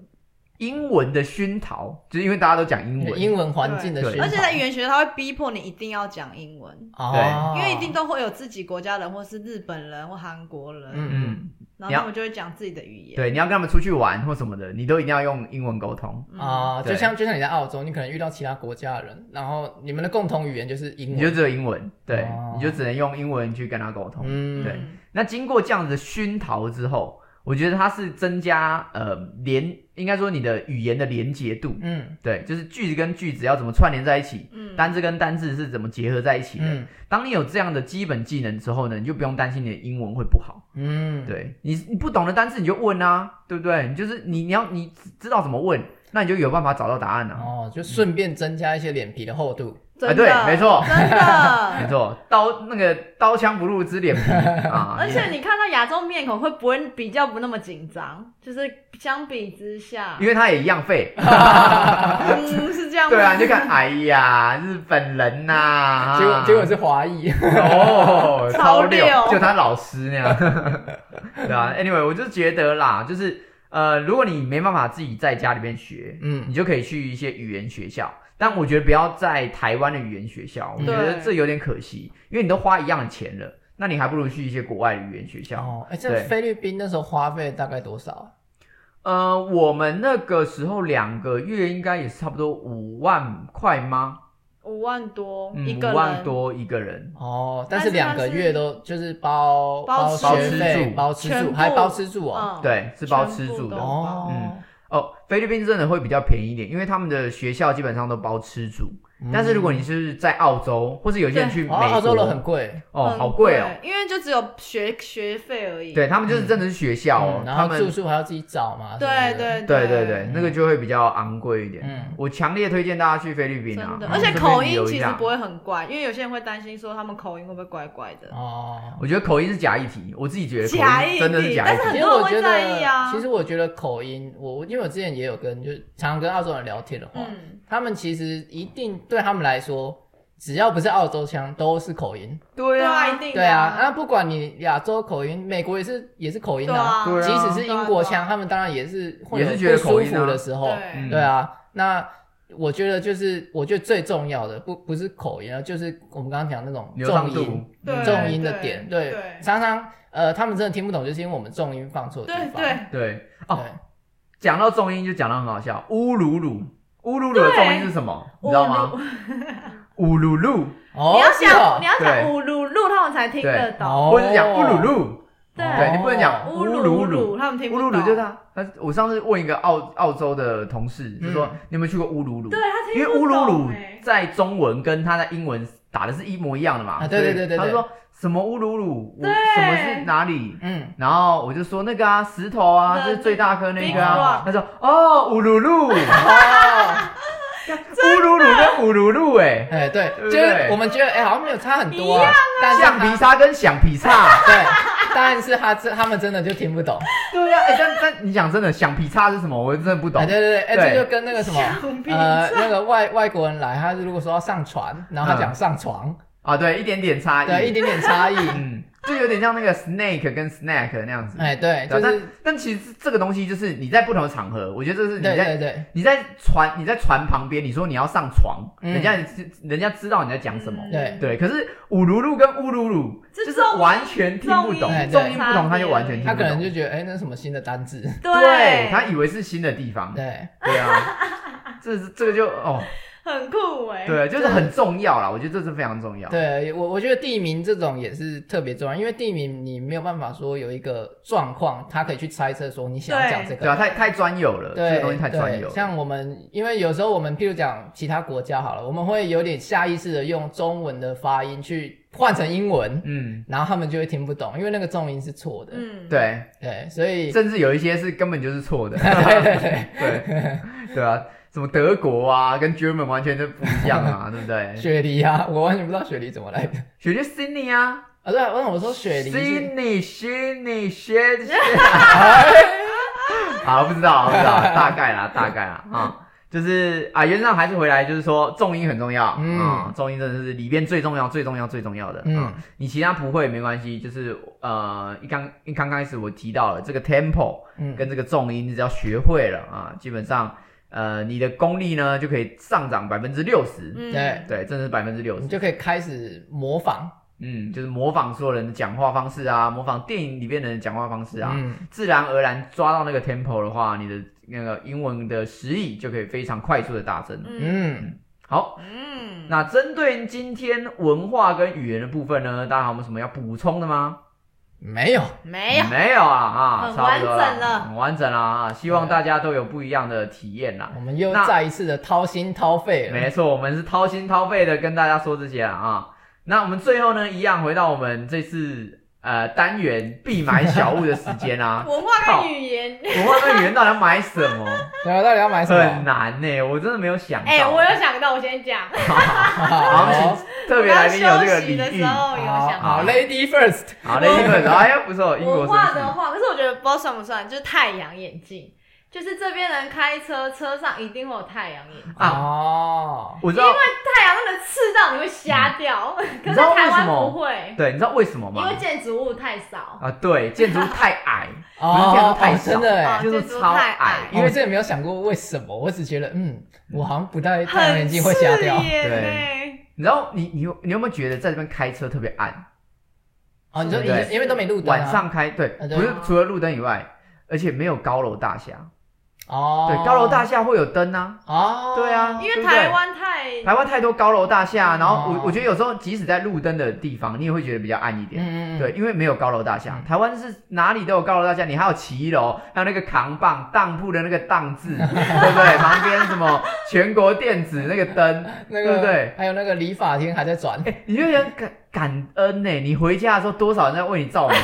B: 英文的熏陶，就是因为大家都讲英文，
C: 英文环境的
B: 对
C: 熏陶，
D: 而且在语言学它会逼迫你一定要讲英文，
C: 哦，
D: 因为一定都会有自己国家人或是日本人或韩国人，
C: 嗯
B: 嗯，
D: 然后他们就会讲自己的语言。
B: 对，你要跟他们出去玩或什么的，你都一定要用英文沟通，
D: 嗯，
C: 啊，就
B: 对
C: 像就像你在澳洲，你可能遇到其他国家的人，然后你们的共同语言就是英
B: 你就
C: 文，
B: 只有英文，对，
C: 哦
B: 你就只能用英文去跟他沟通。
C: 嗯，
B: 对那经过这样子的熏陶之后，我觉得它是增加呃连，应该说你的语言的连结度，
C: 嗯
B: 对，就是句子跟句子要怎么串联在一起，
D: 嗯，
B: 单字跟单字是怎么结合在一起的。
C: 嗯
B: 当你有这样的基本技能之后呢，你就不用担心你的英文会不好。
C: 嗯，，
B: 对你，你不懂的单词你就问啊，对不对？你就是你你要你知道怎么问，那你就有办法找到答案啊。
C: 哦，就顺便增加一些脸皮的厚度，
D: 真的，
B: 对没错
D: 真
B: 没
D: 的。
B: 错，刀那个刀枪不入之脸皮啊，
D: 而且你看到亚洲面孔会不会比较不那么紧张？就是相比之下，
B: 因为他也一样废。
D: 嗯，是这样吗。
B: 对啊，你就看，哎呀，日本人 呐、啊
C: 结果结果是华 裔，
B: 哦，超
D: 超六
B: 六，就他老师那样，对啊。Anyway，我就觉得啦，就是呃，如果你没办法自己在家里面学，
C: 嗯
B: 你就可以去一些语言学校，但我觉得不要在台湾的语言学校，
C: 嗯
B: 我觉得
D: 对
B: 这有点可惜，因为你都花一样的钱了，那你还不如去一些国外的语言学校。
C: 哦，哎、这
B: 对
C: 菲律宾那时候花费大概多少啊？
B: 呃，我们那个时候两个月应该也是差不多五万块吗？
D: 五万多
B: 嗯
D: 一个
B: 五万
D: 人，
B: 多一个人。
C: 哦，但
D: 但
C: 是
D: 是
C: 两
D: 它
C: 个
D: 是
C: 月都就是包
D: 包吃
C: 学
B: 住
C: 费、包吃
D: 全
C: 住，
D: 部
C: 还包吃住哦。
D: 嗯，
B: 对是包吃
D: 全部
B: 住的
D: 都包
C: 哦，
B: 嗯哦，菲律宾真的会比较便宜一点，因为他们的学校基本上都包吃住。
D: 嗯
B: 嗯但是如果你是在澳洲，或是有些人去美
C: 哦
B: 国，
C: 澳洲的很贵，
B: 哦，
D: 很
B: 好贵哦。，
D: 因为就只有学学费而已。
B: 对他们就是真的是学校哦
C: 嗯，然
B: 他
C: 后
B: 们
C: 住宿还要自己找嘛。
D: 对
C: 是不是，
D: 对
B: 对对
D: 对
B: 对
C: 嗯，
B: 那个就会比较昂贵一点。
C: 嗯，
B: 我强烈推荐大家去菲律宾啊
D: 真的，，
B: 然后
D: 而且
B: 顺便
D: 口
B: 旅
D: 音
B: 游一
D: 其实
B: 下
D: 不会很怪，因为有些人会担心说他们口音会不会怪怪的。
C: 哦。
B: 我觉得口音是假议题，我自己觉得口
D: 假议
B: 音真的
D: 题
B: 是假议
D: 但是
B: 题。
D: 很
C: 其实
D: 多人
C: 我
D: 会
C: 觉
D: 在意
C: 得
D: 啊，
C: 其实我觉得口音，我我因为我之前也有跟，就是常常跟澳洲人聊天的话，
B: 哦
D: 嗯，
C: 他们其实一定对他们来说，只要不是澳洲腔，都是口音。
B: 对
D: 啊，
B: 啊
D: 一，定
C: 对啊，那不管你亚洲口音，美国也是也是口音
D: 对啊，
B: 对啊
C: 即使是英国腔，他们当然也是会有
B: 也是觉得
C: 不舒
B: 口音啊
C: 服的时候，
D: 对
B: 嗯
C: 对啊。那我觉得就是，我觉得最重要的不不是口音啊，就是我们刚刚讲那种
B: 流
C: 重
B: 畅
C: 音
B: 度、
D: 对
C: 重音的点，对，
D: 对对
C: 常常呃，他们真的听不懂，就是因为我们重音放错地
D: 对
C: 方。
D: 对，
B: 对，
C: 对
B: 哦，讲到重音就讲到很好笑，乌鲁鲁，乌鲁鲁的重音是什么？你知道吗？乌鲁鲁，
C: 哦
D: 你要
C: 是哦
D: 讲你要
B: 对
D: 讲五鲁路，他们才听得懂。
C: 哦
B: 或者是讲乌鲁鲁，
D: 对
B: 对你不能讲
D: 乌
B: 乌
D: 鲁
B: 鲁
D: 鲁
B: 鲁，
D: 他们听
B: 乌
D: 不
B: 鲁
D: 懂。
B: 鲁就是他。但是我上次问一个澳澳洲的同事，就说
C: 嗯
B: 你有没有去过乌鲁鲁？
D: 对他
B: 因
D: 听
B: 为
D: 不
B: 乌鲁
D: 懂
B: 鲁
D: 欸。
B: 在中文跟他的英文打的是一模一样的嘛。
C: 啊对对对对
B: 所以他
C: 对
B: 说什么乌鲁鲁，我
D: 对
B: 什么是哪里？
C: 嗯，
B: 然后我就说那个啊，石头啊，
D: 那
B: 这是最大颗那个
D: Big Rock
B: 啊。他说哦，乌鲁 鲁，哦，乌鲁鲁跟乌鲁鲁，哎，
C: 哎对，
B: 对不
C: 就
B: 对
C: 是我们觉得哎好像没有差很多
D: 一
C: 啊
D: 样，
C: 但是
B: 橡皮
C: 他
B: 擦跟橡皮擦，
C: 对，但是他这他们真的就听不懂。
B: 对呀，哎，但但你讲真的，橡皮擦是什么？我真的不懂
C: 哎，。对对对，哎、
B: 对
C: 这就跟那个什么
D: 橡皮，擦
C: 呃，那个外外国人来，他如果说要上船，然后他讲上床，
B: 啊，对，一点点差
C: 对，一
B: 异，
C: 点点差异，
B: 哎嗯，就有点像那个 snake 跟 snack 那样子。
C: 哎、对，就
B: 对
C: 是
B: 但但其实这个东西就是你在不同的场合，我觉得这是你
C: 对对
B: 在
C: 对，
B: 你在船你在船旁边，你说你要上床，
C: 嗯
B: 人家也知人家知道你在讲什么。
D: 嗯
C: 对
B: 对，可是五鲁鲁跟乌鲁鲁
D: 这
B: 就是
D: 重
B: 完全听不
D: 重
B: 懂
C: 音，
B: 重音不
D: 差别
B: 同，他就完全听
C: 哎他
B: 不
C: 可能
B: 懂。
C: 就觉得哎、那是什么新的单字，
B: 对
D: 对，
B: 他以为是新的地方，
C: 对，
B: 对啊，这是这个就哦，
D: 很酷哎。
B: 对，就是很重要啦，我觉得这是非常重要。
C: 对我我觉得地名这种也是特别重要，因为地名你没有办法说有一个状况，他可以去猜测说你想要讲这
B: 对啊，
C: 个。
B: 太太专有了，啊这
C: 对
B: 个，东西太专有
C: 对
B: 了。
C: 像我们，因为有时候我们，譬如讲其他国家好了，我们会有点下意识的用中文的发音去换成英文，
B: 嗯，
C: 然后他们就会听不懂，因为那个重音是错的。
D: 嗯，
B: 对，
C: 对，所以
B: 甚至有一些是根本就是错 的。
C: 对对对，
B: 对对啊，什么德国啊，跟 German 完全就不一样 啊，对不对？
C: 雪梨啊，我完全不知道雪梨怎么来的
B: 雪就 Sydney 啊
C: 啊。对啊，我想我说雪梨是
B: ，Sydney Sydney 雪 雪，好，不知道，不知道，大概啦，大概啦，啊。就是啊，原则上还是回来，就是说重音很重要，
C: 嗯
B: 啊重音真的是里边最重要、最重要、最重要的。嗯，
C: 嗯
B: 你其他不会没关系，就是呃，一刚一刚开始我提到了这个 tempo，
C: 嗯，
B: 跟这个重音，你只要学会了啊，基本上呃你的功力呢就可以上涨百分之六十，
D: 嗯
C: 对
B: 对，真的是百分之六
C: 你
B: 十，
C: 就可以开始模仿
B: 嗯，就是模仿所有人的讲话方式啊，模仿电影里面的人讲话方式啊，
C: 嗯，
B: 自然而然抓到那个 tempo 的话，你的那个英文的实力就可以非常快速的大增。
D: 嗯
C: 嗯，
B: 好，
D: 嗯，
B: 那针对今天文化跟语言的部分呢，大家还有没有什么要补充的吗？
C: 没有，
D: 没有，
B: 没有啊，啊，
D: 很
B: 差不多
D: 完整了
B: 很完整了啊，希望大家都有不一样的体验啦。
C: 我们又
B: 那
C: 再一次的掏心掏肺了。
B: 没错，我们是掏心掏肺的跟大家说这些了啊。那我们最后呢，一样回到我们这次呃单元必买小物的时间 啊。
D: 文化跟语言。
B: 文化跟语言到底要买什么？
C: 然后到底要买什
B: 很
C: 么？
B: 难呢、我真的没有想到。
D: 哎，我有想到，我先讲。
B: 好，我
C: 好
B: 们请 特别来宾有这个礼
D: 我刚休息的
B: 遇
D: 时。候有
C: 好
D: 想到。
C: 好，Lady First，
B: 好嘞，英文，哎呀，不错，英国
D: 文
B: 绅
D: 化
B: 士
D: 的话，可是我觉得不知道算不算，就是太阳眼镜，就是这边人开车车上一定会有太阳眼镜，
B: 啊。
C: 哦，
B: 我知道，
D: 太阳那个刺到你会瞎掉， 可
B: 嗯你
D: 是
B: 知道为
D: 台
B: 什
D: 湾
B: 么
D: 不会，
B: 对，你知道为什么
D: 因
B: 吗
D: 为？建筑物太少。
B: 啊，对，建筑物太矮，不是建
C: 哦
B: 筑，太少
C: 哦
B: 啊
C: 真的哎，
D: 哦
B: 建筑
D: 建筑
B: 超
D: 太
B: 矮
D: 矮，哦
B: 因
C: 因
B: 为
C: 为这也没有想过为什么，我只觉得嗯，我好像不戴
D: 很
C: 太阳眼镜会瞎掉
D: 刺。眼
B: 对
D: 欸
B: 你知道你你有你有没有觉得在这边开车特别暗？
C: 哦，你说
B: 对
C: 因为因为都没路灯啊，
B: 晚上开，对，
C: 啊对
B: 不是
D: 啊
B: 除了路灯以外，而且没有高楼大厦。
C: 哦，
B: 对，高楼大厦会有灯啊。
C: 哦，
B: 对啊
D: 因为台湾太
B: 台湾太多高楼大厦，啊然后
C: 哦
B: 我我觉得有时候即使在路灯的地方，你也会觉得比较暗一点。
C: 嗯嗯嗯，
B: 对，因为没有高楼大厦，
C: 嗯
B: 台湾是哪里都有高楼大厦，你还有骑楼，还有那个扛棒当铺的那个当 字，对不对？旁边什么全国电子那个灯，
C: 那
B: 对
C: 个
B: 不对？
C: 还有那个理发厅还在转，
B: 你就有点感感恩呢、欸你回家的时候多少人在为你 照明，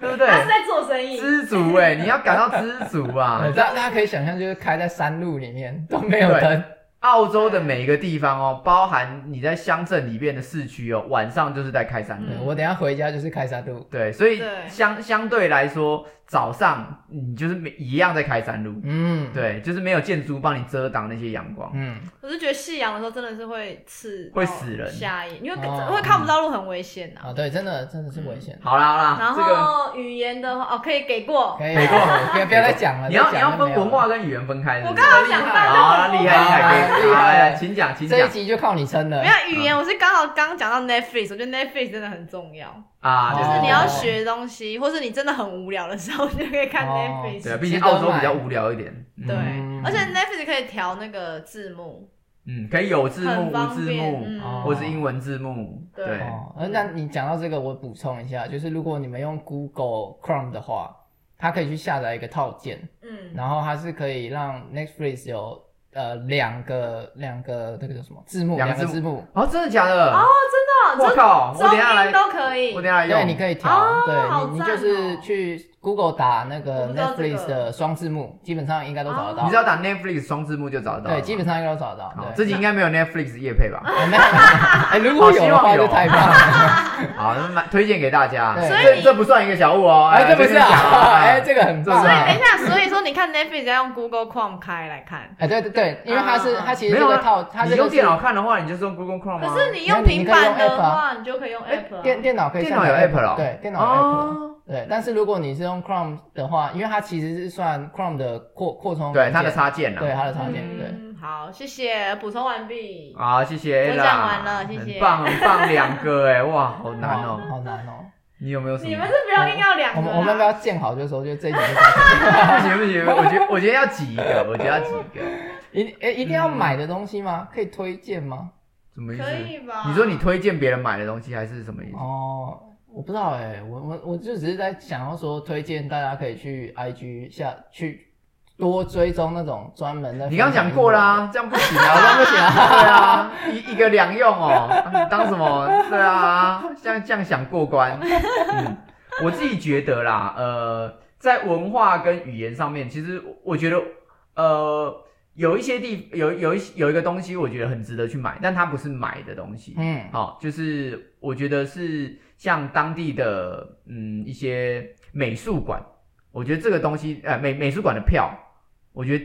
B: 对不对？
D: 他是在做生意，
B: 知足哎、你要感到知足啊！
C: 对大大家可以想象，就是开在山路里面都没有
B: 对
C: 灯，
B: 澳洲的每一个地方哦，包含你在乡镇里面的市区哦，晚上就是在开山的。
C: 对我等一下回家就是开山路，
B: 对，所以
D: 对
B: 相相对来说，早上你就是每一样在开山路，
C: 嗯，，
B: 对，就是没有建筑帮你遮挡那些阳光。
C: 嗯，
D: 我是觉得夕阳的时候真的是会刺，
B: 会死人
D: 下眼，因为
C: 哦
D: 会看不到路很危险呐、
C: 啊，对，真的真的是危险，
B: 好啦好啦，
D: 然
B: 这个
D: 后语言的话，哦，可以给过。
C: 可以啊，不要不要再讲了，
B: 你要
C: 再
B: 你
C: 讲
B: 要
C: 就
B: 分
C: 没有
B: 文
C: 了
B: 化跟语言分开是
D: 我
B: 不
D: 刚
B: 是。
D: 刚想到，
B: 好啊啦，厉害厉害，可以
C: 厉害
B: 好来来，请讲请
C: 这
B: 讲
C: 一集就靠你撑了
D: 没，有语言，我是刚好刚刚讲到 Netflix，我觉得 Netflix 真的很重要，
B: 啊，
C: 哦
D: 就是你要学东西，或是你真的很无聊的时候，你就可以看
C: 哦
D: Netflix。
B: 对，毕竟澳洲比较无聊一点，嗯
D: 对
C: 嗯，
D: 而且 Netflix 可以调那个字幕，
B: 嗯，可以有字幕
D: 很
B: 无
D: 方
B: 字
D: 便
B: 幕，
D: 嗯
C: 哦
B: 或是英文字幕，
D: 对
B: 对，
C: 哦，呃那你讲到这个，我补充一下，就是如果你们用 Google Chrome 的话，它可以去下载一个套件，
D: 嗯，
C: 然后它是可以让 Netflix 有呃两个两个那个叫什么字幕，
B: 两
C: 两
B: 个
C: 个
B: 字
C: 字幕，
B: 哦，真的假的？哦，
D: 真的
B: 我靠，我
D: 中
B: 等一下
D: 英
B: 来，
D: 都可以
B: 我等。一下来
C: 对，
B: 用，
C: 你可以调，
D: 哦好
C: 对你你
D: 赞
C: 就是
D: 哦
C: 去 Google 打那
D: 我
C: 个
D: 不知道这个
C: Netflix 的双字幕，基本上应该都找得
B: 你
C: 到
B: 只，要打 Netflix 双字幕就找得到了，
C: 对，基本上应该都找得到
B: 好，，
C: 对
B: 自己应该没有 Netflix 业配吧？
C: 哎没有 哎，如果
B: 好希
C: 有的
B: 望
C: 话
B: 有
C: 就太棒了。
B: 好，那蛮推荐给大家。
C: 对
D: 所以
B: 这
D: 你
B: 这不算一个小物哦，
C: 哎，这不是
B: 小物
C: 啊， 哎，这个很
B: 这
C: 棒
D: 所
B: 是
D: 以
C: 啊。
D: 等一下，所以说你看 Netflix 要用 Google Chrome 开来看，
C: 哎，对对对，因为它是
D: 嗯嗯嗯
C: 它其实
B: 没
C: 这
B: 有
C: 个
B: 啊
C: 套，它
B: 你
C: 这个
B: 用
C: 是
B: 电脑看的话，你就是用 Google Chrome 啊
D: 可
B: 吗？哎
D: 是你
C: 那
D: 用
C: 你
D: 平
C: 可以用
D: 板的
C: app 啊
D: 话，你就可以用 App 啊。
C: 电电脑可以
B: 电脑有
C: 下载
B: app 了
C: 对，电脑有 app 了。
B: 哦，
C: 对，但是如果你是用 Chrome 的话，因为它其实是算 Chrome 的扩扩充
B: 对
C: 软件，
B: 它的插件啊。
C: 对它的插件，对。
D: 嗯，好，谢谢，补充完毕。
B: 好，谢谢 Ella。
D: 我讲完了谢谢
B: 很棒，很棒，两个 哎，哇，好难哦。
C: 好难哦。
B: 你有没有什么？
D: 你们是不要硬要两个
C: 我
D: 啦，
C: 们我们要不要建好，就是说，就这一集就到这
B: 不行不行，我觉得我觉得要挤一个，我觉得要挤一个，
C: 一诶一定要买的东西吗？可以推荐吗？
B: 什么意思
D: 可？以啊吧？
B: 你说你推荐别人买的东西还是什么意思？
C: 哦，我不知道哎，我我我就只是在想要说，推荐大家可以去 IG 下去多追踪那种专门的。
B: 你刚讲过
C: 啦。
B: 啦，这样不行 啊，这样不行啊，对啊， 一一个两用哦，你当什么？对啊，这样这样想过关。嗯，我自己觉得啦，呃，在文化跟语言上面，其实我觉得，呃，有一些地有有一有一个东西，我觉得很值得去买，但它不是买的东西，
C: 嗯
B: 好、就是我觉得是像当地的嗯一些美术馆，我觉得这个东西呃美美术馆的票，我觉得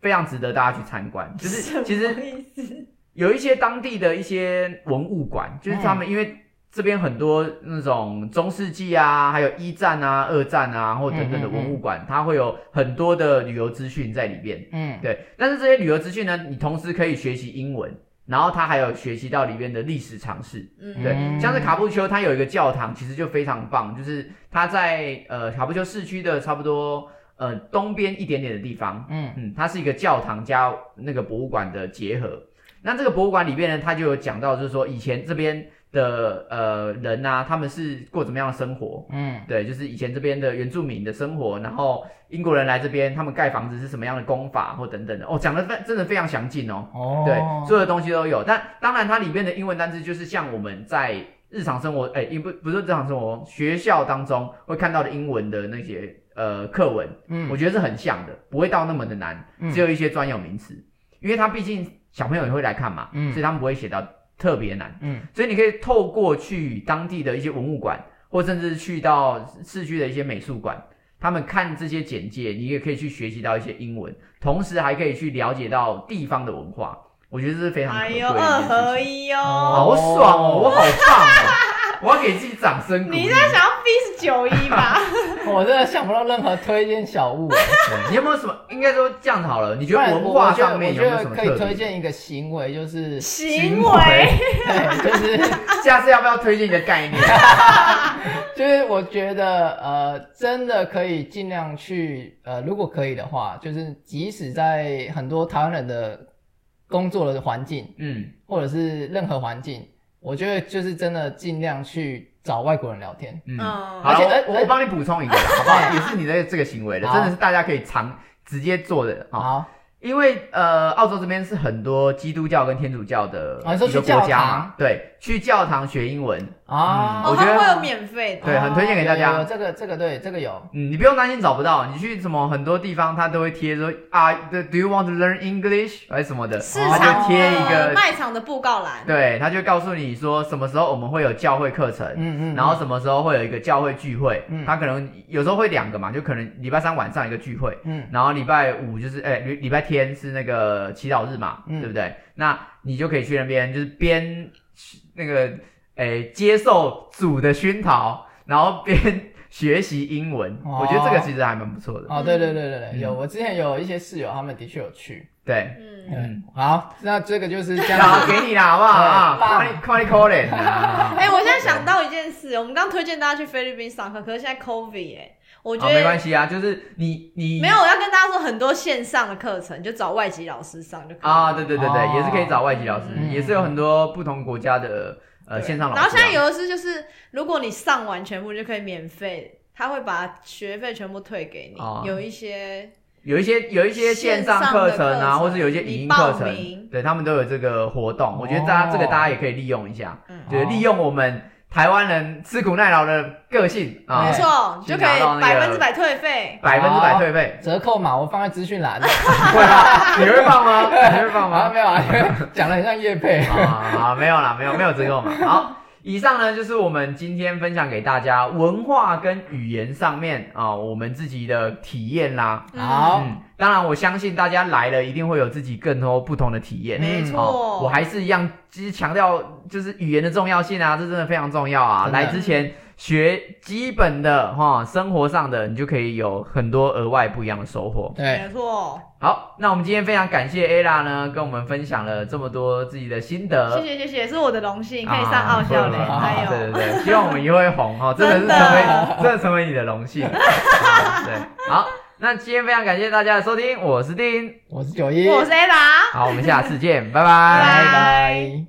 B: 非常值得大家去参观。就
D: 什么
B: 是其实
D: 意思
B: 有一些当地的一些文物
D: 哎
B: 馆，就是他们因为这边很多那种中世纪啊，还有一战啊、二战啊或等等的文物馆，它会有很多的旅游资讯在里面。
C: 嗯，
B: 对，但是这些旅游资讯呢，你同时可以学习英文，然后它还有学习到里面的历史常识。
D: 嗯，
B: 对，
C: 嗯
B: 像是卡布丘，它有一个教堂，其实就非常棒，就是它在呃卡布丘市区的差不多呃东边一点点的地方，
C: 嗯
B: 嗯，它是一个教堂加那个博物馆的结合。那这个博物馆里面呢，它就有讲到，就是说以前这边的呃人啊，他们是过怎么样的生活。
C: 嗯
B: 对，就是以前这边的原住民的生活，然后英国人来这边，他们盖房子是什么样的工法或等等的，哦，讲的非真的非常详尽哦。
C: 哦，
B: 对，所有的东西都有。但当然，它里面的英文单词就是像我们在日常生活，哎、也不不是日常生活，学校当中会看到的英文的那些呃课文，
C: 嗯
B: 我觉得是很像的，不会到那么的难，
C: 嗯
B: 只有一些专有名词，因为它毕竟小朋友也会来看嘛，
C: 嗯
B: 所以他们不会写到特别难。
C: 嗯
B: 所以你可以透过去当地的一些文物馆，或甚至去到市区的一些美术馆，他们看这些简介，你也可以去学习到一些英文，同时还可以去了解到地方的文化。我觉得这是非常可
D: 哎
B: 贵的一
D: 呦，
B: 件事情。
D: 二合一哦，
B: 好爽哦，我好棒哦！我要给自己掌声鼓励。
D: 你在想要 B 是九一吧？
C: 我真的想不到任何推荐小物。不
B: 对你有没有什么？应该说这样子好了，你觉
C: 然
B: 得
C: 我
B: 文化
C: 我觉得
B: 上面
C: 我
B: 有没有
C: 觉
B: 什
C: 得
B: 么
C: 可
B: 特别
C: 以推？荐一个行为，就是
D: 行 为，
C: 对，就是
B: 下次要不要推荐一个概念？
C: 就是我觉得呃，真的可以尽量去呃，如果可以的话，就是即使在很多台湾人的工作的环境，
B: 嗯，
C: 或者是任何环境，我觉得就是真的尽量去找外国人聊天。
B: 嗯，
D: 嗯
B: 好
C: 而且
B: 了，我
C: 而
B: 我帮你补充一 个啦，好不好？也是你的这个行为的，
C: 好
B: 真的是大家可以常直接做的啊。
C: 好，
B: 因为呃，澳洲这边是很多基督教跟天主教的
C: 哦你说
B: 一个
C: 去教
B: 国家嘛，
C: 堂
B: 对，去教堂学英文，
C: 啊，
B: 嗯我
D: 哦，
B: 觉得
D: 它会有免费的。
B: 对很推荐给大家
C: 有有有这个这个对这个有，
B: 嗯，你不用担心找不到，你去什么很多地方，它都会贴说啊，Do you want to learn English 还是什么的，
D: 市
B: 它
D: 场
B: 就贴一
D: 的
B: 个，
C: 哦
D: 卖场的布告栏，
B: 对，它就告诉你说什么时候我们会有教会课程，
C: 嗯嗯，
B: 然后什么时候会有一个教会聚会，
C: 嗯
B: 它可能有时候会两个嘛，就可能礼拜三晚上一个聚会，
C: 嗯
B: 然后礼拜五就是哎礼、礼拜天是那个祈祷日嘛，
C: 嗯
B: 对不对？那你就可以去那边，就是边那个哎、接受主的熏陶，然后边学习英文，
C: 哦
B: 我觉得这个其实还蛮不错的。
C: 哦，对对对对对，
B: 嗯
C: 有，我之前有一些室友，他们的确有去。
B: 对，嗯
D: 嗯，
C: 嗯，哎好，那这个就是这样
B: 好
C: 子。
B: 给你啦，好不好啊？
C: 对
B: 看你看你可怜啊！
D: 哎、我现在想到一件事，我们刚推荐大家去菲律宾上课，可是现在 COVID 哎、我觉
B: 好，没
D: 得、
B: 关系啊，就是你你
D: 没有，我要跟大家说，很多线上的课程就找外籍老师上就可以了
B: 啊？对对对对，
C: 哦
B: 也是可以找外籍老师，
C: 嗯
B: 也是有很多不同国家的呃
D: 对
B: 线上老师
D: 然
B: 啊。
D: 后现在有的是，就是如果你上完全部就可以免费，他会把学费全部退给你。
B: 哦
D: 有一些
B: 有一些有一些线上课程
D: 线上的课
B: 啊，
D: 程
B: 或是有一些影音课
D: 你报
B: 程
D: 名，
B: 对他们都有这个活动。
C: 哦
B: 我觉得大家这个大家也可以利用一下，
D: 嗯
B: 对，
C: 哦
B: 利用我们台湾人吃苦耐劳的个性啊
D: 没，错，你就可
B: 去拿到那个
D: 以百分之百退费。
B: 百分之百退费。
C: 折扣码我放在资讯栏。
D: 哦
B: 会 啊，你会放吗？你会放
C: 啊，
B: 吗？
C: 没有啊，因为讲的很像叶配。
B: 啊，没有啦，没有没有折扣嘛。好，以上呢就是我们今天分享给大家文化跟语言上面啊，我们自己的体验啦。
D: 嗯
C: 好，
B: 嗯，当然我相信大家来了一定会有自己更多不同的体验。
D: 没
B: 哦
D: 错，，
B: 我还是一样，就是强调就是语言的重要性啊，这真的非常重要啊。
C: 真的
B: 来之前学基本的哈，生活上的你就可以有很多额外不一样的收获。
C: 对，
D: 没错，
B: 好，那我们今天非常感谢 Ella 呢，跟我们分享了这么多自己的心得。
D: 谢谢谢谢，是我的荣幸，可以上傲笑嘞，
B: 呃啊
D: 还
B: 对
D: 有
B: 对对，希望我们以后会红 哈，真的是
D: 真
B: 成
D: 的
B: 为真的成为你的荣幸。啊对，好，那今天非常感谢大家的收听，我是丁，
C: 我是九一，
D: 我是 A 达。
B: 好，我们下次见，拜
D: 拜
C: 拜拜。